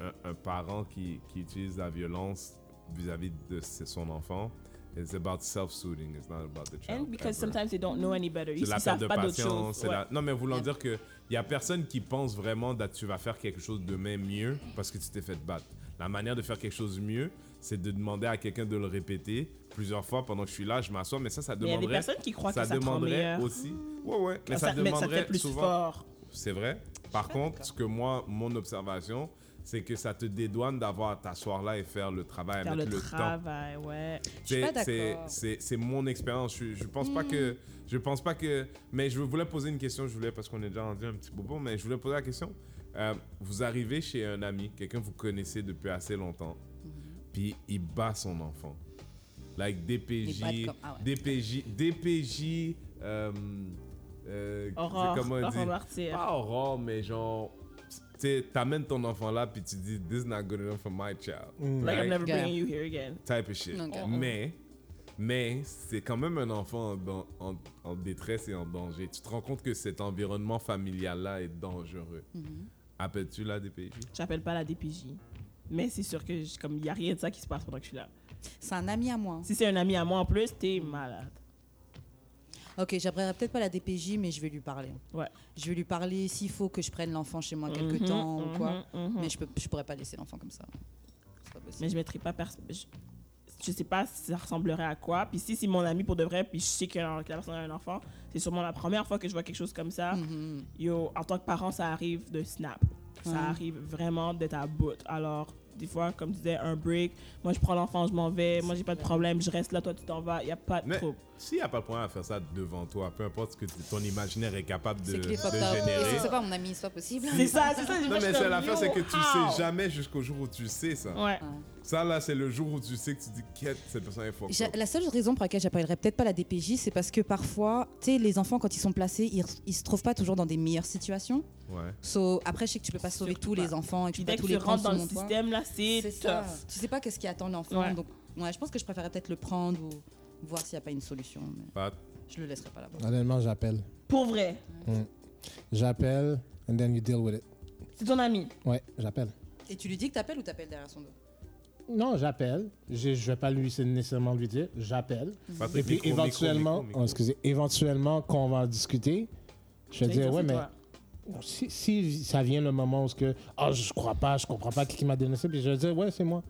B: un, un parent qui, qui utilise la violence vis-à-vis de s- son enfant, it's about self-soothing, it's not about the child.
A: And because
B: ever.
A: sometimes they don't know any better. Ils
B: C'est
A: ne
B: la
A: savent
B: perte de
A: pas d'autre chose.
B: patience. c'est
A: Ouais.
B: la- Non, mais voulant
D: Yep.
B: dire qu'il n'y a personne qui pense vraiment que tu vas faire quelque chose de même mieux parce que tu t'es fait battre. La manière de faire quelque chose mieux, c'est de demander à quelqu'un de le répéter plusieurs fois pendant que je suis là, je m'assois, mais ça, ça
A: Mais il y a des
B: demanderait.
A: personnes qui croient
B: ça
A: que ça te rend
B: demanderait
A: meilleur.
B: aussi. Ouais, ouais. Mais ça,
A: te met-
B: demanderait
A: te Ah, fait plus
B: souvent.
A: fort.
B: C'est vrai. Par contre, ce que moi, mon observation, c'est que ça te dédouane d'avoir à t'asseoir là et faire le travail,
A: Faire le,
B: mettre le temps.
A: travail, ouais.
D: Je suis
B: C'est-
D: pas d'accord.
B: c'est-
D: Hmm.
B: C'est c'est mon expérience. Je, je pense pas que. Je pense pas que. Mais je voulais poser une question. Je voulais parce qu'on est déjà rendu un petit bobo. Mais je voulais poser la question. Euh, vous arrivez chez un ami, quelqu'un que vous connaissez depuis assez longtemps,
D: Hmm.
B: puis il bat son enfant. Like DPJ,
D: Il bat de com- ah ouais.
B: DPJ, DPJ. euh, euh,
A: Aurore,
B: comment on
A: Aurore
B: dit
A: Martyr.
D: Ah.
B: Pas Aurore, mais genre. Tu sais, t'amènes ton enfant là, puis tu dis, This is not good enough for my child.
A: Like, I'm
B: Right?
A: never
D: Yeah.
A: bringing you here again.
B: type of shit.
D: Ok.
B: Mais, mais c'est quand même un enfant en, dan- en- en détresse et en danger. Tu te rends compte que cet environnement familial-là est dangereux.
D: Mm-hmm.
B: Appelles-tu la DPJ
A: J'appelle pas la DPJ. Mais c'est sûr que je- comme il n'y a rien de ça qui se passe pendant que je suis là.
D: C'est un ami à moi.
A: Si c'est un ami à moi en plus, t'es malade.
D: hein. Ok, j'appellerai peut-être pas la DPJ, mais je vais lui parler.
A: Ouais.
D: Je vais lui parler s'il faut que je prenne l'enfant chez moi quelque
A: Mhm,
D: temps
A: mhm,
D: ou quoi.
A: mhm.
D: Mais je peux, je pourrais pas laisser l'enfant comme ça. C'est pas
A: Mais
D: possible.
A: je mettrai pas. pers- Je, je sais pas si ça ressemblerait à quoi. Puis si c'est mon ami pour de vrai, puis je sais que la que la personne a un enfant, c'est sûrement la première fois que je vois quelque chose comme ça.
D: Mhm.
A: Yo, en tant que parent, ça arrive de snap. Ça
D: Ouais.
A: arrive vraiment d'être à bout. Alors, des fois, comme tu disais, un break. Moi, je prends l'enfant, je m'en vais. Moi, j'ai pas de problème. Je reste là, toi, tu t'en vas. Il n'y a pas de
B: Mais-
A: trouble.
B: S'il n'y a pas de problème à faire ça devant toi, peu importe ce que t- ton imaginaire est capable de,
D: C'est que les
B: de
D: fucked up.
B: générer.
D: Et C'est pas mon ami, c'est pas possible.
A: C'est ça, c'est ça.
B: Non, mais c'est l'affaire, c'est que tu sais jamais jusqu'au jour où tu sais ça.
A: Ouais.
B: Ça, là, c'est le jour où tu sais que tu dis, quête, cette personne est fucked
D: J'a-
B: up.
D: La seule raison pour laquelle j'appellerais peut-être pas la DPJ, c'est parce que parfois, tu sais, les enfants, quand ils sont placés, ils, ils se trouvent pas toujours dans des meilleures situations.
B: Ouais.
D: So, après, je sais que tu peux pas sauver
A: Surtout
D: tous les
A: pas.
D: enfants et que
A: Puis
D: tu
A: dès
D: peux pas
A: que
D: tous
A: tu
D: les prendre
A: rentres
D: sous
A: dans le
D: mon toit.
A: système, là, c'est
D: C'est ça.
A: tough.
D: Tu sais pas qu'est-ce qui attend l'enfant.
A: Ouais.
D: Donc, ouais, je pense que je préférerais peut-être le prendre ou voir s'il n'y a pas une solution. Mais
B: Pat,
D: je le laisserai pas là-bas.
C: Honnêtement, j'appelle.
A: Pour vrai.
C: J'appelle, and then you deal with it.
A: C'est ton ami.
C: Ouais, j'appelle.
D: Et tu lui dis que t'appelles ou t'appelles derrière son dos
C: Non, j'appelle. Je je vais pas lui, c'est nécessairement lui dire. J'appelle.
B: Patrick,
C: Et puis
B: micro, micro,
C: éventuellement,
B: micro, micro.
C: oh, excusez, éventuellement, quand on va en discuter, je vais
A: J'allais
C: dire, ouais,
A: c'est
C: mais
A: toi.
C: si, si ça vient le moment où ce que, oh, je crois pas, je comprends pas qui qui m'a donné ça, puis je vais dire, ouais, c'est moi.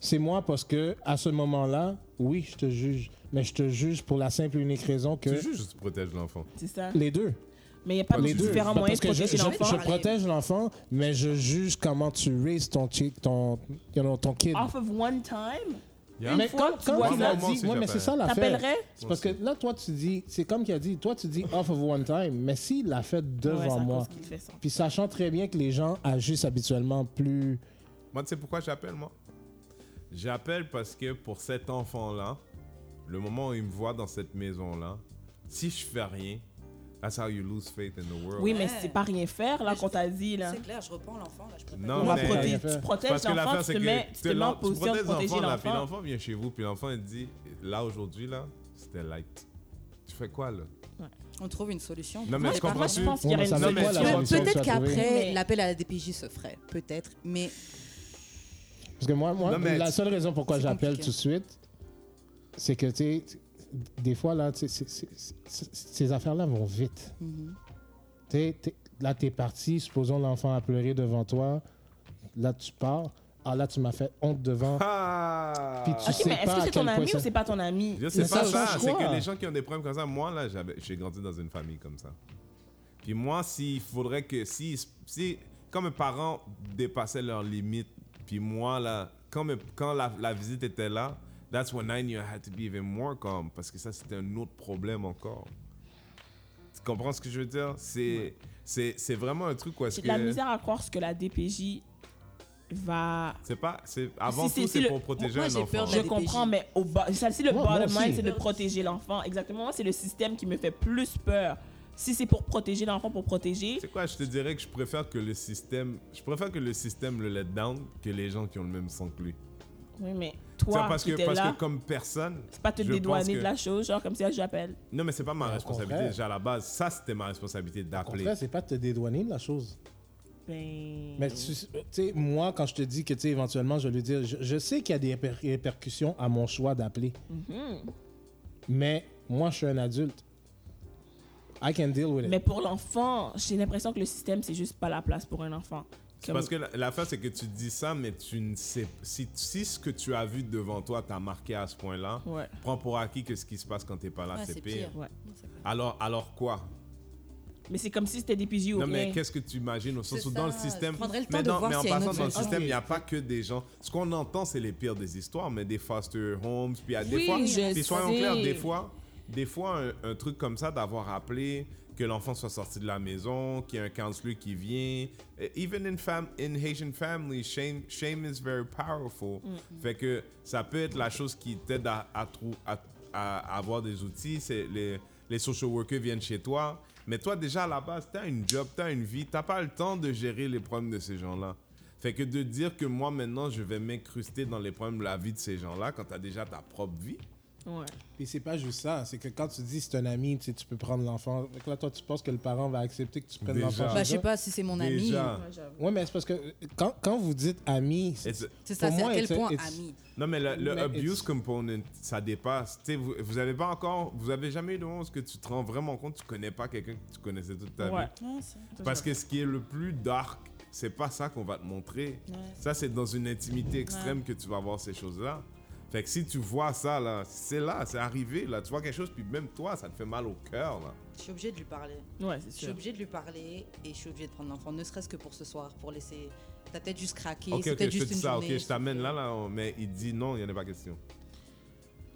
C: C'est moi parce que à ce moment-là, oui, je te juge, mais je te juge pour la simple et unique raison que
B: Tu juges ou tu protèges l'enfant
A: C'est ça.
C: les deux.
A: Mais il n'y a pas de
C: Les deux.
A: différents
C: Bah,
A: moyens de
C: parce que je-
A: protéger
C: je,
A: l'enfant.
C: je protège l'enfant, mais je juge comment tu raises ton, chi- ton, you know, ton kid.
A: Off of one time,
B: Yeah.
C: mais
A: fois
C: quand,
A: que tu
C: quand
A: vois
C: il
A: ça,
C: a
B: moi
C: dit,
B: aussi,
C: ouais, mais c'est ça l'affaire.
A: t'appellerais
C: C'est parce que là, toi, tu dis, c'est comme qu'il a dit, toi, tu dis off of one time, mais s'il l'a fait
A: Ouais, c'est
C: devant
A: à
C: moi,
A: cause qu'il fait ça.
C: puis sachant très bien que les gens agissent habituellement plus.
B: Moi, tu sais pourquoi j'appelle, moi J'appelle parce que pour cet enfant-là, le moment où il me voit dans cette maison-là, si je fais rien, that's how you lose faith in the world.
A: Oui, mais
D: Ouais.
A: c'est pas rien faire, là,
D: Je-
A: qu'on t'a dit, là.
D: C'est clair, je reprends l'enfant. Là, je peux pas
B: Non,
A: On va
B: mais-
A: protéger,
C: Parce
A: tu
C: que
A: protèges l'enfant, tu te mets, tu te mets en
B: l'en-
A: position de
B: protèges
A: protéger
B: là, puis
A: l'enfant.
B: l'enfant vient chez vous, puis l'enfant il dit, là aujourd'hui là, c'était light. Tu fais quoi là
D: On trouve une solution.
B: Non, mais
A: Moi,
B: je
A: je moi,
B: comprends
A: je
B: plus.
A: pense qu'il y
C: Ouais,
A: aurait
C: ça
A: une
C: fait quoi, la
A: solution.
D: Peut-
C: solution que tu
D: Peut-être
C: as trouvée.
A: Mais-
D: qu'après, l'appel à la DPJ se ferait. Peut-être. Mais
C: Parce que moi, moi
B: Non, mais
C: la
B: tu-
C: seule raison pourquoi
D: C'est
C: j'appelle
D: compliqué.
C: tout de suite, c'est que, tu sais, des fois, là, tu sais, c'est- c'est- c'est- c'est- ces affaires-là vont vite.
D: mhm.
C: T'es- t'es- là, t'es parti, supposons l'enfant a pleuré devant toi. Là, tu pars. Ah, là, tu m'as fait honte devant.
B: Ah
C: Puis tu
A: Ok,
C: sais
A: mais est-ce
C: pas
A: que
C: à
A: c'est ton
C: quel point
A: ami
C: ça-
A: ou c'est pas ton ami?
B: Je sais
C: Mais
B: pas
C: ça
B: ça,
C: change
B: c'est
C: quoi?
B: que les gens qui ont des problèmes comme ça, moi là, j'avais- j'ai grandi dans une famille comme ça. Puis moi, s'il faudrait que, si, si, quand mes parents dépassaient leurs limites, puis moi là, quand, mes- quand la, la visite était là, that's when I knew I had to be even more calm, parce que ça c'était un autre problème encore. Tu comprends ce que je veux dire? C'est, c'est, c'est vraiment un truc où est-ce
A: J'ai de
B: que...
A: la misère à croire ce que la DPJ va.
B: C'est pas. c'est- Avant
A: Si, si,
B: tout,
A: si,
B: c'est
A: le-
B: pour protéger
E: moi,
B: un
E: j'ai peur
B: enfant.
E: de
A: Je
E: la DPJ.
A: comprends, mais au bas, ça, c'est le
C: Ouais, moi
A: bottom
C: aussi.
A: line, c'est de protéger l'enfant. Exactement, moi, c'est le système qui me fait plus peur. Si c'est pour protéger l'enfant, pour protéger,
B: C'est quoi Je te dirais que je préfère que le système, je préfère que le système le let down que les gens qui ont le même sang que lui.
A: oui, mais
B: Tu sais,
A: toi,
B: parce
A: qui
B: que
A: étais
B: parce
A: là,
B: que comme personne,
A: c'est pas te
B: je pense
A: dédouaner
B: que-
A: de la chose, genre comme ça, j'appelle.
B: Non, mais c'est pas ma
C: au
B: responsabilité
C: contraire.
B: déjà à la base. Ça, c'était ma responsabilité
C: Au
B: d'appeler.
C: contraire, c'est pas de te dédouaner de la chose.
A: Ben.
C: Mais tu tu sais, moi, quand je te dis que, tu sais, éventuellement, je vais lui dire, je, je sais qu'il y a des réper- répercussions à mon choix d'appeler.
D: Mm-hmm.
C: Mais moi, je suis un adulte. I can deal with it.
A: Mais pour l'enfant, j'ai l'impression que le système, c'est juste pas la place pour un enfant.
B: C'est
A: Comme-
B: Parce que la- l'affaire, c'est que tu dis ça, mais tu ne sais si, si ce que tu as vu devant toi t'a marqué à ce point-là,
A: Ouais.
B: prends pour acquis que ce qui se passe quand t'es pas là,
E: Ouais,
B: c'est
E: c'est
B: pire.
E: pire.
A: Ouais.
B: Alors, alors quoi
A: Mais c'est comme si c'était des PJ ou
B: Non,
A: rien.
B: mais qu'est-ce que tu imagines au sens
D: C'est
B: où dans le
D: ça,
B: système.
D: je prendrais le temps
B: mais
D: de
B: non,
D: voir
B: mais en
D: s'il y a une
B: passant
D: autre
B: dans le
D: solution.
B: système, il n'y a pas que des gens. Ce qu'on entend, c'est les pires des histoires, mais des foster homes. Puis à des
E: Oui,
B: fois,
E: je
B: puis soyons
E: sais.
B: clairs, des fois, des fois un, un truc comme ça d'avoir appelé, que l'enfant soit sorti de la maison, qu'il y ait un counselor qui vient. Eh, Even in, fam in Haitian family, shame, shame is very powerful.
D: Mm.
B: Fait que ça peut être la chose qui t'aide à, à, trou- à- à avoir des outils. C'est les, les social workers viennent chez toi. Mais toi, déjà, à la base, t'as une job, t'as une vie, t'as pas le temps de gérer les problèmes de ces gens-là. Fait que de dire que moi, maintenant, je vais m'incruster dans les problèmes de la vie de ces gens-là quand t'as déjà ta propre vie.
A: Ouais.
C: Puis c'est pas juste ça, c'est que quand tu dis c'est un ami, tu, sais, tu peux prendre l'enfant. Fait que Là, toi, tu penses que le parent va accepter que tu prennes
B: Déjà.
C: l'enfant. chez
D: Bah, je sais
C: eux.
D: pas si c'est mon ami.
B: Déjà.
C: Ouais, mais c'est parce que euh, quand, quand vous dites ami,
B: Et
C: c'est-
B: c'est-
D: C'est ça,
C: Pour
D: c'est à
C: moi,
D: quel
C: it's a-
D: point
C: it's-
D: ami.
B: Non, mais le, le
C: Mais
B: abuse
C: it's-
B: component, ça dépasse. Tu sais, vous, vous avez pas encore, vous avez jamais eu de moment où ce que tu te rends vraiment compte, tu connais pas quelqu'un que tu connaissais toute ta
A: Ouais.
B: vie. Parce que ce qui est le plus dark, c'est pas ça qu'on va te montrer. Ça, c'est dans une intimité extrême que tu vas voir ces choses-là. Fait que si tu vois ça, là, c'est là, c'est arrivé, là. Tu vois quelque chose, puis même toi, ça te fait mal au cœur, là.
D: Je suis obligée de lui parler.
A: Ouais, c'est
D: Je suis
A: sûr.
D: obligée de lui parler et je suis obligée de prendre l'enfant, ne serait-ce que pour ce soir, pour laisser. T'as peut-être juste craqué,
B: Ok,
D: c'est
B: ok,
D: peut-être
B: je te
D: juste
B: dis
D: une
B: ça,
D: journée.
B: ok, je t'amène là, là, on- mais il dit non, il n'y en a pas question.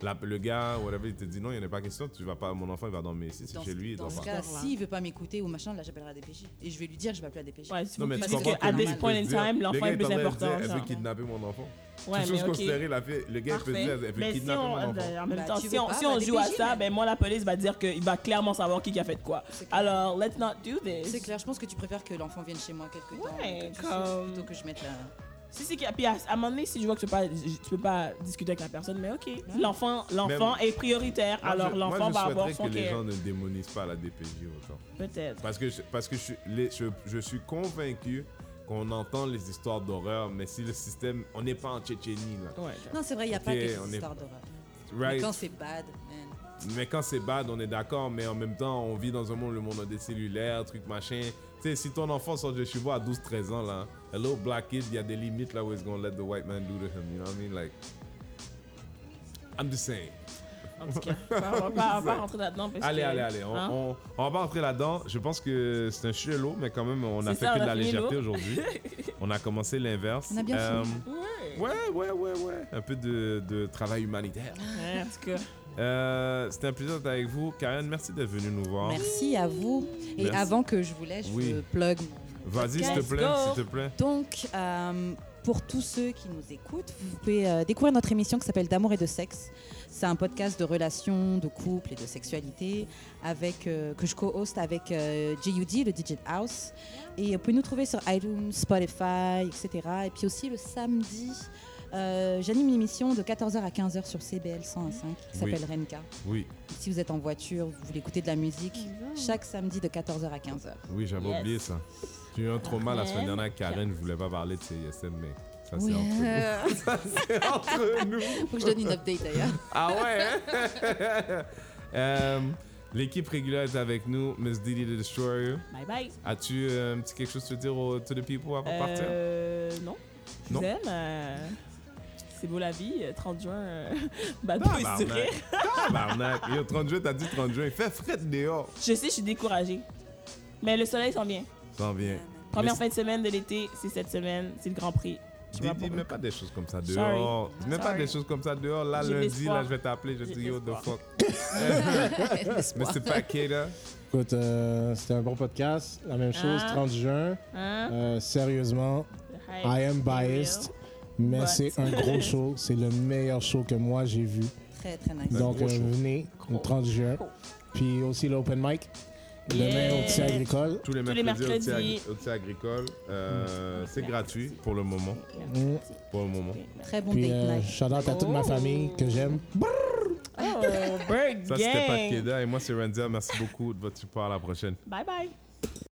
B: La- le gars, whatever, il te dit non, il n'y en a pas question, tu vas pas, mon enfant, il va dormir ici, c'est
D: Dans
B: chez
D: ce-
B: lui, il
D: dans
B: dort
D: ce
B: pas.
D: cas,
A: Voilà.
D: s'il veut pas m'écouter ou machin, là j'appellerai la DPJ et je vais lui dire je vais appeler la DPJ.
A: Ouais, c'est
B: Non, mais
A: parce
B: tu
A: que
B: comprends
A: à
B: que le
A: this
B: gars,
A: point
B: il
A: in
B: peut se dire-
A: time,
B: le
A: l'enfant
B: gars,
A: est
B: il peut
A: plus
B: dire,
A: important.
B: Elle veut
A: genre.
B: kidnapper mon enfant.
A: Ouais,
B: Tout
A: mais
B: chose
A: ok.
B: considérée, la fille- le gars, il peut se
A: Parfait.
B: dire, elle veut
A: Mais euh, si
B: kidnapper
A: on,
B: mon enfant.
A: en même
D: Bah,
A: temps,
D: tu
A: si
D: veux
A: on,
D: pas,
A: si on
D: bah,
A: joue à
D: dépêche-toi,
A: ça,
D: mais-
A: ben moi, la police va dire qu'il va clairement savoir qui qui a fait quoi.
D: C'est clair.
A: Alors, let's not do this.
D: C'est clair, je pense que tu préfères que l'enfant vienne chez moi quelque temps
A: Ouais,
D: que tu
A: comme-
D: souffres, plutôt que je mette la.
A: Si c'est qu'il y a- puis à, à un moment donné, si je vois que tu peux pas, tu peux pas discuter avec la personne, mais ok. L'enfant, l'enfant est prioritaire,
B: Moi,
A: alors
B: je- moi,
A: l'enfant
B: je
A: va avoir
B: souhaiterais
A: son
B: que les
A: care.
B: gens ne démonisent pas la DPJ autant.
A: Peut-être.
B: Parce que, je, parce que je, suis- les- je, je suis convaincu qu'on entend les histoires d'horreur, mais si le système, on n'est pas en Tchétchénie, là.
A: Ouais.
D: Non, c'est vrai, il n'y a pas
B: Ok,
D: que
B: on
D: des
B: est-
D: histoires d'horreur. Mais
B: Right?
D: quand c'est bad, man.
B: Mais quand c'est bad, on est d'accord, mais en même temps, on vit dans un monde, le monde a des cellulaires, truc machin. Tu sais, si ton enfant sort de chez vous à 12-13 ans, là, a little black kid, il y a des limites là où it's gonna let the white man do to him, you know what I mean? Like, I'm just saying.
A: En tout cas, on va pas- on va pas rentrer là-dedans. parce
B: Allez,
A: que-
B: allez, allez, on,
A: Hein?
B: on, on va pas rentrer là-dedans. Je pense que c'est un sujet lourd, mais quand même, on a
A: C'est
B: fait
A: ça,
B: que
A: on
B: de
A: a
B: la
A: fini
B: légèreté
A: lourd.
B: aujourd'hui. on a commencé l'inverse. Euh,
D: On a bien fini.
A: Ouais.
B: Ouais, ouais, ouais, ouais. Un peu de, de travail humanitaire.
A: Ouais, en tout cas.
B: Euh, C'était un plaisir d'être avec vous. Karen, merci d'être venu nous voir.
D: Merci à vous. Et
B: Merci.
D: avant que je vous laisse, je
B: Oui.
D: veux plug mon-
B: Vas-y, s'il te
A: Let's
B: plaît,
A: go.
B: s'il te plaît.
D: Donc, euh, pour tous ceux qui nous écoutent, vous pouvez euh, découvrir notre émission qui s'appelle D'amour et de sexe. C'est un podcast de relations, de couple et de sexualité avec, euh, que je co-host avec euh, J.U.D., le DJ de House. Et vous pouvez nous trouver sur iTunes, Spotify, etc. Et puis aussi le samedi, euh, j'anime une émission de 14h à 15h sur CBL 105 qui
B: Oui.
D: s'appelle Renka.
B: Oui,
D: Si vous êtes en voiture, vous voulez écouter de la musique, chaque samedi de 14h à 15h.
B: oui, j'avais
A: Yes.
B: oublié ça. J'ai eu un trauma la semaine dernière. Karen ne voulait pas parler de ses ISM, mais ça, c'est entre nous. C'est entre nous.
D: Faut que je donne une update d'ailleurs.
B: Ah ouais, hein? Euh, L'équipe régulière est avec nous. Miss Didi the Destroyer.
A: Bye bye.
B: As-tu euh, un petit quelque chose à dire aux, to the people avant de partir?
A: Euh, non. Je
B: Non.
A: vous aime. euh, c'est beau la vie. euh, 30 juin, euh, bateau
B: Bah,
A: est sur
B: Tabarnak. Tabarnak. Yo, 30 juin, t'as dit 30 juin. Fais fret dehors.
A: Je sais, je suis découragée. Mais le soleil s'en vient.
B: S'en vient.
A: Première
B: Mais-
A: fin de semaine de l'été, c'est cette semaine, c'est le Grand Prix. Tu vois,
B: Didi,
A: pour-
B: mets pas des choses comme ça
A: Sorry.
B: dehors. Mets pas
A: Sorry.
B: des choses comme ça dehors. Là,
A: J'ai de
B: lundi, là,
A: l'espoir.
B: je vais t'appeler. Je vais
A: J'ai
B: te
A: de
B: dire, yo, the
A: l'espoir.
B: fuck. Mais
D: Espoir.
B: c'est pas Keda.
C: écoute, euh, c'était un bon podcast. La même chose,
A: Ah.
C: 30 juin.
A: Hein?
C: Euh, sérieusement,
A: hype.
C: I am biased, mais
A: But-
C: c'est un gros show. C'est le meilleur show que moi j'ai vu.
D: Très, très nice.
C: Donc,
B: gros
C: euh,
B: show.
C: venez le 30 juin.
A: Cool.
C: Puis aussi l'open mic, demain
A: Yeah.
C: au petit agricole.
B: Tous les
A: Tous les
B: mercredis, au
A: mercredis.
B: Thé- au Thé agricole. Euh, C'est gratuit pour le moment.
C: Mm.
B: Pour le moment.
D: Très bon
C: Puis,
D: date
C: euh,
D: night.
C: shout out à toute ma
A: Oh.
C: famille que j'aime.
A: Oh, Bird
B: Ça, c'était
A: Gang.
B: Pat Keda et moi, c'est Randia. Merci beaucoup de votre support. À la prochaine.
A: Bye bye.